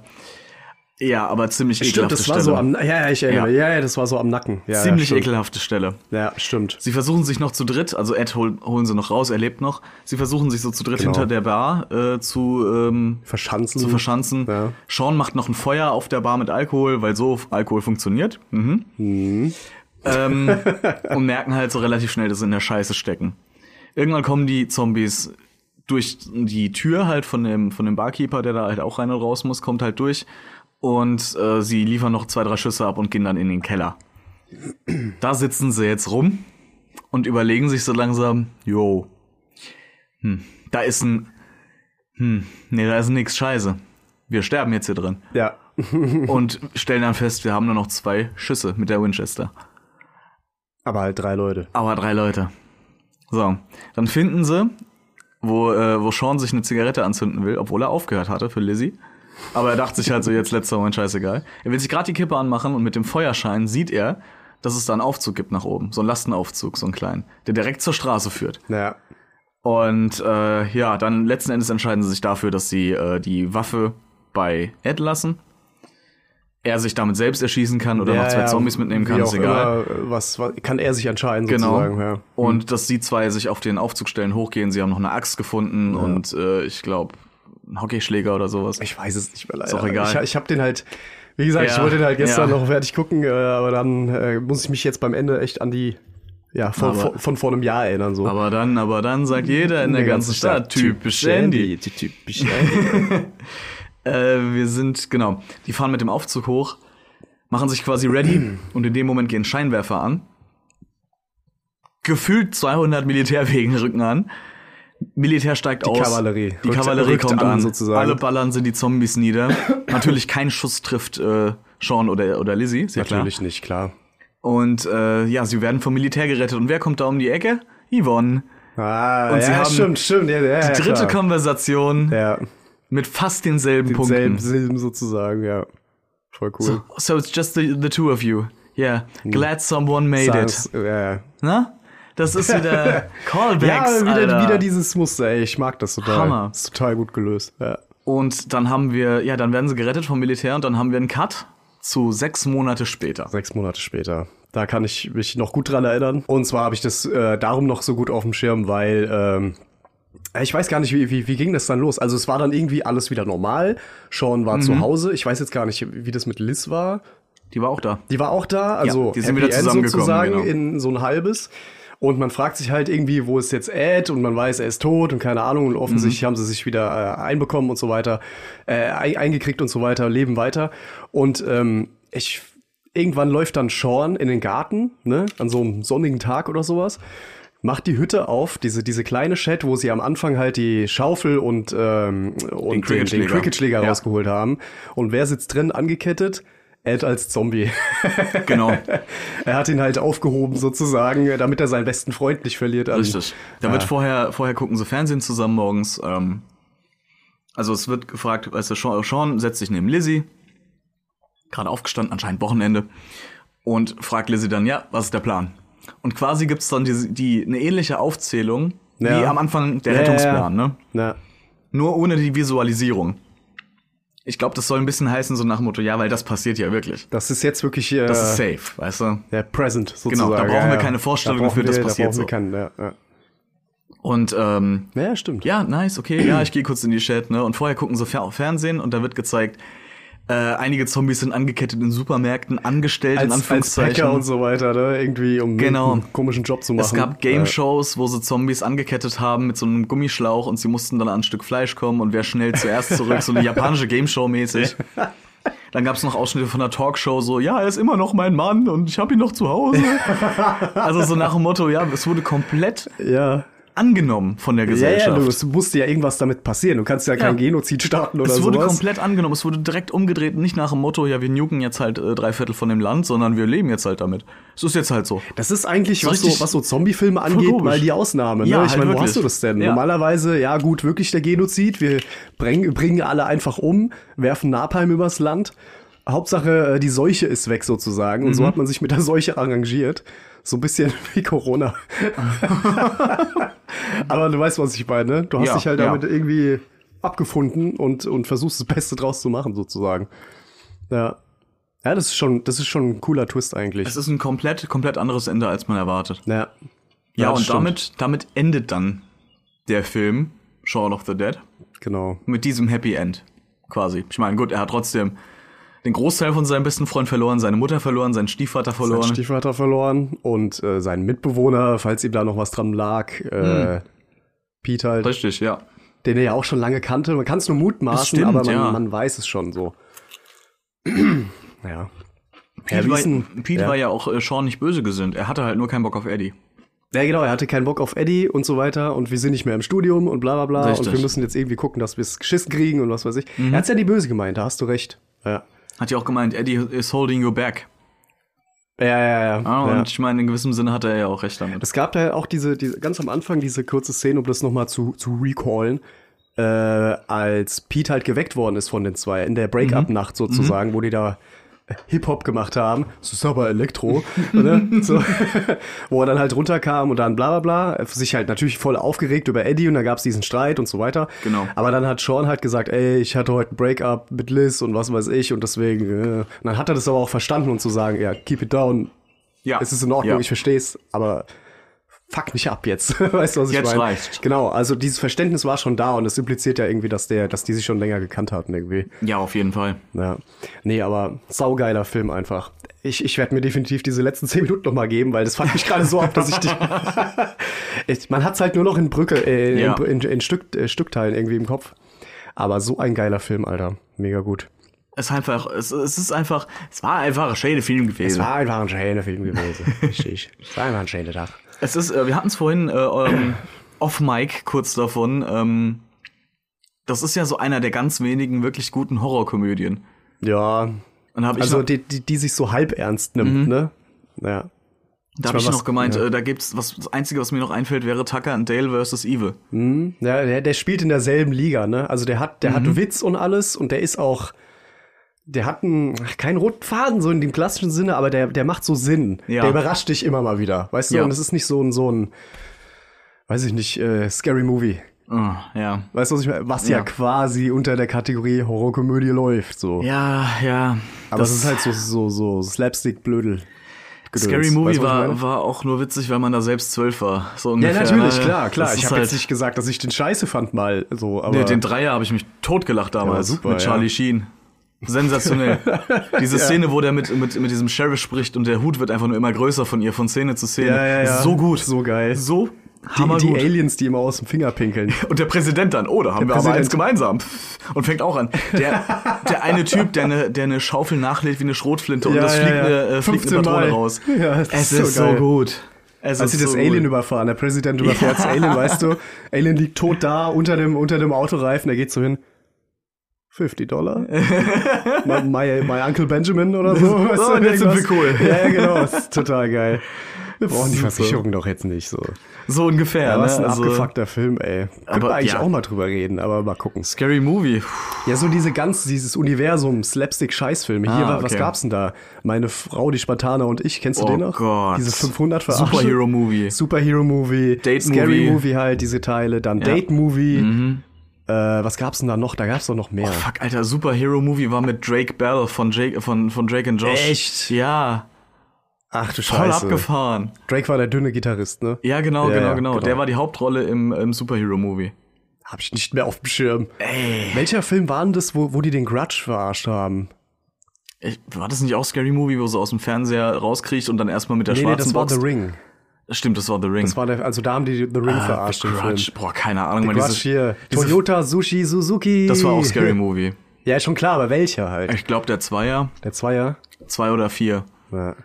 Speaker 4: Ja, aber ziemlich
Speaker 5: Stimmt,
Speaker 4: ekelhafte
Speaker 5: das war
Speaker 4: Stelle. ne?
Speaker 5: so am, ja, ja, ich erinnere,
Speaker 4: Ja.
Speaker 5: ja. ja, das war so am Nacken. Ja, ja,
Speaker 4: ziemlich
Speaker 5: stimmt.
Speaker 4: ekelhafte Stelle.
Speaker 5: Ja, stimmt.
Speaker 4: Sie versuchen sich noch zu dritt, also Ed hol, holen sie noch raus, er lebt noch. Sie versuchen sich so zu dritt
Speaker 5: Genau.
Speaker 4: hinter der Bar äh, zu, ähm,
Speaker 5: Verschanzen.
Speaker 4: zu verschanzen.
Speaker 5: Ja.
Speaker 4: Sean macht noch ein Feuer auf der Bar mit Alkohol, weil so Alkohol funktioniert. Mhm. Ähm, und merken halt so relativ schnell, dass sie in der Scheiße stecken. Irgendwann kommen die Zombies durch die Tür halt von dem, von dem Barkeeper, der da halt auch rein und raus muss, kommt halt durch. Und äh, sie liefern noch zwei, drei Schüsse ab und gehen dann in den Keller. Da sitzen sie jetzt rum und überlegen sich so langsam, jo, hm, da ist ein, hm, nee, da ist nix, scheiße. Wir sterben jetzt hier drin.
Speaker 5: Ja.
Speaker 4: Und stellen dann fest, wir haben nur noch zwei Schüsse mit der Winchester.
Speaker 5: Aber halt drei Leute.
Speaker 4: Aber drei Leute. So, dann finden sie, wo, äh, wo Sean sich eine Zigarette anzünden will, obwohl er aufgehört hatte für Lizzie. Aber er dachte sich halt so, jetzt letzter Moment, scheißegal. Er will sich gerade die Kippe anmachen und mit dem Feuerschein sieht er, dass es da einen Aufzug gibt nach oben. So einen Lastenaufzug, so einen kleinen, der direkt zur Straße führt.
Speaker 5: Ja.
Speaker 4: Und äh, ja, dann letzten Endes entscheiden sie sich dafür, dass sie äh, die Waffe bei Ed lassen. Er sich damit selbst erschießen kann oder
Speaker 5: ja,
Speaker 4: noch zwei
Speaker 5: ja.
Speaker 4: Zombies mitnehmen kann,
Speaker 5: Wie
Speaker 4: ist
Speaker 5: auch
Speaker 4: egal.
Speaker 5: Immer, was, was kann er sich entscheiden
Speaker 4: Genau.
Speaker 5: sozusagen. Ja. Hm.
Speaker 4: Und dass die zwei sich auf den Aufzug stellen, hochgehen. Sie haben noch eine Axt gefunden und äh, ich glaube, einen Hockeyschläger oder sowas.
Speaker 5: Ich weiß es nicht mehr leider.
Speaker 4: auch egal.
Speaker 5: Ich, ich habe den halt, wie gesagt, ich
Speaker 4: Ja,
Speaker 5: wollte den halt gestern
Speaker 4: ja.
Speaker 5: noch fertig gucken, äh, aber dann äh, muss ich mich jetzt beim Ende echt an die, ja, von,
Speaker 4: Aber-
Speaker 5: von, von vor einem Jahr erinnern. So.
Speaker 4: aber dann, aber dann sagt jeder in der ganzen Stadt, typisch Andy.
Speaker 5: Typisch Andy.
Speaker 4: Äh, wir sind, genau, die fahren mit dem Aufzug hoch, machen sich quasi ready und in dem Moment gehen Scheinwerfer an. Gefühlt 200 Militärwegen rücken an. Militär steigt aus.
Speaker 5: Kavallerie.
Speaker 4: Die
Speaker 5: Rückt-
Speaker 4: Kavallerie
Speaker 5: rückt
Speaker 4: kommt an,
Speaker 5: an, sozusagen.
Speaker 4: Alle ballern sie die Zombies nieder. Natürlich kein Schuss trifft äh, Sean oder, oder Lizzie, ist ja klar.
Speaker 5: Natürlich nicht, klar.
Speaker 4: Und äh, ja, sie werden vom Militär gerettet. Und wer kommt da um die Ecke? Yvonne.
Speaker 5: Ah,
Speaker 4: Und sie haben
Speaker 5: stimmt. Ja, ja,
Speaker 4: Die dritte
Speaker 5: klar.
Speaker 4: Konversation
Speaker 5: Ja,
Speaker 4: mit fast denselben Punkten.
Speaker 5: selben, selben sozusagen, ja. Voll cool.
Speaker 4: So, so it's just the, the two of you. Yeah,
Speaker 5: Mm.
Speaker 4: glad someone made it.
Speaker 5: Sagen's- Ja, ja.
Speaker 4: Na? Das ist wieder Callbacks,
Speaker 5: ja wieder,
Speaker 4: Alter.
Speaker 5: wieder dieses Muster, ey. Ich mag das total.
Speaker 4: Hammer.
Speaker 5: Ist total gut gelöst. Ja.
Speaker 4: Und dann haben wir, ja, dann werden sie gerettet vom Militär und dann haben wir einen Cut zu sechs Monate später.
Speaker 5: Sechs Monate später. Da kann ich mich noch gut dran erinnern. Und zwar habe ich das äh, darum noch so gut auf dem Schirm, weil ähm, ich weiß gar nicht, wie, wie, wie ging das dann los? Also es war dann irgendwie alles wieder normal. Sean war zu Hause. Ich weiß jetzt gar nicht, wie das mit Liz war.
Speaker 4: Die war auch da.
Speaker 5: Die war auch da, also
Speaker 4: die sind
Speaker 5: Happy
Speaker 4: wieder
Speaker 5: End
Speaker 4: zusammengekommen,
Speaker 5: sozusagen
Speaker 4: genau.
Speaker 5: in so ein halbes. Und man fragt sich halt irgendwie, wo ist jetzt Ed? Und man weiß, er ist tot und keine Ahnung. Und
Speaker 4: Mhm.
Speaker 5: offensichtlich haben sie sich wieder äh, einbekommen und so weiter, äh, ein- eingekriegt und so weiter, leben weiter. Und ähm, ich irgendwann läuft dann Sean in den Garten, ne, an so einem sonnigen Tag oder sowas. Macht die Hütte auf, diese, diese kleine Shed, wo sie am Anfang halt die Schaufel und, ähm, und den, den,
Speaker 4: Cricketschläger.
Speaker 5: Cricketschläger
Speaker 4: Ja.
Speaker 5: rausgeholt haben. Und wer sitzt drin angekettet? Ed als Zombie.
Speaker 4: Genau,
Speaker 5: Er hat ihn halt aufgehoben sozusagen, damit er seinen besten Freund nicht verliert. Also,
Speaker 4: richtig. Da wird vorher, vorher gucken sie Fernsehen zusammen morgens. Ähm, also es wird gefragt, weißt du, Sean, Sean setzt sich neben Lizzie, gerade aufgestanden, anscheinend Wochenende, und fragt Lizzie dann, ja, was ist der Plan? Und quasi gibt's dann die, die, eine ähnliche Aufzählung wie
Speaker 5: Ja.
Speaker 4: am Anfang der
Speaker 5: Ja, ja, ja.
Speaker 4: Rettungsplan, ne?
Speaker 5: Na,
Speaker 4: Nur ohne die Visualisierung. Ich glaube, das soll ein bisschen heißen, so nach dem Motto, ja, weil das passiert ja wirklich.
Speaker 5: das ist jetzt wirklich äh,
Speaker 4: Das ist safe, weißt du?
Speaker 5: der Present sozusagen.
Speaker 4: Genau, da brauchen
Speaker 5: ja,
Speaker 4: wir
Speaker 5: ja.
Speaker 4: keine Vorstellung
Speaker 5: Da brauchen
Speaker 4: dafür, das
Speaker 5: wir-
Speaker 4: passiert
Speaker 5: da brauchen
Speaker 4: so.
Speaker 5: Wir keinen, ja, ja.
Speaker 4: Und ähm,
Speaker 5: ja, ja, stimmt.
Speaker 4: ja, nice, okay, ja, ich gehe kurz in die Chat, ne? Und vorher gucken sie Fer Fernsehen und da wird gezeigt, äh, einige Zombies sind angekettet in Supermärkten, angestellt in
Speaker 5: als, als
Speaker 4: Anführungszeichen.
Speaker 5: Hacker und so weiter, ne? irgendwie um
Speaker 4: Genau.
Speaker 5: einen komischen Job zu machen. Äh,
Speaker 4: es gab Game-Shows, wo sie Zombies angekettet haben mit so einem Gummischlauch und sie mussten dann an ein Stück Fleisch kommen und wer schnell zuerst zurück, so eine japanische Game-Show mäßig. Dann gab's noch Ausschnitte von einer Talkshow, so, ja, er ist immer noch mein Mann und ich habe ihn noch zu Hause. also so nach dem Motto, ja, es wurde komplett
Speaker 5: Äh, ja.
Speaker 4: angenommen von der
Speaker 5: Ja, ja,
Speaker 4: Gesellschaft.
Speaker 5: du es musste ja irgendwas damit passieren. Du kannst ja, keinen Genozid starten oder
Speaker 4: es wurde
Speaker 5: sowas.
Speaker 4: komplett angenommen, es wurde direkt umgedreht, nicht nach dem Motto, ja, wir nuken jetzt halt äh, drei Viertel von dem Land, sondern wir leben jetzt halt damit. Es ist jetzt halt so.
Speaker 5: Das ist eigentlich, was
Speaker 4: richtig-
Speaker 5: so, was so Zombie-Filme angeht,
Speaker 4: komisch.
Speaker 5: mal die Ausnahme. Ne?
Speaker 4: Ja,
Speaker 5: ich
Speaker 4: halt
Speaker 5: meine, wo
Speaker 4: wirklich.
Speaker 5: hast du das denn?
Speaker 4: Ja.
Speaker 5: Normalerweise, ja gut, wirklich der Genozid. Wir bringen, bringen alle einfach um, werfen Napalm übers Land. Hauptsache, äh, die Seuche ist weg sozusagen.
Speaker 4: Mhm.
Speaker 5: Und so hat man sich mit der Seuche arrangiert. So ein bisschen wie Corona. Aber du weißt, was ich meine. ne? Du hast
Speaker 4: Ja,
Speaker 5: dich halt
Speaker 4: ja.
Speaker 5: damit irgendwie abgefunden und, und versuchst das Beste draus zu machen sozusagen. Ja. Ja, das ist schon, das ist schon ein cooler Twist eigentlich.
Speaker 4: Es ist ein komplett, komplett anderes Ende, als man erwartet.
Speaker 5: Ja.
Speaker 4: Ja,
Speaker 5: das
Speaker 4: und
Speaker 5: stimmt.
Speaker 4: damit, damit endet dann der Film Shaun of the Dead
Speaker 5: Genau.
Speaker 4: mit diesem Happy End quasi. Ich meine, gut, er hat trotzdem den Großteil von seinem besten Freund verloren, seine Mutter verloren, seinen Stiefvater
Speaker 5: Seinen
Speaker 4: verloren.
Speaker 5: Stiefvater verloren und äh, seinen Mitbewohner, falls ihm da noch was dran lag. Äh, Pete halt,
Speaker 4: Hm. Richtig, ja.
Speaker 5: den er ja auch schon lange kannte. Man kann es nur mutmaßen,
Speaker 4: Das stimmt,
Speaker 5: aber man,
Speaker 4: ja.
Speaker 5: man weiß es schon so. ja.
Speaker 4: Pete,
Speaker 5: wie
Speaker 4: war,
Speaker 5: ist denn-
Speaker 4: Pete
Speaker 5: ja.
Speaker 4: war ja auch äh, Sean nicht böse gesinnt. Er hatte halt nur keinen Bock auf Eddie.
Speaker 5: Ja, genau, er hatte keinen Bock auf Eddie und so weiter und wir sind nicht mehr im Studium und bla bla bla und
Speaker 4: Richtig. Mhm.
Speaker 5: wir müssen jetzt irgendwie gucken, dass wir es geschissen kriegen und was weiß ich. Er hat's ja die Böse gemeint, da hast du recht. Ja,
Speaker 4: Hat ja auch gemeint, Eddie is holding you back.
Speaker 5: ja, ja. ja.
Speaker 4: Ah,
Speaker 5: ja.
Speaker 4: Und ich meine, in gewissem Sinne hatte er ja auch recht damit.
Speaker 5: Es gab da auch diese, diese ganz am Anfang diese kurze Szene, um das nochmal zu, zu recallen, äh, als Pete halt geweckt worden ist von den zwei in der
Speaker 4: Mhm.
Speaker 5: Break-up-Nacht sozusagen, wo die da äh, Hip-Hop gemacht haben. Das ist aber Elektro, oder? So, wo er dann halt runterkam und dann bla bla bla, sich halt natürlich voll aufgeregt über Eddie und da gab es diesen Streit und so weiter.
Speaker 4: Genau.
Speaker 5: Aber dann hat Sean halt gesagt, ey, ich hatte heute ein Break-up mit Liz und was weiß ich und deswegen, äh. und dann hat er das aber auch verstanden und zu sagen, ja, keep it down,
Speaker 4: Ja.
Speaker 5: es ist in Ordnung,
Speaker 4: Ja.
Speaker 5: ich versteh's, aber fuck mich ab jetzt. weißt du, was ich
Speaker 4: Jetzt
Speaker 5: meine?
Speaker 4: reicht's.
Speaker 5: Genau, also dieses Verständnis war schon da und es impliziert ja irgendwie, dass der, dass die sich schon länger gekannt hatten irgendwie.
Speaker 4: ja, auf jeden Fall.
Speaker 5: Ja. Nee, aber saugeiler Film einfach. Ich, ich werde mir definitiv diese letzten zehn Minuten nochmal geben, weil das fuckt mich gerade so ab, dass ich die. ich, man hat's halt nur noch in Brücke, äh, in,
Speaker 4: Ja.
Speaker 5: in, in Stück, äh, Stückteilen irgendwie im Kopf. Aber so ein geiler Film, Alter. Mega gut.
Speaker 4: Es ist einfach, es, es ist einfach, es war einfach ein schöner Film
Speaker 5: Es
Speaker 4: gewesen.
Speaker 5: war einfach ein schöner Film gewesen. Richtig. Es war einfach ein schöner Tag.
Speaker 4: Es ist, äh, wir hatten es vorhin äh, ähm, off Mic kurz davon. Ähm, das ist ja so einer der ganz wenigen wirklich guten Horrorkomödien.
Speaker 5: Ja,
Speaker 4: Und habe ich
Speaker 5: Also
Speaker 4: noch,
Speaker 5: Mhm. die, die, die sich so halb ernst nimmt, ne? Ja.
Speaker 4: Da habe ich
Speaker 5: was-
Speaker 4: noch gemeint, äh, da gibt's was das einzige, was mir noch einfällt, wäre Tucker and Dale versus Evil.
Speaker 5: Ja, der, der spielt in derselben Liga, ne? Also der hat, der hat Witz und alles und der ist auch, der hat einen, ach, keinen roten Faden so in dem klassischen Sinne, aber der, der macht so Sinn.
Speaker 4: Ja.
Speaker 5: Der überrascht dich immer mal wieder, weißt du?
Speaker 4: Ja.
Speaker 5: Und es ist nicht so ein, so ein, weiß ich nicht, äh, Scary Movie.
Speaker 4: Ah, ja.
Speaker 5: Weißt du, was ich meine? Was ja,
Speaker 4: Ja.
Speaker 5: quasi unter der Kategorie Horrorkomödie läuft, so.
Speaker 4: Ja, ja.
Speaker 5: aber es ist halt so, so, so Slapstick-Blödel.
Speaker 4: Scary Movie
Speaker 5: Weißt du, was ich meine?
Speaker 4: war, war auch nur witzig, weil man da selbst zwölf war. So
Speaker 5: Ja,
Speaker 4: ungefähr.
Speaker 5: natürlich,
Speaker 4: ne?
Speaker 5: klar, klar.
Speaker 4: Das
Speaker 5: Ich
Speaker 4: ist
Speaker 5: habe
Speaker 4: halt,
Speaker 5: jetzt nicht gesagt, dass ich den scheiße fand mal, so, aber.
Speaker 4: nee, den Dreier habe ich mich totgelacht damals
Speaker 5: Ja, super,
Speaker 4: mit Charlie
Speaker 5: ja.
Speaker 4: Sheen. Sensationell. Diese Szene, wo der mit, mit, mit diesem Sheriff spricht und der Hut wird einfach nur immer größer von ihr, von Szene zu Szene.
Speaker 5: ja, ja, ja.
Speaker 4: So gut.
Speaker 5: So geil.
Speaker 4: So
Speaker 5: die, die
Speaker 4: hammergut.
Speaker 5: Aliens, die immer aus dem Finger pinkeln.
Speaker 4: Und der Präsident dann, oh, da haben wir aber
Speaker 5: Präsident.
Speaker 4: eins gemeinsam. Und fängt auch an. Der, der eine Typ, der eine, der eine Schaufel nachlädt wie eine Schrotflinte und
Speaker 5: Ja,
Speaker 4: das
Speaker 5: ja,
Speaker 4: fliegt,
Speaker 5: ja.
Speaker 4: Eine, äh, fliegt eine
Speaker 5: 15
Speaker 4: Patrone
Speaker 5: Mal.
Speaker 4: raus.
Speaker 5: Ja, das
Speaker 4: es
Speaker 5: ist
Speaker 4: ist,
Speaker 5: so
Speaker 4: so,
Speaker 5: geil.
Speaker 4: gut. Es
Speaker 5: Als sie
Speaker 4: ist
Speaker 5: das
Speaker 4: so
Speaker 5: Alien
Speaker 4: gut.
Speaker 5: überfahren, der Präsident überfährt das Alien, weißt du? Alien liegt tot da, unter dem, unter dem Autoreifen, der geht so hin. 50 Dollar? my, my, my Uncle Benjamin oder so. weißt
Speaker 4: und jetzt sind wir
Speaker 5: irgendwas?
Speaker 4: cool.
Speaker 5: Ja, ja, genau, das ist total geil. Wir brauchen die
Speaker 4: Super.
Speaker 5: Versicherung doch jetzt nicht so.
Speaker 4: So ungefähr.
Speaker 5: Ja, was
Speaker 4: ne?
Speaker 5: ein
Speaker 4: Also,
Speaker 5: abgefuckter Film, ey. Können
Speaker 4: aber
Speaker 5: wir eigentlich
Speaker 4: ja.
Speaker 5: auch mal drüber reden, aber mal gucken.
Speaker 4: Scary Movie.
Speaker 5: Ja, so diese ganz, dieses Universum, Slapstick-Scheißfilme. Hier,
Speaker 4: Ah,
Speaker 5: wa- was
Speaker 4: okay.
Speaker 5: gab's denn da? Meine Frau, die Spartaner und ich, kennst du
Speaker 4: Oh
Speaker 5: den noch?
Speaker 4: Gott.
Speaker 5: Diese 500 verarschte-
Speaker 4: Superhero-Movie.
Speaker 5: Superhero-Movie.
Speaker 4: Date-Movie.
Speaker 5: Scary-Movie halt, diese Teile. Dann Date-Movie. Äh, was gab's denn da noch? Da gab's doch noch mehr.
Speaker 4: Mhm. Oh, Fuck, Alter, Superhero-Movie war mit Drake Bell von Jake, von, von Drake and Josh.
Speaker 5: Echt?
Speaker 4: Ja,
Speaker 5: Ach du
Speaker 4: voll
Speaker 5: Scheiße.
Speaker 4: abgefahren.
Speaker 5: Drake war der dünne Gitarrist, ne?
Speaker 4: Ja, genau,
Speaker 5: Ja,
Speaker 4: genau,
Speaker 5: ja,
Speaker 4: genau,
Speaker 5: genau.
Speaker 4: Der war die Hauptrolle im, im Superhero-Movie.
Speaker 5: Hab ich nicht mehr auf dem Schirm. Ey. Welcher Film war denn das, wo, wo die den Grudge verarscht haben?
Speaker 4: Ich- War das nicht auch Scary Movie, wo sie aus dem Fernseher rauskriegt und dann erstmal mit der
Speaker 5: Nee, nee,
Speaker 4: schwarzen
Speaker 5: das war
Speaker 4: Box?
Speaker 5: The Ring.
Speaker 4: Stimmt, das war The Ring. Ah,
Speaker 5: Das war der, also da haben die The Ring verarscht, den Film.
Speaker 4: Grudge. Boah, keine Ahnung. man,
Speaker 5: Grudge
Speaker 4: dieses-
Speaker 5: hier.
Speaker 4: diese-
Speaker 5: Toyota, Sushi, Suzuki.
Speaker 4: Das war auch Scary Movie.
Speaker 5: Ja, ist schon klar, aber welcher halt?
Speaker 4: Ich glaube, der Zweier,
Speaker 5: Der Zweier?
Speaker 4: zwei oder vier.
Speaker 5: Ja.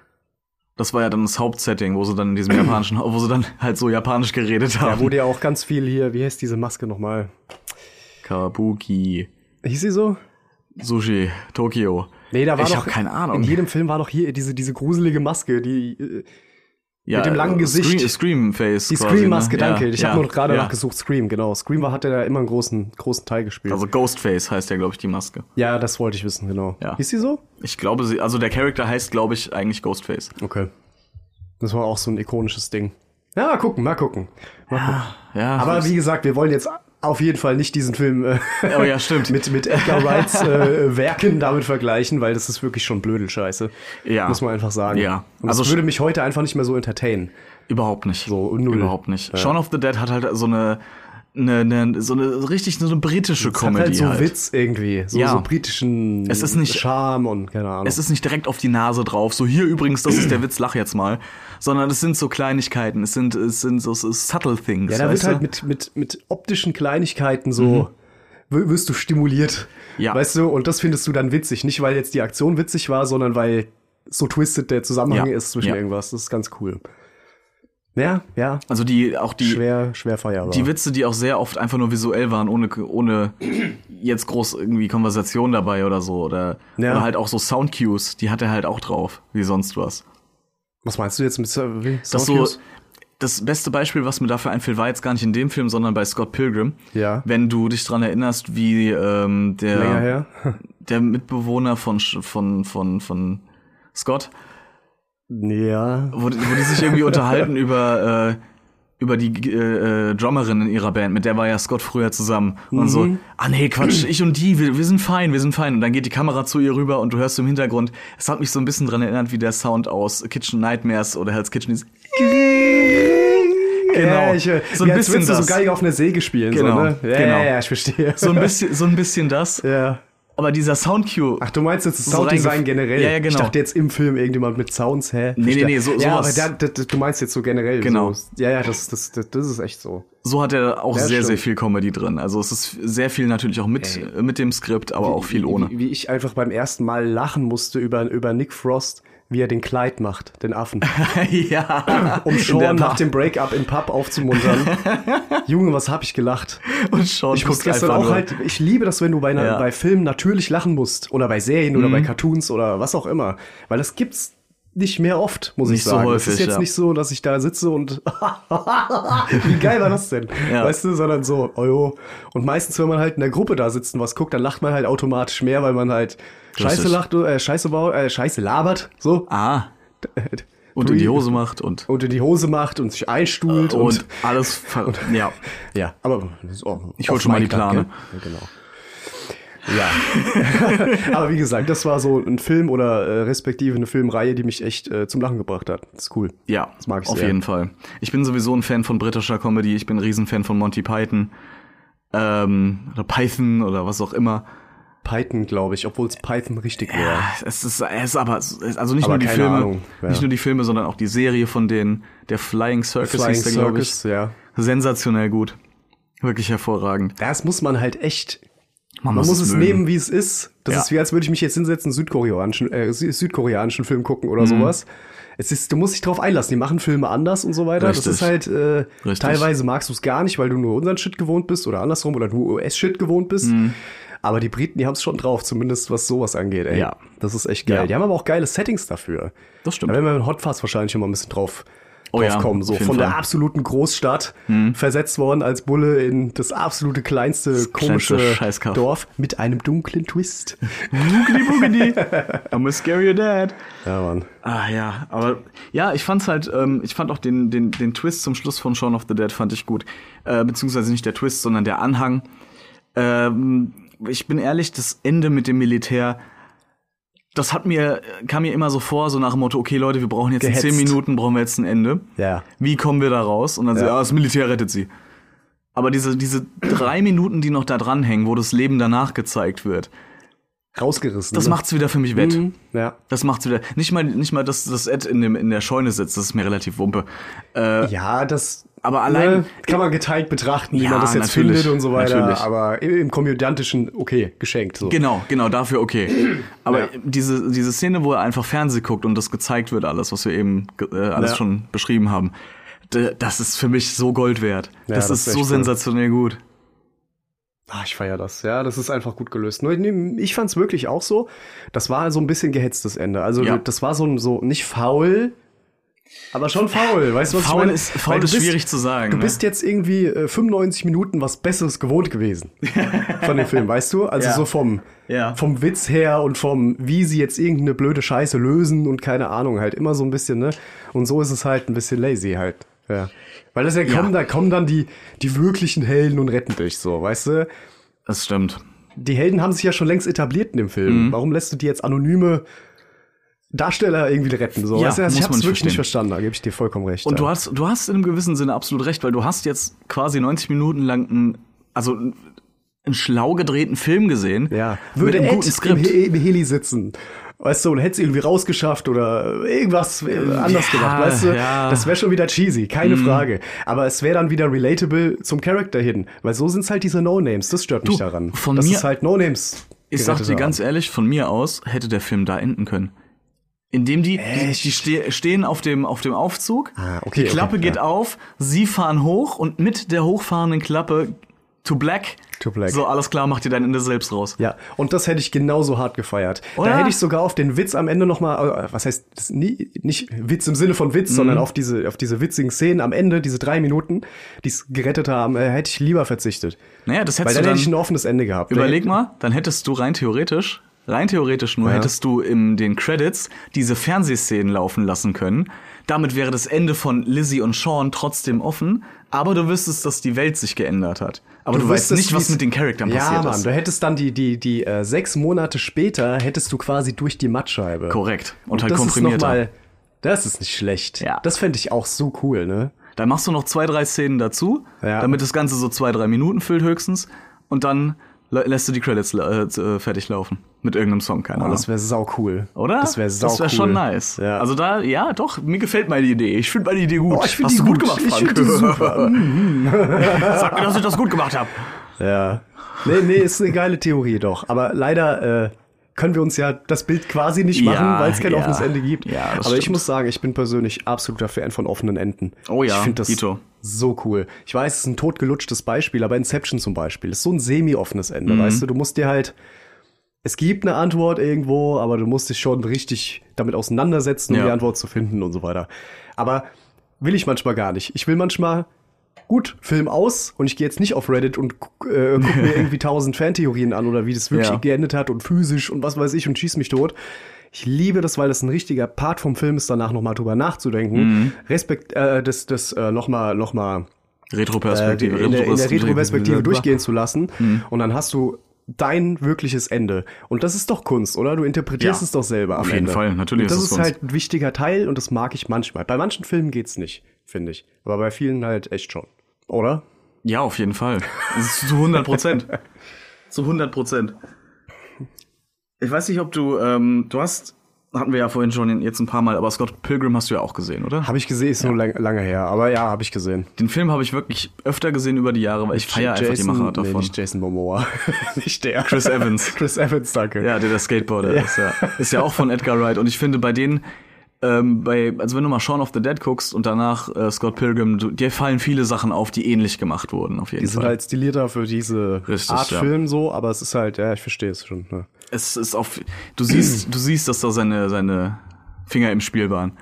Speaker 4: Das war ja dann das Hauptsetting, wo sie dann in diesem japanischen, wo sie dann halt so japanisch geredet haben.
Speaker 5: Wurde ja auch ganz viel hier, wie heißt diese Maske nochmal?
Speaker 4: Kabuki,
Speaker 5: Hieß sie so?
Speaker 4: Sushi, Tokio.
Speaker 5: Nee, da war
Speaker 4: ich
Speaker 5: doch.
Speaker 4: habe keine Ahnung.
Speaker 5: In jedem Film war doch hier diese, diese gruselige Maske, die, äh,
Speaker 4: ja,
Speaker 5: mit dem langen
Speaker 4: äh,
Speaker 5: Gesicht.
Speaker 4: Scream, Scream Face.
Speaker 5: die Scream-Maske,
Speaker 4: ne?
Speaker 5: danke.
Speaker 4: Ja,
Speaker 5: ich
Speaker 4: ja,
Speaker 5: habe noch gerade
Speaker 4: ja.
Speaker 5: nachgesucht, Scream, genau. Scream war, hat er da immer einen großen, großen Teil gespielt.
Speaker 4: Also Ghostface heißt ja, glaube ich, die Maske.
Speaker 5: ja, das wollte ich wissen, genau.
Speaker 4: Ja.
Speaker 5: Hieß sie so?
Speaker 4: Ich glaube, sie, also der Charakter heißt, glaube ich, eigentlich Ghostface.
Speaker 5: Okay. Das war auch so ein ikonisches Ding. Ja, mal gucken, mal gucken. Mal gucken.
Speaker 4: Ja.
Speaker 5: Aber wie gesagt, wir wollen jetzt auf jeden Fall nicht diesen Film äh,
Speaker 4: Oh ja, stimmt.
Speaker 5: mit, mit Edgar Wrights äh, Werken damit vergleichen, weil das ist wirklich schon Blödelscheiße.
Speaker 4: Ja.
Speaker 5: Muss man einfach sagen.
Speaker 4: Ja.
Speaker 5: Und
Speaker 4: Also
Speaker 5: das
Speaker 4: sch-
Speaker 5: würde mich heute einfach nicht mehr so entertainen.
Speaker 4: Überhaupt nicht.
Speaker 5: So, null.
Speaker 4: Überhaupt nicht. Shaun of the Dead hat halt so eine, eine, eine so eine richtig so eine britische
Speaker 5: Es hat
Speaker 4: Comedy.
Speaker 5: halt so Witz irgendwie. So,
Speaker 4: Ja.
Speaker 5: so britischen
Speaker 4: Es ist nicht-
Speaker 5: Charme und keine Ahnung.
Speaker 4: Es ist nicht direkt auf die Nase drauf, so hier übrigens, das ist der Witz, lach jetzt mal, sondern es sind so Kleinigkeiten, es sind es sind so, so subtle things.
Speaker 5: ja, da wird
Speaker 4: weißt
Speaker 5: halt
Speaker 4: du?
Speaker 5: mit, mit, mit optischen Kleinigkeiten so. w- Wirst du stimuliert.
Speaker 4: Mhm. Ja.
Speaker 5: Weißt du, und das findest du dann witzig. Nicht, weil jetzt die Aktion witzig war, sondern weil so twisted der Zusammenhang
Speaker 4: Ja.
Speaker 5: ist zwischen
Speaker 4: Ja.
Speaker 5: irgendwas. Das ist ganz cool. Ja, ja.
Speaker 4: also die auch die
Speaker 5: schwer, schwer feierbar.
Speaker 4: die Witze, die auch sehr oft einfach nur visuell waren, ohne ohne jetzt groß irgendwie Konversation dabei oder so oder
Speaker 5: Ja.
Speaker 4: oder halt auch so Sound Cues, die hat er halt auch drauf, wie sonst was.
Speaker 5: Was meinst du jetzt mit Sa- wie?
Speaker 4: Das so
Speaker 5: Soundcues?
Speaker 4: das beste Beispiel, was mir dafür einfällt, war jetzt gar nicht in dem Film, sondern bei Scott Pilgrim.
Speaker 5: Ja.
Speaker 4: Wenn du dich dran erinnerst, wie ähm, der
Speaker 5: länger her?
Speaker 4: der Mitbewohner von Sch- von von von Scott,
Speaker 5: Ja.
Speaker 4: wo, die- wo die sich irgendwie unterhalten über äh, über die äh, äh, Drummerin in ihrer Band, mit der war ja Scott früher zusammen und
Speaker 5: Mhm.
Speaker 4: so. Ah nee, Quatsch, ich und die, wir, wir sind fein, wir sind fein. Und dann geht die Kamera zu ihr rüber und du hörst im Hintergrund. Es hat mich so ein bisschen dran erinnert, wie der Sound aus Kitchen Nightmares oder Hell's Kitchen ist. Genau.
Speaker 5: Ja, ich, äh,
Speaker 4: so ein
Speaker 5: ja, als
Speaker 4: bisschen
Speaker 5: würdest du
Speaker 4: das.
Speaker 5: so geil auf einer Säge spielen.
Speaker 4: Genau,
Speaker 5: So, ne? ja,
Speaker 4: genau.
Speaker 5: ja, ja, ich verstehe.
Speaker 4: so ein bisschen, so ein bisschen das.
Speaker 5: ja.
Speaker 4: Aber dieser Soundcue.
Speaker 5: Ach, du meinst jetzt das
Speaker 4: So
Speaker 5: Sounddesign
Speaker 4: reingef-
Speaker 5: generell?
Speaker 4: Ja, ja, genau.
Speaker 5: Ich dachte jetzt im Film irgendjemand mit Sounds, hä?
Speaker 4: Nee, nee, nee, so-
Speaker 5: Ja, aber
Speaker 4: sowas.
Speaker 5: da, da, da, du meinst jetzt so generell.
Speaker 4: Genau.
Speaker 5: So. Ja, ja, das, das, das, das ist echt so.
Speaker 4: so hat er auch
Speaker 5: Ja,
Speaker 4: sehr, sehr
Speaker 5: stimmt.
Speaker 4: viel Comedy drin. Also es ist sehr viel natürlich auch mit, äh, mit dem Skript, aber auch viel ohne.
Speaker 5: Wie, wie ich einfach beim ersten Mal lachen musste über, über Nick Frost, wie er den Kleid macht, den Affen.
Speaker 4: ja.
Speaker 5: Um Sean nach
Speaker 4: Nacht
Speaker 5: dem Breakup im Pub aufzumuntern. Junge, was hab ich gelacht.
Speaker 4: und Sean
Speaker 5: Ich
Speaker 4: guckt
Speaker 5: muss gestern
Speaker 4: einfach
Speaker 5: auch
Speaker 4: nur.
Speaker 5: halt, ich liebe das, wenn du bei, einer,
Speaker 4: Ja. Mhm.
Speaker 5: bei Filmen natürlich lachen musst. Oder bei Serien oder bei Cartoons oder was auch immer. Weil das gibt's nicht mehr oft, muss
Speaker 4: Nicht
Speaker 5: ich
Speaker 4: so
Speaker 5: sagen. es
Speaker 4: häufig,
Speaker 5: ist jetzt
Speaker 4: ja.
Speaker 5: nicht so, dass ich da sitze und wie geil war das denn?
Speaker 4: Ja.
Speaker 5: Weißt du, sondern so, oh jo. Und meistens, wenn man halt in der Gruppe da sitzt und was guckt, dann lacht man halt automatisch mehr, weil man halt Scheiße
Speaker 4: Richtig.
Speaker 5: lacht, äh, Scheiße baut, äh, Scheiße labert, so.
Speaker 4: Ah. Und in die Hose macht und,
Speaker 5: Und in die Hose macht und sich einstuhlt
Speaker 4: Äh, und,
Speaker 5: und,
Speaker 4: alles. ver- ja.
Speaker 5: ja, aber das ist auch-
Speaker 4: Ich hol
Speaker 5: auf
Speaker 4: schon mal die
Speaker 5: Minecraft,
Speaker 4: Plane.
Speaker 5: gell? Ja, genau. Ja. aber wie gesagt, das war so ein Film oder äh, respektive eine Filmreihe, die mich echt äh, zum Lachen gebracht hat. Das ist cool.
Speaker 4: Ja,
Speaker 5: das mag ich
Speaker 4: auf
Speaker 5: sehr.
Speaker 4: jeden Fall. Ich bin sowieso ein Fan von britischer Comedy. Ich bin ein Riesenfan von Monty Python. Ähm, oder Python oder was auch immer.
Speaker 5: Python, glaube ich, obwohl es Python richtig wäre.
Speaker 4: Es ist, es ist aber, es ist also nicht
Speaker 5: Aber
Speaker 4: nur die
Speaker 5: keine
Speaker 4: Filme,
Speaker 5: Ahnung, ja.
Speaker 4: nicht nur die Filme, sondern auch die Serie von denen, der Flying Circus hieß der, glaube ich.
Speaker 5: ja.
Speaker 4: Sensationell gut. Wirklich hervorragend.
Speaker 5: Das muss man halt echt. Man,
Speaker 4: muss
Speaker 5: muss
Speaker 4: es
Speaker 5: es
Speaker 4: mögen.
Speaker 5: nehmen, wie es ist. Das
Speaker 4: Ja.
Speaker 5: ist wie, als würde ich mich jetzt hinsetzen, einen südkoreanischen, äh, Sü- südkoreanischen Film gucken
Speaker 4: Mhm.
Speaker 5: oder sowas. Es ist, du musst dich drauf einlassen. Die machen Filme anders und so weiter. Das
Speaker 4: Richtig.
Speaker 5: ist halt, äh,
Speaker 4: Richtig.
Speaker 5: teilweise magst du es gar nicht, weil du nur unseren Shit gewohnt bist oder andersrum oder nur US-Shit gewohnt bist.
Speaker 4: Mhm.
Speaker 5: Aber die Briten, die haben es schon drauf, zumindest was sowas angeht, ey.
Speaker 4: Ja.
Speaker 5: Das ist echt geil.
Speaker 4: Ja.
Speaker 5: Die haben aber auch geile Settings dafür.
Speaker 4: Das stimmt.
Speaker 5: Da werden wir mit Hot Fuzz wahrscheinlich immer ein bisschen drauf,
Speaker 4: Oh
Speaker 5: drauf
Speaker 4: ja,
Speaker 5: kommen. So
Speaker 4: auf jeden
Speaker 5: von der
Speaker 4: Fall. Mhm.
Speaker 5: absoluten Großstadt versetzt worden als Bulle in das absolute kleinste,
Speaker 4: kleinste
Speaker 5: komische
Speaker 4: Scheißkaff.
Speaker 5: Dorf mit einem dunklen Twist.
Speaker 4: I'm a scary dad.
Speaker 5: Ja, Mann.
Speaker 4: Ah ja, aber ja, ich fand's halt, ähm, ich fand auch den, den, den Twist zum Schluss von Shaun of the Dead fand ich gut. Äh, beziehungsweise nicht der Twist, sondern der Anhang. Ähm, ich bin ehrlich, das Ende mit dem Militär, das hat mir, kam mir immer so vor, so nach dem Motto, okay Leute, wir brauchen jetzt in
Speaker 5: Gehetzt.
Speaker 4: zehn Minuten, brauchen wir jetzt ein Ende.
Speaker 5: Ja.
Speaker 4: Wie kommen wir da raus? Und dann so,
Speaker 5: Ja.
Speaker 4: ja, das Militär rettet sie. Aber diese, diese drei Minuten, die noch da dranhängen, wo das Leben danach gezeigt wird,
Speaker 5: Rausgerissen.
Speaker 4: das
Speaker 5: ne?
Speaker 4: macht's wieder für mich wett.
Speaker 5: Mhm. Ja.
Speaker 4: Das macht's wieder. Nicht mal, nicht mal, dass das Ed in, dem, in der Scheune sitzt, das ist mir relativ wumpe. Äh,
Speaker 5: Ja, das.
Speaker 4: Aber allein-
Speaker 5: ne, kann man geteilt betrachten, wie
Speaker 4: Ja,
Speaker 5: man das jetzt
Speaker 4: natürlich,
Speaker 5: findet und so weiter.
Speaker 4: natürlich.
Speaker 5: Aber im, im komödiantischen, okay, geschenkt. So.
Speaker 4: Genau, genau, dafür okay. Aber
Speaker 5: Ja.
Speaker 4: diese, diese Szene, wo er einfach Fernseh guckt und das gezeigt wird, alles, was wir eben ge- äh, alles
Speaker 5: Ja.
Speaker 4: schon beschrieben haben, d- das ist für mich so Gold wert. das,
Speaker 5: das
Speaker 4: ist
Speaker 5: ist
Speaker 4: so
Speaker 5: echt cool.
Speaker 4: sensationell gut.
Speaker 5: Ah, ich feiere das. Ja, das ist einfach gut gelöst. Nur, nee, ich fand es wirklich auch so. Das war so ein bisschen gehetztes Ende. Also
Speaker 4: Ja.
Speaker 5: das war so ein so nicht faul, aber schon faul. Weißt du was
Speaker 4: Faul
Speaker 5: ich meine?
Speaker 4: ist-
Speaker 5: Also Weil
Speaker 4: faul
Speaker 5: du
Speaker 4: ist schwierig zu sagen,
Speaker 5: Du
Speaker 4: ne?
Speaker 5: bist jetzt irgendwie äh, 95 Minuten was Besseres gewohnt gewesen von dem Film, weißt du? Also
Speaker 4: Ja.
Speaker 5: so vom
Speaker 4: Ja.
Speaker 5: vom Witz her und vom wie sie jetzt irgendeine blöde Scheiße lösen und keine Ahnung halt immer so ein bisschen ne. Und so ist es halt ein bisschen lazy halt. Ja. Weil das ja, kommen, da kommen dann die, die wirklichen Helden und retten dich so, weißt du?
Speaker 4: Das stimmt.
Speaker 5: die Helden haben sich ja schon längst etabliert in dem
Speaker 4: Mhm.
Speaker 5: Film. Warum lässt du die jetzt anonyme Darsteller irgendwie retten? So,
Speaker 4: Ja,
Speaker 5: weißt du, also ich
Speaker 4: muss
Speaker 5: hab's
Speaker 4: man
Speaker 5: wirklich
Speaker 4: verstehen.
Speaker 5: nicht verstanden, da gebe ich dir vollkommen recht.
Speaker 4: Und
Speaker 5: ja.
Speaker 4: du hast, du hast in einem gewissen Sinne absolut recht, weil du hast jetzt quasi 90 Minuten lang einen, also einen schlau gedrehten Film gesehen.
Speaker 5: ja. würde
Speaker 4: mit einem
Speaker 5: Ed
Speaker 4: guten
Speaker 5: im,
Speaker 4: Skript.
Speaker 5: He im Heli sitzen. Weißt du, und hätte es irgendwie rausgeschafft oder irgendwas äh, anders
Speaker 4: Ja,
Speaker 5: gemacht, weißt du?
Speaker 4: ja. Mhm.
Speaker 5: Das wäre schon wieder cheesy, keine Frage. Aber es wäre dann wieder relatable zum Charakter hin. Weil so sind's halt diese No-Names, das stört mich daran.
Speaker 4: von
Speaker 5: das
Speaker 4: mir-
Speaker 5: ist halt No-Names.
Speaker 4: Ich sag
Speaker 5: gerettet
Speaker 4: dir
Speaker 5: haben.
Speaker 4: ganz ehrlich, von mir aus hätte der Film da enden können. Indem die, die, die ste stehen auf dem, auf dem Aufzug,
Speaker 5: Ah, okay,
Speaker 4: die Klappe
Speaker 5: okay,
Speaker 4: geht
Speaker 5: ja.
Speaker 4: auf, sie fahren hoch und mit der hochfahrenden Klappe to black,
Speaker 5: To black.
Speaker 4: so alles klar, macht ihr dein Ende selbst raus.
Speaker 5: Ja, und das hätte ich genauso hart gefeiert.
Speaker 4: Oder?
Speaker 5: Da hätte ich sogar auf den Witz am Ende nochmal, was heißt, das nie, nicht Witz im Sinne von Witz,
Speaker 4: Mhm.
Speaker 5: sondern auf diese, auf diese witzigen Szenen am Ende, diese drei Minuten, die es gerettet haben, äh, hätte ich lieber verzichtet.
Speaker 4: Naja, das
Speaker 5: Weil
Speaker 4: hättest
Speaker 5: dann
Speaker 4: du
Speaker 5: hätte ich ein
Speaker 4: dann,
Speaker 5: offenes Ende gehabt.
Speaker 4: überleg mal, dann hättest du rein theoretisch, rein theoretisch nur hättest du in den Credits diese Fernsehszenen laufen lassen können. Damit wäre das Ende von Lizzie und Sean trotzdem offen, aber du wüsstest, dass die Welt sich geändert hat. Aber du, weißt
Speaker 5: wüsstest,
Speaker 4: nicht, was
Speaker 5: wie's-
Speaker 4: mit den Charakteren
Speaker 5: Ja,
Speaker 4: passiert
Speaker 5: Mann,
Speaker 4: ist.
Speaker 5: du hättest dann die, die, die äh, sechs Monate später, hättest du quasi durch die Mattscheibe.
Speaker 4: Korrekt. Und, halt
Speaker 5: das Ist noch
Speaker 4: komprimierter.
Speaker 5: mal, das ist nicht schlecht.
Speaker 4: Ja.
Speaker 5: Das fände ich auch so cool, ne?
Speaker 4: Dann machst du noch zwei, drei Szenen dazu,
Speaker 5: Ja.
Speaker 4: damit das Ganze so zwei, drei Minuten füllt höchstens. Und dann lä- lässt du die Credits la- äh, fertig laufen. Mit irgendeinem Song, keine Ahnung.
Speaker 5: Das wäre sau cool.
Speaker 4: Oder?
Speaker 5: Ah. Das wäre sau
Speaker 4: Das wär
Speaker 5: cool.
Speaker 4: schon nice.
Speaker 5: Ja.
Speaker 4: Also da, ja, doch, mir gefällt meine Idee. Ich finde meine Idee gut.
Speaker 5: Oh, ich find
Speaker 4: Hast
Speaker 5: die
Speaker 4: du gut,
Speaker 5: gut.
Speaker 4: gemacht,
Speaker 5: Ich
Speaker 4: Frank.
Speaker 5: find die super. Mhm. Äh,
Speaker 4: Sag mir, dass ich das gut gemacht habe.
Speaker 5: Ja. Nee, nee, ist eine geile Theorie doch. Aber leider äh, können wir uns ja das Bild quasi nicht
Speaker 4: Ja,
Speaker 5: machen, weil es kein
Speaker 4: ja.
Speaker 5: offenes Ende gibt.
Speaker 4: Ja,
Speaker 5: Aber
Speaker 4: das
Speaker 5: ich
Speaker 4: stimmt.
Speaker 5: muss sagen, ich bin persönlich absoluter Fan von offenen Enden.
Speaker 4: Oh ja,
Speaker 5: Ich finde das
Speaker 4: Dito.
Speaker 5: so cool. Ich weiß, es ist ein
Speaker 4: Mhm.
Speaker 5: totgelutschtes Beispiel, aber Inception zum Beispiel ist so ein semi-offenes Ende, weißt du? Du musst dir halt es gibt eine Antwort irgendwo, aber du musst dich schon richtig damit auseinandersetzen, um
Speaker 4: Ja.
Speaker 5: die Antwort zu finden und so weiter. Aber will ich manchmal gar nicht. Ich will manchmal, gut, Film aus und ich gehe jetzt nicht auf Reddit und gu- äh, guck mir irgendwie tausend Fantheorien an oder wie das wirklich
Speaker 4: Ja.
Speaker 5: geendet hat und physisch und was weiß ich und schieß mich tot. Ich liebe das, weil das ein richtiger Part vom Film ist, danach nochmal drüber nachzudenken. Respekt, äh, das, das äh, nochmal, nochmal äh, die-
Speaker 4: Retroperspektive.
Speaker 5: in der, in der Retroperspektive durchgehen zu lassen.
Speaker 4: Mhm.
Speaker 5: Und dann hast du dein wirkliches Ende. Und das ist doch Kunst, oder? Du interpretierst
Speaker 4: Ja.
Speaker 5: es doch selber.
Speaker 4: Auf
Speaker 5: am
Speaker 4: jeden
Speaker 5: Ende.
Speaker 4: Fall, natürlich
Speaker 5: Und das
Speaker 4: ist
Speaker 5: ist,
Speaker 4: es Kunst.
Speaker 5: halt ein wichtiger Teil und das mag ich manchmal. Bei manchen Filmen geht's nicht, finde ich. Aber bei vielen halt echt schon. Oder?
Speaker 4: Ja, auf jeden Fall. Es ist zu 100 Prozent. zu 100 Prozent. Ich weiß nicht, ob du, ähm, du hast, hatten wir ja vorhin schon jetzt ein paar Mal, aber Scott Pilgrim hast du ja auch gesehen, oder?
Speaker 5: Habe ich gesehen, ist nur lang, lange her. Aber ja, habe ich gesehen.
Speaker 4: Den Film habe ich wirklich öfter gesehen über die Jahre, weil ich feiere einfach die Macher davon.
Speaker 5: Nee, nicht Jason Momoa. nicht der.
Speaker 4: Chris Evans.
Speaker 5: Chris Evans, danke.
Speaker 4: Ja, der der Skateboarder ist, ja. Ist ja auch von Edgar Wright. Und ich finde bei denen, ähm, bei, also wenn du mal Shaun of the Dead guckst und danach äh, Scott Pilgrim, du, dir fallen viele Sachen auf, die ähnlich gemacht wurden, auf jeden
Speaker 5: Die
Speaker 4: Fall.
Speaker 5: sind halt stilierter für diese
Speaker 4: Richtig,
Speaker 5: Art
Speaker 4: ja.
Speaker 5: Film so, aber es ist halt, ja, ich verstehe es schon. Ne?
Speaker 4: Es ist auf. Du siehst, du siehst, dass da seine, seine Finger im Spiel waren.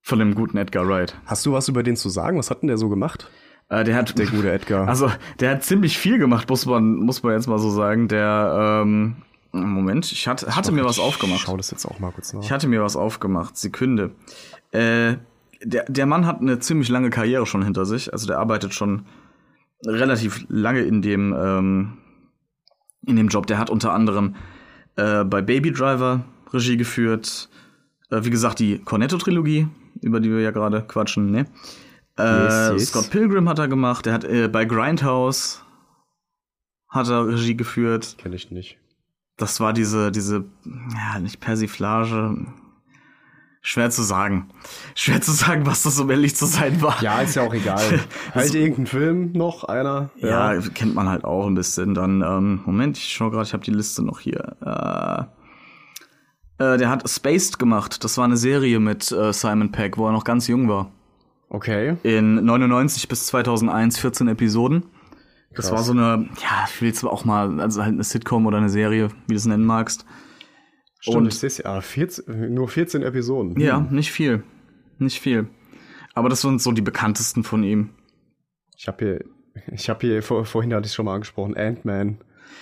Speaker 4: Von dem guten Edgar Wright.
Speaker 5: Hast du was über den zu sagen? Was hat denn der so gemacht?
Speaker 4: Äh, der hat.
Speaker 5: Der gute Edgar.
Speaker 4: Also, der hat ziemlich viel gemacht, muss man, muss man jetzt mal so sagen. Der, ähm, Moment, ich hatte, hatte mir was
Speaker 5: Ich
Speaker 4: aufgemacht.
Speaker 5: schau das jetzt auch mal kurz nach.
Speaker 4: Ich hatte mir was aufgemacht, Sekunde. Äh, der, der Mann hat eine ziemlich lange Karriere schon hinter sich. Also der arbeitet schon relativ lange in dem, ähm, in dem Job. Der hat unter anderem äh, bei Baby Driver Regie geführt. Äh, wie gesagt, die Cornetto-Trilogie, über die wir ja gerade quatschen. Ne? Äh,
Speaker 5: Yes, yes.
Speaker 4: Scott Pilgrim hat er gemacht. Der hat äh, bei Grindhouse hat er Regie geführt.
Speaker 5: Kenne ich nicht.
Speaker 4: Das war diese, diese, ja, nicht Persiflage. Schwer zu sagen. Schwer zu sagen, was das, um ehrlich zu sein, war.
Speaker 5: Ja, ist ja auch egal. halt irgendein Film noch, einer.
Speaker 4: Ja, kennt man halt auch ein bisschen. Dann, ähm, Moment, ich schau gerade, ich habe die Liste noch hier. Äh, äh, der hat Spaced gemacht. Das war eine Serie mit äh, Simon Pegg, wo er noch ganz jung war.
Speaker 5: Okay.
Speaker 4: In 99 bis 2001 14 Episoden. Das
Speaker 5: Krass.
Speaker 4: war so eine, ja, ich will jetzt auch mal, also halt eine Sitcom oder eine Serie, wie du es nennen magst.
Speaker 5: Stimmt,
Speaker 4: Und-
Speaker 5: ich seh's ja. 14, nur 14 Episoden.
Speaker 4: Ja, nicht viel. Nicht viel. Aber das sind so die bekanntesten von ihm.
Speaker 5: Ich habe hier, ich habe hier, vor, vorhin hatte ich schon mal angesprochen, Ant-Man.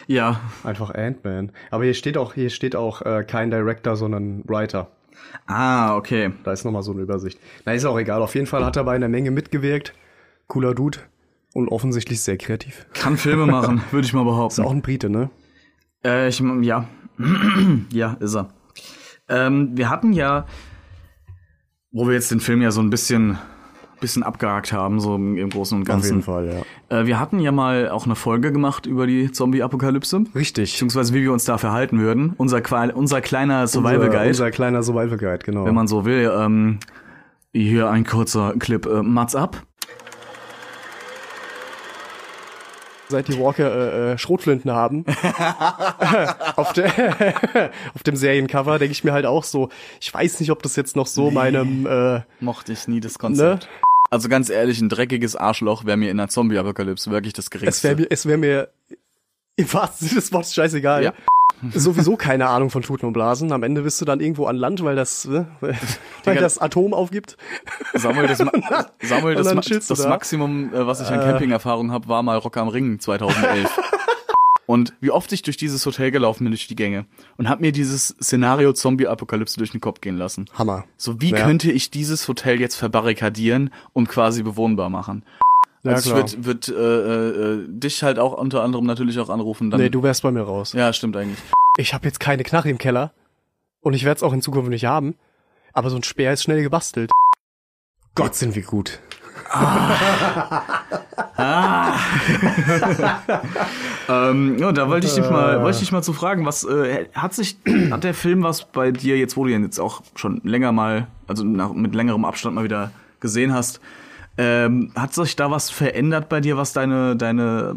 Speaker 4: Ja.
Speaker 5: Einfach Ant-Man. Aber hier steht auch, hier steht auch äh, kein Director, sondern Writer.
Speaker 4: Ah, okay.
Speaker 5: Da ist nochmal so eine Übersicht. Na, ist auch egal. Auf jeden Fall hat er bei einer Menge mitgewirkt. Cooler Dude. Und offensichtlich sehr kreativ.
Speaker 4: Kann Filme machen, würde ich mal behaupten.
Speaker 5: Ist auch ein Brite, ne?
Speaker 4: Äh, ich, ja. ja, ist er. Ähm, wir hatten ja, wo wir jetzt den Film ja so ein bisschen, bisschen abgehakt haben, so im, im Großen und Ganzen.
Speaker 5: Fall, ja.
Speaker 4: Äh, wir hatten ja mal auch eine Folge gemacht über die Zombie-Apokalypse.
Speaker 5: Richtig.
Speaker 4: Beziehungsweise wie wir uns da verhalten würden. Unser, Qual unser kleiner Survival
Speaker 5: Unser,
Speaker 4: Guide.
Speaker 5: unser kleiner Survival Guide, genau.
Speaker 4: wenn man so will. Ähm, hier ein kurzer Clip. Äh, Mats ab.
Speaker 5: seit die Walker äh, äh, Schrotflinten haben. auf, der, auf dem Seriencover denke ich mir halt auch so, ich weiß nicht, ob das jetzt noch so meinem, äh,
Speaker 4: Mochte ich nie das
Speaker 5: ne?
Speaker 4: Also ganz ehrlich, ein dreckiges Arschloch wäre mir in einer Zombie-Apokalypse wirklich das
Speaker 5: Es wäre
Speaker 4: Geringste.
Speaker 5: mir, es wär mir im wahrsten Sinne des Wortes scheißegal.
Speaker 4: Ja.
Speaker 5: Sowieso keine Ahnung von Tuten und Blasen. Am Ende bist du dann irgendwo an Land, weil das, ne? weil
Speaker 4: Digga.
Speaker 5: das Atom aufgibt.
Speaker 4: Samuel, das, Ma Samuel,
Speaker 5: Und
Speaker 4: das,
Speaker 5: dann
Speaker 4: Ma
Speaker 5: chillst du
Speaker 4: das
Speaker 5: da.
Speaker 4: Maximum, äh, was ich an Camping-Erfahrung habe, war mal Rock am Ring 2011. Und wie oft ich durch dieses Hotel gelaufen bin, durch die Gänge und habe mir dieses Szenario Zombie-Apokalypse durch den Kopf gehen lassen.
Speaker 5: Hammer.
Speaker 4: So, wie
Speaker 5: Ja.
Speaker 4: könnte ich dieses Hotel jetzt verbarrikadieren und quasi bewohnbar machen?
Speaker 5: Ja,
Speaker 4: also
Speaker 5: klar.
Speaker 4: ich wird, wird äh, äh, dich halt auch unter anderem natürlich auch anrufen. Dann,
Speaker 5: Nee, du wärst bei mir raus.
Speaker 4: ja, stimmt eigentlich.
Speaker 5: Ich habe jetzt keine Knarre im Keller und ich werde es auch in Zukunft nicht haben. Aber so ein Speer ist schnell gebastelt. Gott, sind wir gut.
Speaker 4: Ähm, ja, da wollte ich dich mal, wollte ich dich mal zu fragen, was äh, hat sich, hat der Film was bei dir jetzt, wo du ihn jetzt auch schon länger mal, also nach, mit längerem Abstand mal wieder gesehen hast, ähm, hat sich da was verändert bei dir, was deine deine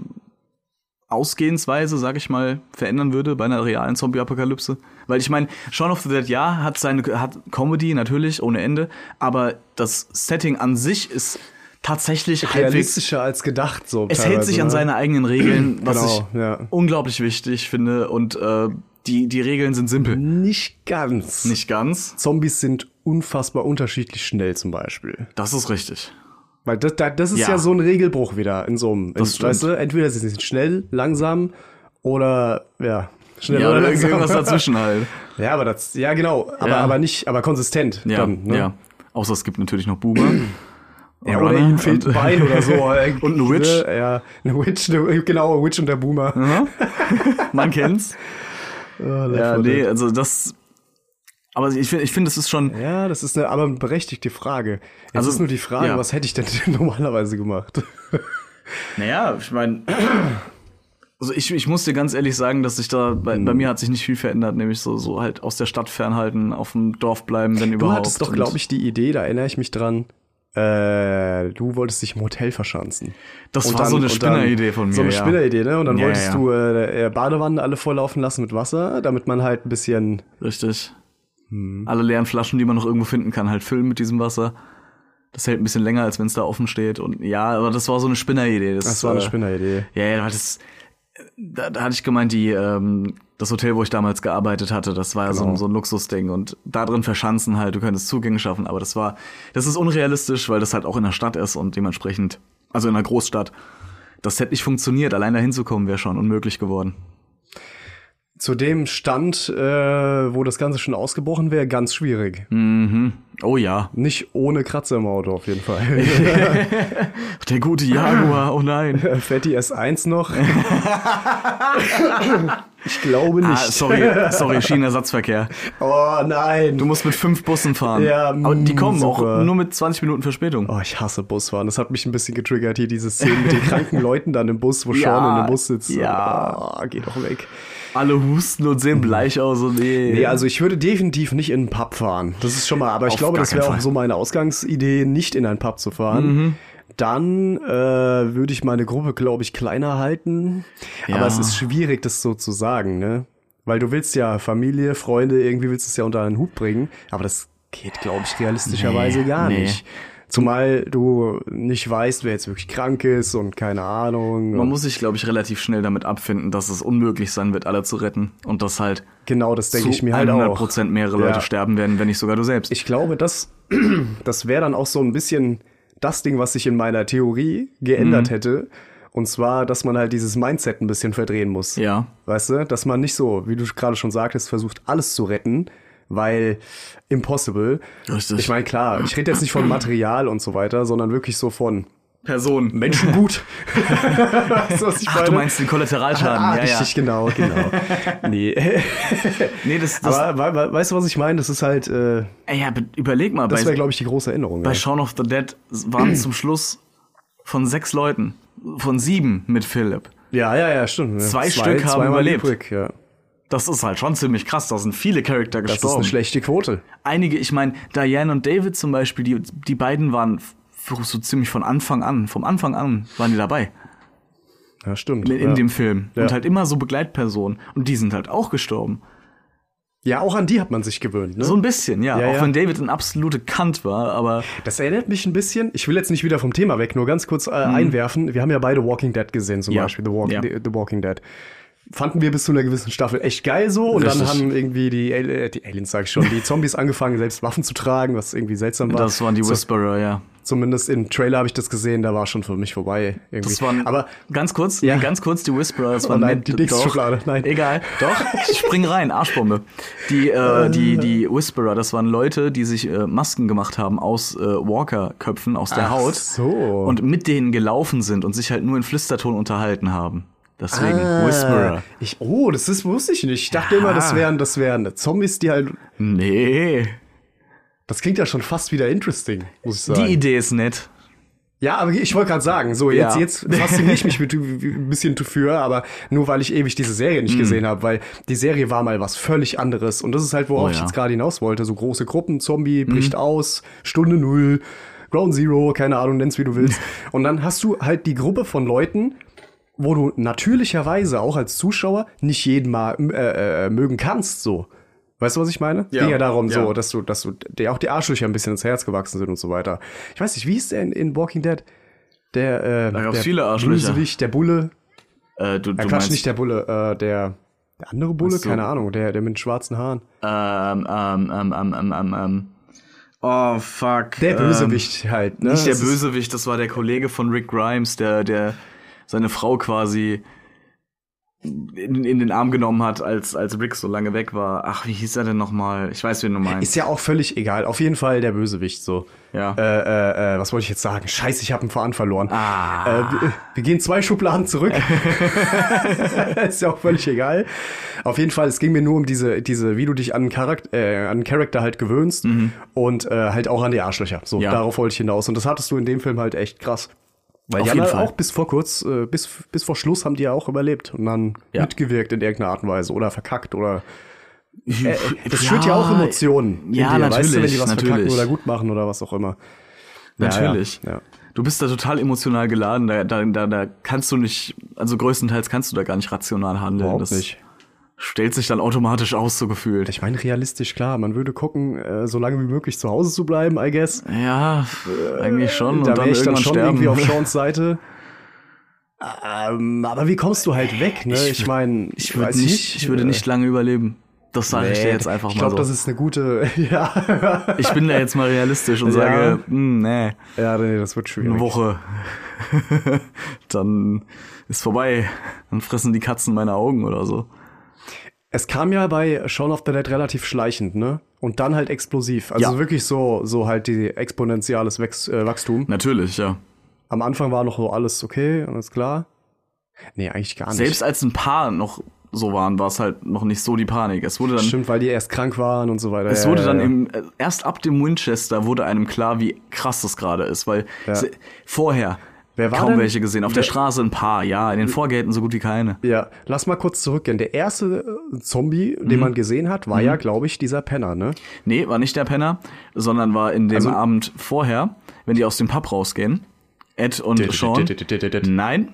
Speaker 4: Ausgehensweise, sag ich mal, verändern würde bei einer realen Zombie-Apokalypse? Weil ich meine, Shaun of the Dead, ja, hat seine hat Comedy natürlich ohne Ende, aber das Setting an sich ist tatsächlich halbwegs
Speaker 5: realistischer als gedacht. So
Speaker 4: es hält sich an seine eigenen Regeln, was
Speaker 5: ne? Genau,
Speaker 4: ich
Speaker 5: ja.
Speaker 4: unglaublich wichtig finde. Und äh, Die, die Regeln sind simpel.
Speaker 5: Nicht ganz.
Speaker 4: Nicht ganz.
Speaker 5: Zombies sind unfassbar unterschiedlich schnell zum Beispiel.
Speaker 4: Das ist richtig.
Speaker 5: Weil das, da- das ist ja.
Speaker 4: Ja.
Speaker 5: so ein Regelbruch wieder in so einem.
Speaker 4: Das
Speaker 5: in, weißt du, entweder sie sind schnell, langsam oder ja, schnell
Speaker 4: Ja,
Speaker 5: oder
Speaker 4: oder
Speaker 5: langsam.
Speaker 4: irgendwas dazwischen halt.
Speaker 5: Ja, aber das, ja genau, aber,
Speaker 4: Ja.
Speaker 5: aber nicht, aber konsistent
Speaker 4: Ja,
Speaker 5: dann. Ne?
Speaker 4: ja. Außer es gibt natürlich noch Buber.
Speaker 5: Ja, oder
Speaker 4: Runner
Speaker 5: ihnen fehlt ein
Speaker 4: und-
Speaker 5: Bein oder so.
Speaker 4: Und eine Witch.
Speaker 5: Ne? Ja, eine Witch, eine, genau, Witch und der Boomer.
Speaker 4: Man kennt's.
Speaker 5: Left
Speaker 4: Ja,
Speaker 5: 4
Speaker 4: nee,
Speaker 5: Dead.
Speaker 4: also das. Aber ich finde, ich finde, es ist schon.
Speaker 5: ja, das ist eine, aber eine berechtigte Frage. Jetzt also
Speaker 4: Also,
Speaker 5: ist nur die Frage,
Speaker 4: ja.
Speaker 5: was hätte ich denn normalerweise gemacht?
Speaker 4: Naja, ich meine. Also ich, ich muss dir ganz ehrlich sagen, dass sich da, bei,
Speaker 5: Hm.
Speaker 4: bei mir hat sich nicht viel verändert, nämlich so, so halt aus der Stadt fernhalten, auf dem Dorf bleiben, wenn
Speaker 5: Du
Speaker 4: überhaupt.
Speaker 5: hattest doch,
Speaker 4: Und
Speaker 5: glaube ich, die Idee, da erinnere ich mich dran. Äh, du wolltest dich im Hotel verschanzen.
Speaker 4: Das war so eine
Speaker 5: und
Speaker 4: Spinneridee von mir,
Speaker 5: So eine
Speaker 4: ja.
Speaker 5: Spinneridee, ne? Und dann
Speaker 4: Ja,
Speaker 5: wolltest
Speaker 4: ja.
Speaker 5: du äh, Badewannen alle volllaufen lassen mit Wasser, damit man halt ein bisschen.
Speaker 4: Richtig.
Speaker 5: Hm.
Speaker 4: Alle leeren Flaschen, die man noch irgendwo finden kann, halt füllen mit diesem Wasser. Das hält ein bisschen länger, als wenn es da offen steht. Und ja, aber das war so eine Spinneridee. Das,
Speaker 5: Das war eine
Speaker 4: äh,
Speaker 5: Spinneridee.
Speaker 4: Ja, ja, das, da, da hatte ich gemeint, die, ähm, das Hotel, wo ich damals gearbeitet hatte, das war ja so,
Speaker 5: Genau.
Speaker 4: ein, so ein Luxusding und da drin verschanzen halt, du könntest Zugänge schaffen, aber das war, das ist unrealistisch, weil das halt auch in der Stadt ist und dementsprechend, also in einer Großstadt, das hätte nicht funktioniert, allein da hinzukommen wäre schon unmöglich geworden.
Speaker 5: Zu dem Stand, äh, wo das Ganze schon ausgebrochen wäre, ganz schwierig.
Speaker 4: Oh ja,
Speaker 5: Nicht ohne Kratzer im Auto auf jeden Fall.
Speaker 4: der gute Jaguar, oh nein.
Speaker 5: Fetti S1 noch. ich glaube
Speaker 4: Ah,
Speaker 5: nicht.
Speaker 4: sorry, sorry, Schienenersatzverkehr.
Speaker 5: oh nein.
Speaker 4: Du musst mit fünf Bussen fahren.
Speaker 5: Ja, mm,
Speaker 4: aber die kommen
Speaker 5: super.
Speaker 4: auch nur mit 20 Minuten Verspätung.
Speaker 5: Oh, ich hasse Busfahren. Das hat mich ein bisschen getriggert, hier diese Szene mit den kranken Leuten dann im Bus, wo
Speaker 4: Ja,
Speaker 5: Sean in dem Bus sitzt.
Speaker 4: ja.
Speaker 5: Oh, geh doch weg.
Speaker 4: Alle husten und sehen bleich aus und eh. nee.
Speaker 5: Mhm. Nee, also ich würde definitiv nicht in einen Pub fahren. Das ist schon mal, aber ich
Speaker 4: Auf
Speaker 5: glaube,
Speaker 4: gar
Speaker 5: das wäre
Speaker 4: keinen
Speaker 5: auch
Speaker 4: Fall. Mhm.
Speaker 5: so meine Ausgangsidee, nicht in einen Pub zu fahren. Dann äh, würde ich meine Gruppe, glaube ich, kleiner halten. Aber
Speaker 4: Ja.
Speaker 5: es ist schwierig, das so zu sagen, ne? Weil du willst ja Familie, Freunde, irgendwie willst du es ja unter einen Hut bringen. Aber das geht, glaube ich, realistischerweise
Speaker 4: Nee,
Speaker 5: gar
Speaker 4: nee.
Speaker 5: nicht. Zumal du nicht weißt, wer jetzt wirklich krank ist und keine Ahnung.
Speaker 4: Man
Speaker 5: Und
Speaker 4: muss sich, glaube ich, relativ schnell damit abfinden, dass es unmöglich sein wird, alle zu retten. Und dass halt
Speaker 5: genau, das denke
Speaker 4: zu
Speaker 5: ich mir halt auch.
Speaker 4: 100% mehrere Leute
Speaker 5: Ja.
Speaker 4: sterben werden, wenn nicht sogar du selbst.
Speaker 5: ich glaube, das, das wäre dann auch so ein bisschen das Ding, was sich in meiner Theorie geändert
Speaker 4: Mhm.
Speaker 5: hätte. Und zwar, dass man halt dieses Mindset ein bisschen verdrehen muss.
Speaker 4: Ja.
Speaker 5: Weißt du, dass man nicht so, wie du gerade schon sagtest, versucht, alles zu retten, weil impossible.
Speaker 4: Richtig.
Speaker 5: Ich meine, klar, ich rede jetzt nicht von Material und so weiter, sondern wirklich so von
Speaker 4: Person.
Speaker 5: Menschengut. weißt du, was ich
Speaker 4: Ach, du meinst den Kollateralschaden.
Speaker 5: Ah,
Speaker 4: ja,
Speaker 5: richtig, genau, genau. nee.
Speaker 4: ja. Nee, das, das,
Speaker 5: Aber we- we- weißt du, was ich meine? Das ist halt, äh,
Speaker 4: ey, ja, be- überleg mal,
Speaker 5: das wäre,
Speaker 4: bei,
Speaker 5: glaube ich, die große Erinnerung.
Speaker 4: bei
Speaker 5: ja.
Speaker 4: Shaun of the Dead waren zum Schluss von sechs Leuten, von sieben mit Philipp.
Speaker 5: Ja, ja, ja, stimmt. ne?
Speaker 4: Zwei Stück haben
Speaker 5: zweimal
Speaker 4: überlebt.
Speaker 5: Übrig, ja.
Speaker 4: Das ist halt schon ziemlich krass, da sind viele Charakter
Speaker 5: Das ist
Speaker 4: gestorben.
Speaker 5: eine schlechte Quote.
Speaker 4: einige, ich meine, Diane und David zum Beispiel, die, die beiden waren f- so ziemlich von Anfang an, vom Anfang an waren die dabei
Speaker 5: Ja, stimmt.
Speaker 4: in,
Speaker 5: ja.
Speaker 4: in dem Film.
Speaker 5: Ja.
Speaker 4: Und halt immer so Begleitpersonen. Und die sind halt auch gestorben.
Speaker 5: ja, auch an die hat man sich gewöhnt. Ne?
Speaker 4: So ein bisschen, ja.
Speaker 5: Ja,
Speaker 4: auch
Speaker 5: ja.
Speaker 4: wenn David ein absolute Kant war, aber
Speaker 5: das erinnert mich ein bisschen, ich will jetzt nicht wieder vom Thema weg, nur ganz kurz äh, einwerfen. Wir haben ja beide Walking Dead gesehen, zum
Speaker 4: Mhm. Ja.
Speaker 5: Beispiel The, Walk
Speaker 4: Ja.
Speaker 5: The, The Walking Dead. Fanden wir bis zu einer gewissen Staffel echt geil so und dann
Speaker 4: Richtig.
Speaker 5: haben irgendwie die, Ali äh, die Aliens, sag ich schon, die Zombies angefangen, selbst Waffen zu tragen, was irgendwie seltsam war.
Speaker 4: das waren die
Speaker 5: so,
Speaker 4: Whisperer, ja.
Speaker 5: Zumindest im Trailer habe ich das gesehen, da war schon für mich vorbei. Irgendwie.
Speaker 4: Das waren,
Speaker 5: Aber
Speaker 4: ganz kurz,
Speaker 5: Ja.
Speaker 4: ganz kurz, die Whisperer, das
Speaker 5: Oh
Speaker 4: waren
Speaker 5: nein,
Speaker 4: Matt-
Speaker 5: die nächste
Speaker 4: doch,
Speaker 5: Schublade, nein.
Speaker 4: Egal, doch, ich spring rein, Arschbombe. Die, äh, die, die Whisperer, das waren Leute, die sich äh, Masken gemacht haben aus äh, Walker-Köpfen, aus der
Speaker 5: Ach
Speaker 4: Haut.
Speaker 5: so.
Speaker 4: Und mit denen gelaufen sind und sich halt nur in Flüsterton unterhalten haben. Deswegen
Speaker 5: Ah,
Speaker 4: Whisperer.
Speaker 5: Ich, oh, das ist, wusste ich nicht. Ich dachte immer, das wären, das wären Zombies, die halt.
Speaker 4: Nee,
Speaker 5: Das klingt ja schon fast wieder interesting, muss ich sagen.
Speaker 4: die Idee ist nett.
Speaker 5: ja, aber ich wollte gerade sagen, so, jetzt,
Speaker 4: Ja.
Speaker 5: jetzt fasziniere ich mich mit, ein bisschen dafür, aber nur weil ich ewig diese Serie
Speaker 4: Hm.
Speaker 5: nicht gesehen habe, weil die Serie war mal was völlig anderes. Und das ist halt, worauf
Speaker 4: Oh
Speaker 5: ich
Speaker 4: ja. Hm.
Speaker 5: jetzt gerade hinaus wollte. So große Gruppen, Zombie bricht aus, Stunde Null, Ground Zero, keine Ahnung, nenn's wie du willst. Und dann hast du halt die Gruppe von Leuten, wo du natürlicherweise auch als Zuschauer nicht jeden mal äh, äh, mögen kannst, so. Weißt du, was ich meine? Ja, Ging ja darum
Speaker 4: ja.
Speaker 5: so, dass du, dass du dir auch die Arschlöcher ein bisschen ins Herz gewachsen sind und so weiter. Ich weiß nicht, wie hieß der in, in Walking Dead? Der, äh,
Speaker 4: gab's
Speaker 5: der
Speaker 4: viele Arschlöcher.
Speaker 5: Bösewicht, der Bulle.
Speaker 4: Äh, du, du
Speaker 5: Ja, Quatsch,
Speaker 4: meinst,
Speaker 5: nicht der Bulle, äh, der Der andere Bulle?
Speaker 4: Ach so.
Speaker 5: Keine Ahnung, der, der mit den schwarzen Haaren.
Speaker 4: Ähm, ähm, ähm, ähm, ähm, ähm, ähm. Oh, fuck.
Speaker 5: Der
Speaker 4: ähm,
Speaker 5: Bösewicht halt, ne?
Speaker 4: Nicht der
Speaker 5: Das ist-
Speaker 4: Bösewicht, das war der Kollege von Rick Grimes, der, der seine Frau quasi in, in den Arm genommen hat, als, als Rick so lange weg war. Ach, wie hieß er denn nochmal? Ich weiß, wen du meinst.
Speaker 5: Ist ja auch völlig egal. Auf jeden Fall der Bösewicht so.
Speaker 4: Ja.
Speaker 5: Äh, äh, äh, was wollte ich jetzt sagen? Scheiße, ich habe einen Faden verloren.
Speaker 4: Ah.
Speaker 5: Äh, wir- wir gehen zwei Schubladen zurück. ist ja auch völlig egal. Auf jeden Fall, es ging mir nur um diese, diese, wie du dich an einen Charakter, äh, an einen Charakter halt gewöhnst und äh, halt auch an die Arschlöcher. So,
Speaker 4: Ja.
Speaker 5: darauf wollte ich hinaus. Und das hattest du in dem Film halt echt krass. Weil
Speaker 4: Auf
Speaker 5: die
Speaker 4: jeden
Speaker 5: haben
Speaker 4: Fall.
Speaker 5: auch bis vor kurz, äh, bis, bis vor Schluss haben die ja auch überlebt und dann
Speaker 4: Ja.
Speaker 5: mitgewirkt in irgendeiner Art und Weise oder verkackt oder
Speaker 4: Äh,
Speaker 5: das schürt ja auch Emotionen. in
Speaker 4: Ja,
Speaker 5: dir,
Speaker 4: natürlich.
Speaker 5: Weißt du, wenn die was verkacken
Speaker 4: natürlich.
Speaker 5: oder gut machen oder was auch immer. Ja, ja,
Speaker 4: Natürlich.
Speaker 5: ja.
Speaker 4: Du bist da total emotional geladen. Da, da, da, da kannst du nicht, also größtenteils kannst du da gar nicht rational handeln.
Speaker 5: Überhaupt
Speaker 4: das
Speaker 5: nicht.
Speaker 4: stellt sich dann automatisch aus, so gefühlt.
Speaker 5: Ich meine, realistisch, klar, man würde gucken, äh, so lange wie möglich zu Hause zu bleiben, I guess.
Speaker 4: Ja, eigentlich schon.
Speaker 5: Äh, da
Speaker 4: und dann
Speaker 5: wäre ich dann
Speaker 4: irgendwann
Speaker 5: schon
Speaker 4: sterben.
Speaker 5: irgendwie auf Sean's Seite. Ähm, aber wie kommst du halt weg, ne? Ich, meine,
Speaker 4: Äh, ich, würd nicht, ich würde nicht lange überleben. Das sage ich dir jetzt einfach
Speaker 5: äh, ich
Speaker 4: mal
Speaker 5: glaube,
Speaker 4: so.
Speaker 5: das ist eine gute, ja.
Speaker 4: ich bin da jetzt mal realistisch und
Speaker 5: Ja.
Speaker 4: sage, hm, nee,
Speaker 5: ja, nee, das wird schwierig.
Speaker 4: eine Woche. dann ist vorbei. Dann fressen die Katzen meine Augen oder so.
Speaker 5: Es kam ja bei Shaun of the Dead relativ schleichend, ne? Und dann halt explosiv. Also
Speaker 4: Ja.
Speaker 5: wirklich so, so halt die exponentielles Wachs- äh, Wachstum.
Speaker 4: Natürlich, ja.
Speaker 5: Am Anfang war noch so alles okay, alles klar. Nee, eigentlich gar nicht.
Speaker 4: Selbst als ein paar noch so waren, war es halt noch nicht so die Panik. Es wurde dann,
Speaker 5: Stimmt, weil die erst krank waren und so weiter.
Speaker 4: es
Speaker 5: Ja,
Speaker 4: wurde
Speaker 5: ja,
Speaker 4: dann
Speaker 5: ja.
Speaker 4: im, äh, erst ab dem Winchester wurde einem klar, wie krass das gerade ist, weil se- vorher
Speaker 5: Wer war
Speaker 4: kaum
Speaker 5: denn-
Speaker 4: welche gesehen. Auf der Straße ein paar, ja, in den Vorgärten so gut wie keine.
Speaker 5: Ja, lass mal kurz zurückgehen. Der erste äh, Zombie,
Speaker 4: Mhm.
Speaker 5: den man gesehen hat, war ja, glaube ich, dieser Penner, ne?
Speaker 4: Nee, war nicht der Penner, sondern war in dem
Speaker 5: Also-
Speaker 4: Abend vorher, wenn die aus dem Pub rausgehen. Ed und
Speaker 5: Dit, dit,
Speaker 4: Sean.
Speaker 5: dit, dit, dit, dit, dit.
Speaker 4: Nein.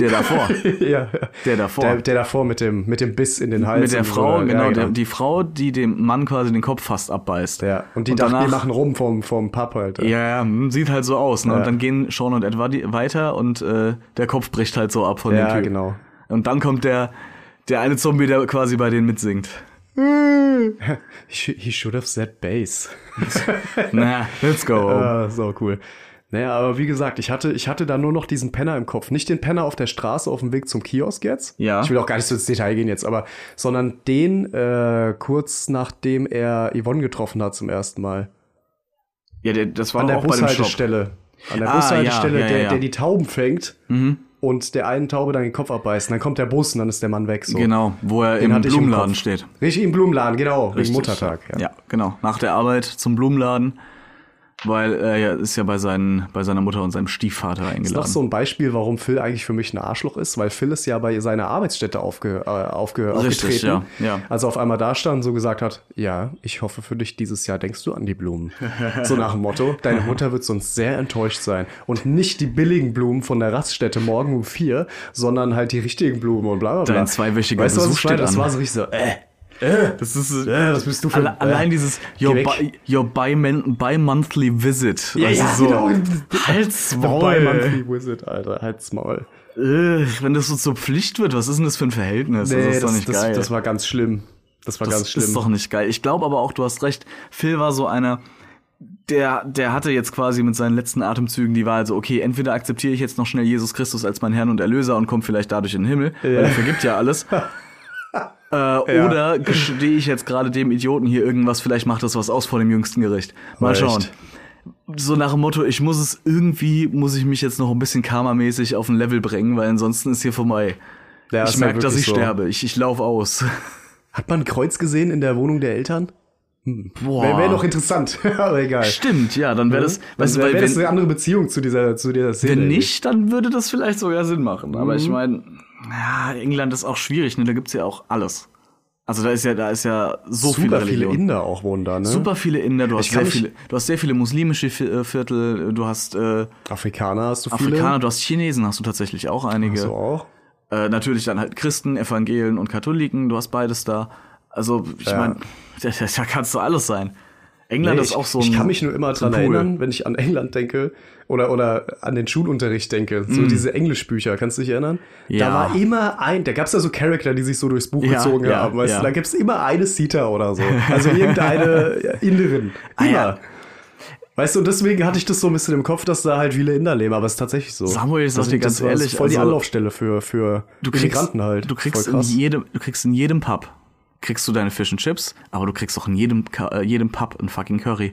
Speaker 4: Der davor.
Speaker 5: ja,
Speaker 4: Der davor.
Speaker 5: Der, der davor mit dem, mit dem Biss in den Hals.
Speaker 4: Mit der
Speaker 5: und so
Speaker 4: Frau,
Speaker 5: weiter.
Speaker 4: genau,
Speaker 5: ja,
Speaker 4: Der, die Frau, die dem Mann quasi den Kopf fast abbeißt.
Speaker 5: ja. Und die dachten,
Speaker 4: danach-
Speaker 5: die machen rum vom, vom Pub halt.
Speaker 4: Ja, ja, hm, sieht halt so aus. Ne?
Speaker 5: Ja.
Speaker 4: Und dann gehen Sean und Ed wadi- weiter und äh, der Kopf bricht halt so ab von
Speaker 5: Ja,
Speaker 4: dem Typ.
Speaker 5: genau.
Speaker 4: Und dann kommt der, der eine Zombie, der quasi bei denen mitsingt.
Speaker 5: He should- He should have said bass.
Speaker 4: Na, let's go.
Speaker 5: Ah, so cool. Naja, aber wie gesagt, ich hatte, ich hatte da nur noch diesen Penner im Kopf. Nicht den Penner auf der Straße auf dem Weg zum Kiosk jetzt.
Speaker 4: Ja.
Speaker 5: Ich will auch gar nicht so ins Detail gehen jetzt, aber sondern den äh, kurz nachdem er Yvonne getroffen hat zum ersten Mal.
Speaker 4: ja, der, das war
Speaker 5: An
Speaker 4: doch
Speaker 5: der
Speaker 4: Oh,
Speaker 5: halt
Speaker 4: auch bei dem Shop.
Speaker 5: Bushaltestelle. An der
Speaker 4: Ah,
Speaker 5: Bushaltestelle,
Speaker 4: ja, ja, Mhm. ja,
Speaker 5: der,
Speaker 4: ja.
Speaker 5: der die Tauben fängt und der einen Taube dann den Kopf abbeißt. Und dann kommt der Bus und dann ist der Mann weg. So.
Speaker 4: Genau, wo er im
Speaker 5: hatte ich im
Speaker 4: Blumenladen
Speaker 5: Kopf.
Speaker 4: steht.
Speaker 5: Richtig, im Blumenladen, genau.
Speaker 4: Richtig.
Speaker 5: Wegen Muttertag.
Speaker 4: Ja. genau. Nach der Arbeit zum Blumenladen, weil er ja, ist ja bei, seinen, bei seiner Mutter und seinem Stiefvater
Speaker 5: ist noch
Speaker 4: eingeladen.
Speaker 5: so ein Beispiel, warum Phil eigentlich für mich ein Arschloch ist, weil Phil ist ja bei seiner Arbeitsstätte aufge, äh, aufge,
Speaker 4: Richtig,
Speaker 5: aufgetreten.
Speaker 4: ja, ja.
Speaker 5: Als er auf einmal da stand und so gesagt hat, ja, ich hoffe für dich dieses Jahr denkst du an die Blumen. so nach dem Motto, deine Mutter wird sonst sehr enttäuscht sein. Und nicht die billigen Blumen von der Raststätte morgen um vier, sondern halt die richtigen Blumen und bla bla bla.
Speaker 4: Dein zweiwöchiger
Speaker 5: weißt du, was
Speaker 4: Besuch
Speaker 5: ich meine?
Speaker 4: steht
Speaker 5: Das
Speaker 4: an.
Speaker 5: war so richtig so, äh,
Speaker 4: Das ist,
Speaker 5: äh, was bist du für
Speaker 4: alle, allein
Speaker 5: äh,
Speaker 4: dieses
Speaker 5: geh
Speaker 4: your,
Speaker 5: weg.
Speaker 4: bi, your bi-man- bi-monthly visit.
Speaker 5: Ja, ja,
Speaker 4: also
Speaker 5: genau.
Speaker 4: so Halt's
Speaker 5: Dabei,
Speaker 4: Maul.
Speaker 5: Monthly Wizard, Alter, halt's Maul.
Speaker 4: Äh, Wenn das so zur Pflicht wird, was ist denn das für ein Verhältnis?
Speaker 5: Nee,
Speaker 4: das
Speaker 5: das,
Speaker 4: ist doch nicht
Speaker 5: das,
Speaker 4: geil.
Speaker 5: das war ganz schlimm. Das war ganz
Speaker 4: das
Speaker 5: schlimm.
Speaker 4: ist doch nicht geil. Ich glaube aber auch, du hast recht. Phil war so einer, der, der hatte jetzt quasi mit seinen letzten Atemzügen die Wahl so, okay, entweder akzeptiere ich jetzt noch schnell Jesus Christus als meinen Herrn und Erlöser und komme vielleicht dadurch in den Himmel, weil er vergibt ja alles. äh, Oder gestehe ich jetzt gerade dem Idioten hier irgendwas, vielleicht macht das was aus vor dem jüngsten Gericht. Mal
Speaker 5: Recht.
Speaker 4: schauen. So nach dem Motto, ich muss es irgendwie, muss ich mich jetzt noch ein bisschen karmamäßig auf ein Level bringen, weil ansonsten ist hier vorbei.
Speaker 5: Ja,
Speaker 4: ich
Speaker 5: ist ja
Speaker 4: merke, dass
Speaker 5: wirklich
Speaker 4: ich
Speaker 5: so.
Speaker 4: sterbe. Ich, ich laufe aus.
Speaker 5: Hat man ein Kreuz gesehen in der Wohnung der Eltern?
Speaker 4: Boah.
Speaker 5: Wäre wär doch interessant, aber egal.
Speaker 4: Stimmt, ja, dann wäre das, weißt
Speaker 5: Weißt
Speaker 4: du,
Speaker 5: Äh, ne? wär,
Speaker 4: weil
Speaker 5: wär das
Speaker 4: wenn,
Speaker 5: eine andere Beziehung zu dieser, zu dieser Szene.
Speaker 4: wenn nicht, dann würde das vielleicht sogar Sinn machen. Aber
Speaker 5: Mhm.
Speaker 4: ich meine, ja, England ist auch schwierig, ne? Da gibt's ja auch alles. Also da ist ja, da ist ja so
Speaker 5: Super
Speaker 4: viele
Speaker 5: viele
Speaker 4: Religionen.
Speaker 5: Inder auch wohnen da, ne?
Speaker 4: Super viele Inder, du hast, sehr
Speaker 5: kann mich-
Speaker 4: viele, du hast sehr viele muslimische Vi- äh, Viertel, du hast äh,
Speaker 5: Afrikaner hast du viele.
Speaker 4: Afrikaner, du hast Chinesen, hast du tatsächlich auch einige.
Speaker 5: So auch.
Speaker 4: Äh, natürlich dann halt Christen, Evangelen und Katholiken, du hast beides da. Also, ich meine, da, da kannst du alles sein. England
Speaker 5: Nee,
Speaker 4: ist auch so ein.
Speaker 5: ich, ich kann mich nur immer
Speaker 4: so ein
Speaker 5: dran
Speaker 4: Pool.
Speaker 5: erinnern, wenn ich an England denke oder, oder an den Schulunterricht denke. So diese Englischbücher, kannst du dich erinnern? Da
Speaker 4: Mm. Ja.
Speaker 5: war immer ein, da gab es ja so Charakter, die sich so durchs Buch
Speaker 4: Ja,
Speaker 5: gezogen
Speaker 4: ja,
Speaker 5: haben. Weißt
Speaker 4: ja.
Speaker 5: du, da gibt es immer eine Sita oder so. Also irgendeine Inderin.
Speaker 4: Ah,
Speaker 5: Immer.
Speaker 4: ja.
Speaker 5: Weißt du, und deswegen hatte ich das so ein bisschen im Kopf, dass da halt viele Inder leben, aber es ist tatsächlich so.
Speaker 4: Samuel, ich sag
Speaker 5: Also
Speaker 4: dir
Speaker 5: das
Speaker 4: ganz
Speaker 5: war
Speaker 4: ehrlich,
Speaker 5: voll die
Speaker 4: also-
Speaker 5: Anlaufstelle für, für
Speaker 4: du kriegst,
Speaker 5: Migranten halt.
Speaker 4: Du kriegst,
Speaker 5: Voll
Speaker 4: in
Speaker 5: krass.
Speaker 4: jedem, du kriegst in jedem Pub kriegst du deine Fish and Chips, aber du kriegst auch in jedem, Ka- äh, jedem Pub ein fucking Curry.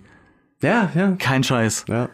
Speaker 5: Ja, ja.
Speaker 4: Kein Scheiß.
Speaker 5: Ja.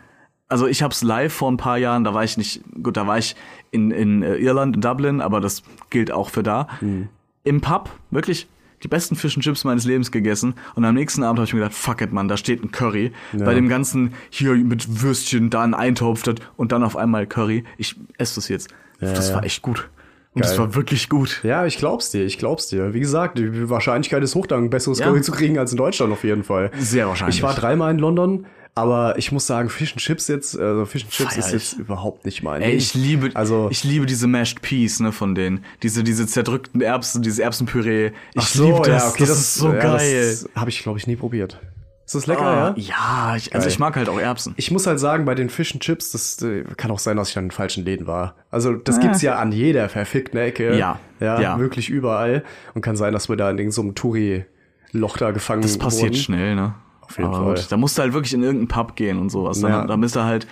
Speaker 4: Also ich hab's live vor ein paar Jahren, da war ich nicht, gut, da war ich in, in äh, Irland, in Dublin, aber das gilt auch für da.
Speaker 5: Mhm.
Speaker 4: Im Pub, wirklich die besten Fish and Chips meines Lebens gegessen und am nächsten Abend habe ich mir gedacht, fuck it, Mann, da steht ein Curry. Bei dem ganzen hier mit Würstchen, da ein Eintopf das- und dann auf einmal Curry. Ich esse das jetzt. das war echt gut. Und das
Speaker 5: Geil.
Speaker 4: war wirklich gut.
Speaker 5: Ja, ich glaub's dir, ich glaub's dir. Wie gesagt, die Wahrscheinlichkeit ist hoch, da ein besseres
Speaker 4: Ja.
Speaker 5: Curry zu kriegen als in Deutschland auf jeden Fall.
Speaker 4: Sehr wahrscheinlich.
Speaker 5: Ich war dreimal in London, aber ich muss sagen, Fish and Chips jetzt, also Fish and Chips
Speaker 4: Feier
Speaker 5: ist
Speaker 4: ich.
Speaker 5: jetzt überhaupt nicht mein.
Speaker 4: Ey,
Speaker 5: Ding.
Speaker 4: ich liebe,
Speaker 5: also
Speaker 4: ich liebe diese Mashed Peas, ne, von denen. Diese, diese zerdrückten Erbsen, dieses Erbsenpüree. Ich
Speaker 5: ach so,
Speaker 4: liebe das.
Speaker 5: ja, okay,
Speaker 4: das, ist so
Speaker 5: ja,
Speaker 4: geil.
Speaker 5: Das habe ich glaube ich nie probiert. Ist das lecker,
Speaker 4: Ah,
Speaker 5: ja?
Speaker 4: ja, ich, also
Speaker 5: Geil.
Speaker 4: ich mag halt auch Erbsen.
Speaker 5: Ich muss halt sagen, bei den Fish and Chips, das äh, kann auch sein, dass ich an den falschen Läden war. Also das gibt's ja an jeder verfickten Ecke.
Speaker 4: Ja,
Speaker 5: ja,
Speaker 4: ja.
Speaker 5: wirklich überall. Und kann sein, dass wir da in irgendeinem Touri-Loch da gefangen
Speaker 4: Das passiert
Speaker 5: wurden.
Speaker 4: schnell, ne? Auf
Speaker 5: jeden Fall.
Speaker 4: da musst du halt wirklich in irgendeinen Pub gehen und sowas. Dann,
Speaker 5: Ja.
Speaker 4: dann bist du halt,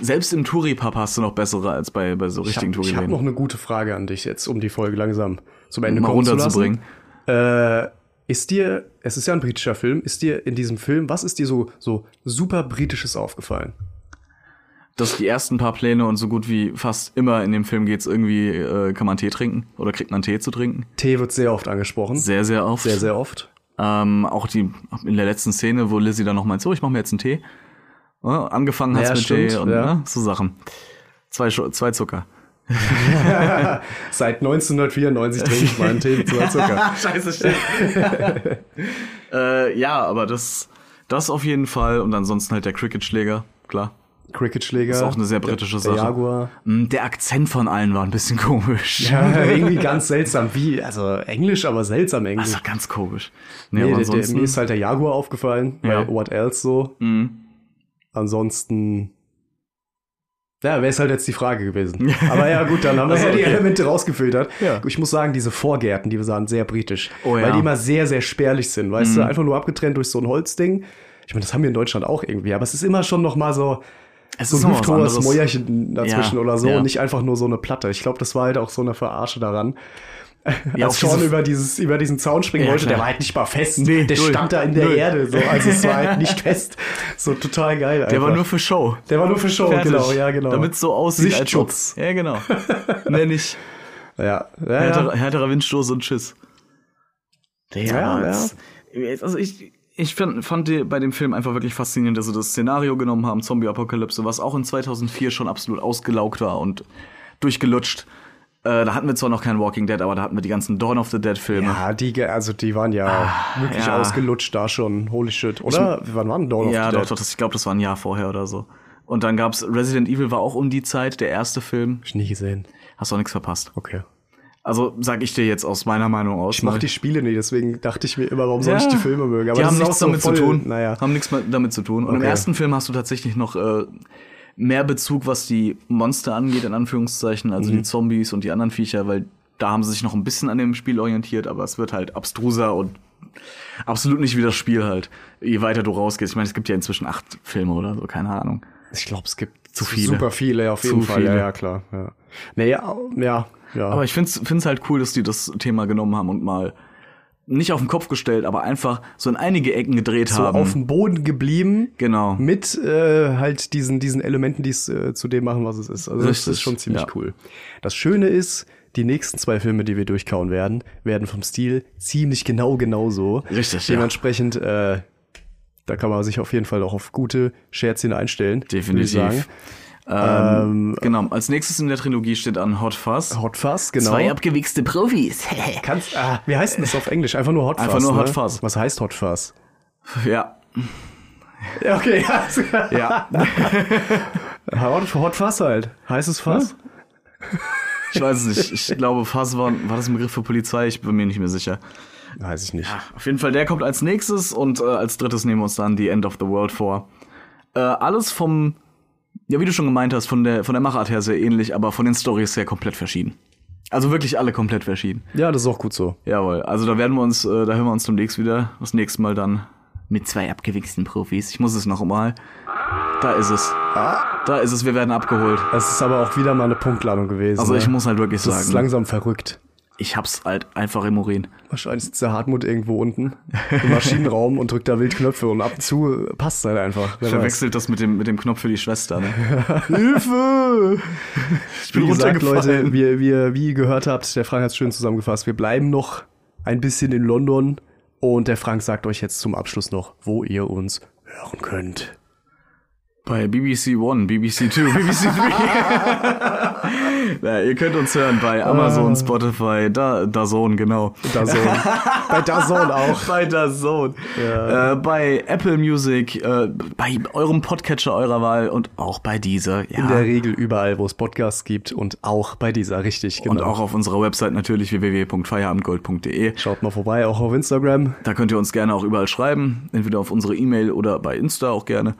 Speaker 4: selbst im Touri-Pub hast du noch bessere als bei, bei so
Speaker 5: Ich
Speaker 4: richtigen
Speaker 5: habe hab
Speaker 4: Touri-Läden.
Speaker 5: noch eine gute Frage an dich jetzt, um die Folge langsam zum Ende
Speaker 4: Um Mal
Speaker 5: kommen zu lassen.
Speaker 4: runterzubringen.
Speaker 5: Äh, ist dir, es ist ja ein britischer Film, ist dir in diesem Film, was ist dir so, so super britisches aufgefallen?
Speaker 4: Dass die ersten paar Pläne und so gut wie fast immer in dem Film geht's irgendwie, äh, kann man Tee trinken oder kriegt man Tee zu trinken.
Speaker 5: Tee wird sehr oft angesprochen.
Speaker 4: Sehr, sehr oft.
Speaker 5: sehr, sehr oft.
Speaker 4: Ähm, auch die in der letzten Szene, wo Lizzie dann noch meint, so, ich mache mir jetzt einen Tee. Ja, angefangen hast
Speaker 5: Ja,
Speaker 4: mit
Speaker 5: stimmt,
Speaker 4: Tee und
Speaker 5: ja.
Speaker 4: ne, so Sachen. Zwei, Schu- zwei Zucker.
Speaker 5: Seit 1994 trinke ich meinen Tee mit zwei Zucker.
Speaker 4: Scheiße, stimmt. äh, ja, aber das, das auf jeden Fall. Und ansonsten halt der Cricketschläger, klar.
Speaker 5: Cricketschläger. Ist
Speaker 4: auch eine sehr britische
Speaker 5: der,
Speaker 4: Sache.
Speaker 5: Der Jaguar.
Speaker 4: Mm, Der Akzent von allen war ein bisschen komisch.
Speaker 5: Ja, irgendwie ganz seltsam. Wie, also Englisch, aber seltsam Englisch.
Speaker 4: Das war Also ganz komisch. Nee,
Speaker 5: Nee,
Speaker 4: aber
Speaker 5: der, der,
Speaker 4: ansonsten,
Speaker 5: mir ist halt der Jaguar aufgefallen,
Speaker 4: Ja.
Speaker 5: weil what else so.
Speaker 4: Mm.
Speaker 5: Ansonsten. Ja, wäre es halt jetzt die Frage gewesen. Aber ja, gut, dann haben wir ja die
Speaker 4: Also, okay.
Speaker 5: Elemente rausgefiltert.
Speaker 4: Ja.
Speaker 5: Ich muss sagen, diese Vorgärten, die wir sahen, sehr britisch.
Speaker 4: Oh ja. Mhm.
Speaker 5: Weil die immer sehr, sehr spärlich sind, weißt du? Einfach nur abgetrennt durch so ein Holzding. Ich meine, das haben wir in Deutschland auch irgendwie, aber es ist immer schon noch mal so,
Speaker 4: es
Speaker 5: so
Speaker 4: noch
Speaker 5: ein
Speaker 4: was
Speaker 5: hüfthohes
Speaker 4: anderes.
Speaker 5: Mäuerchen dazwischen
Speaker 4: Ja,
Speaker 5: oder so
Speaker 4: ja.
Speaker 5: und nicht einfach nur so eine Platte. Ich glaube, das war halt auch so eine Verarsche daran.
Speaker 4: Ja,
Speaker 5: Als
Speaker 4: auch
Speaker 5: Sean
Speaker 4: diese-
Speaker 5: über, dieses, über diesen Zaun springen
Speaker 4: Ja,
Speaker 5: wollte,
Speaker 4: klar.
Speaker 5: der war halt nicht mal fest.
Speaker 4: Nee,
Speaker 5: der
Speaker 4: null.
Speaker 5: stand da in der
Speaker 4: Null.
Speaker 5: Erde. So. Also es war halt nicht fest. So total geil. Einfach.
Speaker 4: Der war nur für Show.
Speaker 5: der war nur für Show,
Speaker 4: Fertig.
Speaker 5: genau, ja, genau.
Speaker 4: Damit so aussieht als ob.
Speaker 5: Sichtschutz.
Speaker 4: Ja, genau. Nenn ich
Speaker 5: Ja, ja, ja.
Speaker 4: härterer, härterer Windstoß und Tschüss. Der,
Speaker 5: Ja, ja.
Speaker 4: es- Also ich, ich fand, fand die- bei dem Film einfach wirklich faszinierend, dass sie das Szenario genommen haben, Zombie-Apokalypse, was auch in 2004 schon absolut ausgelaugt war und durchgelutscht. Äh, da hatten wir zwar noch keinen Walking Dead, aber da hatten wir die ganzen Dawn of the Dead-Filme.
Speaker 5: Ja, die, ge- also die waren ja wirklich
Speaker 4: Ah, ja.
Speaker 5: ausgelutscht da schon. Holy shit. Oder? wann waren Dawn of
Speaker 4: Ja,
Speaker 5: the
Speaker 4: doch,
Speaker 5: Dead?
Speaker 4: doch, das, ich glaube, das war ein Jahr vorher oder so. Und dann gab's Resident Evil war auch um die Zeit, der erste Film.
Speaker 5: Hab ich nie gesehen.
Speaker 4: Hast auch nichts verpasst.
Speaker 5: Okay.
Speaker 4: Also sag ich dir jetzt aus meiner Meinung aus.
Speaker 5: Ich mach
Speaker 4: ne?
Speaker 5: die Spiele nie, deswegen dachte ich mir immer, warum soll ich die Filme mögen?
Speaker 4: die
Speaker 5: das
Speaker 4: haben
Speaker 5: ist auch
Speaker 4: nichts
Speaker 5: so
Speaker 4: damit zu
Speaker 5: voll-
Speaker 4: tun.
Speaker 5: Naja.
Speaker 4: Haben nichts mit- damit zu tun. Und im
Speaker 5: Okay.
Speaker 4: ersten Film hast du tatsächlich noch äh, mehr Bezug, was die Monster angeht, in Anführungszeichen, also
Speaker 5: Mhm.
Speaker 4: die Zombies und die anderen Viecher, weil da haben sie sich noch ein bisschen an dem Spiel orientiert, aber es wird halt abstruser und absolut nicht wie das Spiel halt, je weiter du rausgehst. Ich meine, es gibt ja inzwischen acht Filme oder so, keine Ahnung.
Speaker 5: Ich glaube, es gibt
Speaker 4: Zu viele.
Speaker 5: Super viele, auf
Speaker 4: Zu
Speaker 5: jeden Fall. Ja,
Speaker 4: viele.
Speaker 5: ja, klar. Ja. Naja, ja, ja.
Speaker 4: Aber ich find's, find's halt cool, dass die das Thema genommen haben und mal nicht auf den Kopf gestellt, aber einfach so in einige Ecken gedreht
Speaker 5: so
Speaker 4: haben.
Speaker 5: auf dem Boden geblieben.
Speaker 4: genau.
Speaker 5: Mit äh, halt diesen, diesen Elementen, die es äh, zu dem machen, was es ist. Also das
Speaker 4: Richtig,
Speaker 5: ist schon ziemlich
Speaker 4: ja.
Speaker 5: cool. Das Schöne ist, die nächsten zwei Filme, die wir durchkauen werden, werden vom Stil ziemlich genau genauso.
Speaker 4: Richtig, ja.
Speaker 5: Dementsprechend, äh, da kann man sich auf jeden Fall auch auf gute Scherzchen einstellen. würde ich sagen.
Speaker 4: Definitiv. Ähm, genau. Als nächstes in der Trilogie steht an Hot Fuzz.
Speaker 5: Hot Fuzz, genau.
Speaker 4: Zwei abgewichste Profis.
Speaker 5: Kannst, ah, wie heißt denn das auf Englisch? Einfach nur Hot
Speaker 4: Einfach
Speaker 5: Fuzz.
Speaker 4: nur
Speaker 5: ne?
Speaker 4: Hot Fuzz.
Speaker 5: Was heißt Hot Fuzz?
Speaker 4: ja.
Speaker 5: Ja, okay.
Speaker 4: Ja.
Speaker 5: Hot, Hot Fuzz halt. Heißes Fass.
Speaker 4: Ich weiß es nicht. Ich glaube, Fuzz war, war das ein Begriff für Polizei? Ich bin mir nicht mehr sicher.
Speaker 5: Weiß ich nicht.
Speaker 4: Auf jeden Fall, der kommt als nächstes und äh, als drittes nehmen wir uns dann die End of the World vor. Äh, alles vom, ja, wie du schon gemeint hast, von der, von der Machart her sehr ähnlich, aber von den Stories her komplett verschieden. Also wirklich alle komplett verschieden.
Speaker 5: Ja, das ist auch gut so.
Speaker 4: Jawohl, also da werden wir uns, äh, da hören wir uns demnächst wieder. Das nächste Mal dann mit zwei abgewichsten Profis. Ich muss es noch mal. Da ist es. Da ist es, wir werden abgeholt.
Speaker 5: Das ist aber auch wieder mal eine Punktladung gewesen.
Speaker 4: Also ich
Speaker 5: ne?
Speaker 4: muss halt wirklich
Speaker 5: Das ist
Speaker 4: sagen,
Speaker 5: langsam verrückt.
Speaker 4: ich hab's halt einfach im Urin.
Speaker 5: Wahrscheinlich sitzt der Hartmut irgendwo unten im Maschinenraum und drückt da wild Knöpfe und ab und zu passt es halt einfach. Wer weiß.
Speaker 4: Verwechselt das mit dem, mit dem Knopf für die Schwester, ne?
Speaker 5: Hilfe! Ich bin
Speaker 4: bin
Speaker 5: Wie gesagt,
Speaker 4: runtergefallen.
Speaker 5: Leute, wir, wir, wie ihr gehört habt, der Frank hat es schön zusammengefasst. Wir bleiben noch ein bisschen in London und der Frank sagt euch jetzt zum Abschluss noch, wo ihr uns hören könnt.
Speaker 4: Bei BBC One, BBC Two, BBC Three. Na, ihr könnt uns hören bei
Speaker 5: Ah.
Speaker 4: Amazon, Spotify, da, Dazone, genau.
Speaker 5: Dazone. Bei Dazone auch.
Speaker 4: Bei Dazone. Äh, bei Apple Music, äh, bei eurem Podcatcher eurer Wahl und auch bei dieser. Ja.
Speaker 5: In der Regel überall, wo es Podcasts gibt und auch bei dieser, richtig, genau.
Speaker 4: Und auch auf unserer Website natürlich www.feierabendgold.de.
Speaker 5: Schaut mal vorbei, auch auf Instagram.
Speaker 4: Da könnt ihr uns gerne auch überall schreiben, entweder auf unsere E-Mail oder bei Insta auch gerne.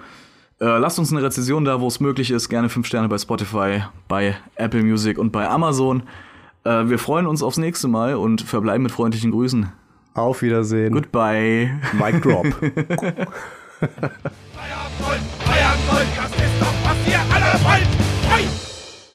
Speaker 4: Äh, lasst uns eine Rezension da, wo es möglich ist. Gerne 5 Sterne bei Spotify, bei Apple Music und bei Amazon. Äh, wir freuen uns aufs nächste Mal und verbleiben mit freundlichen Grüßen.
Speaker 5: Auf Wiedersehen.
Speaker 4: Goodbye.
Speaker 5: Mic Drop.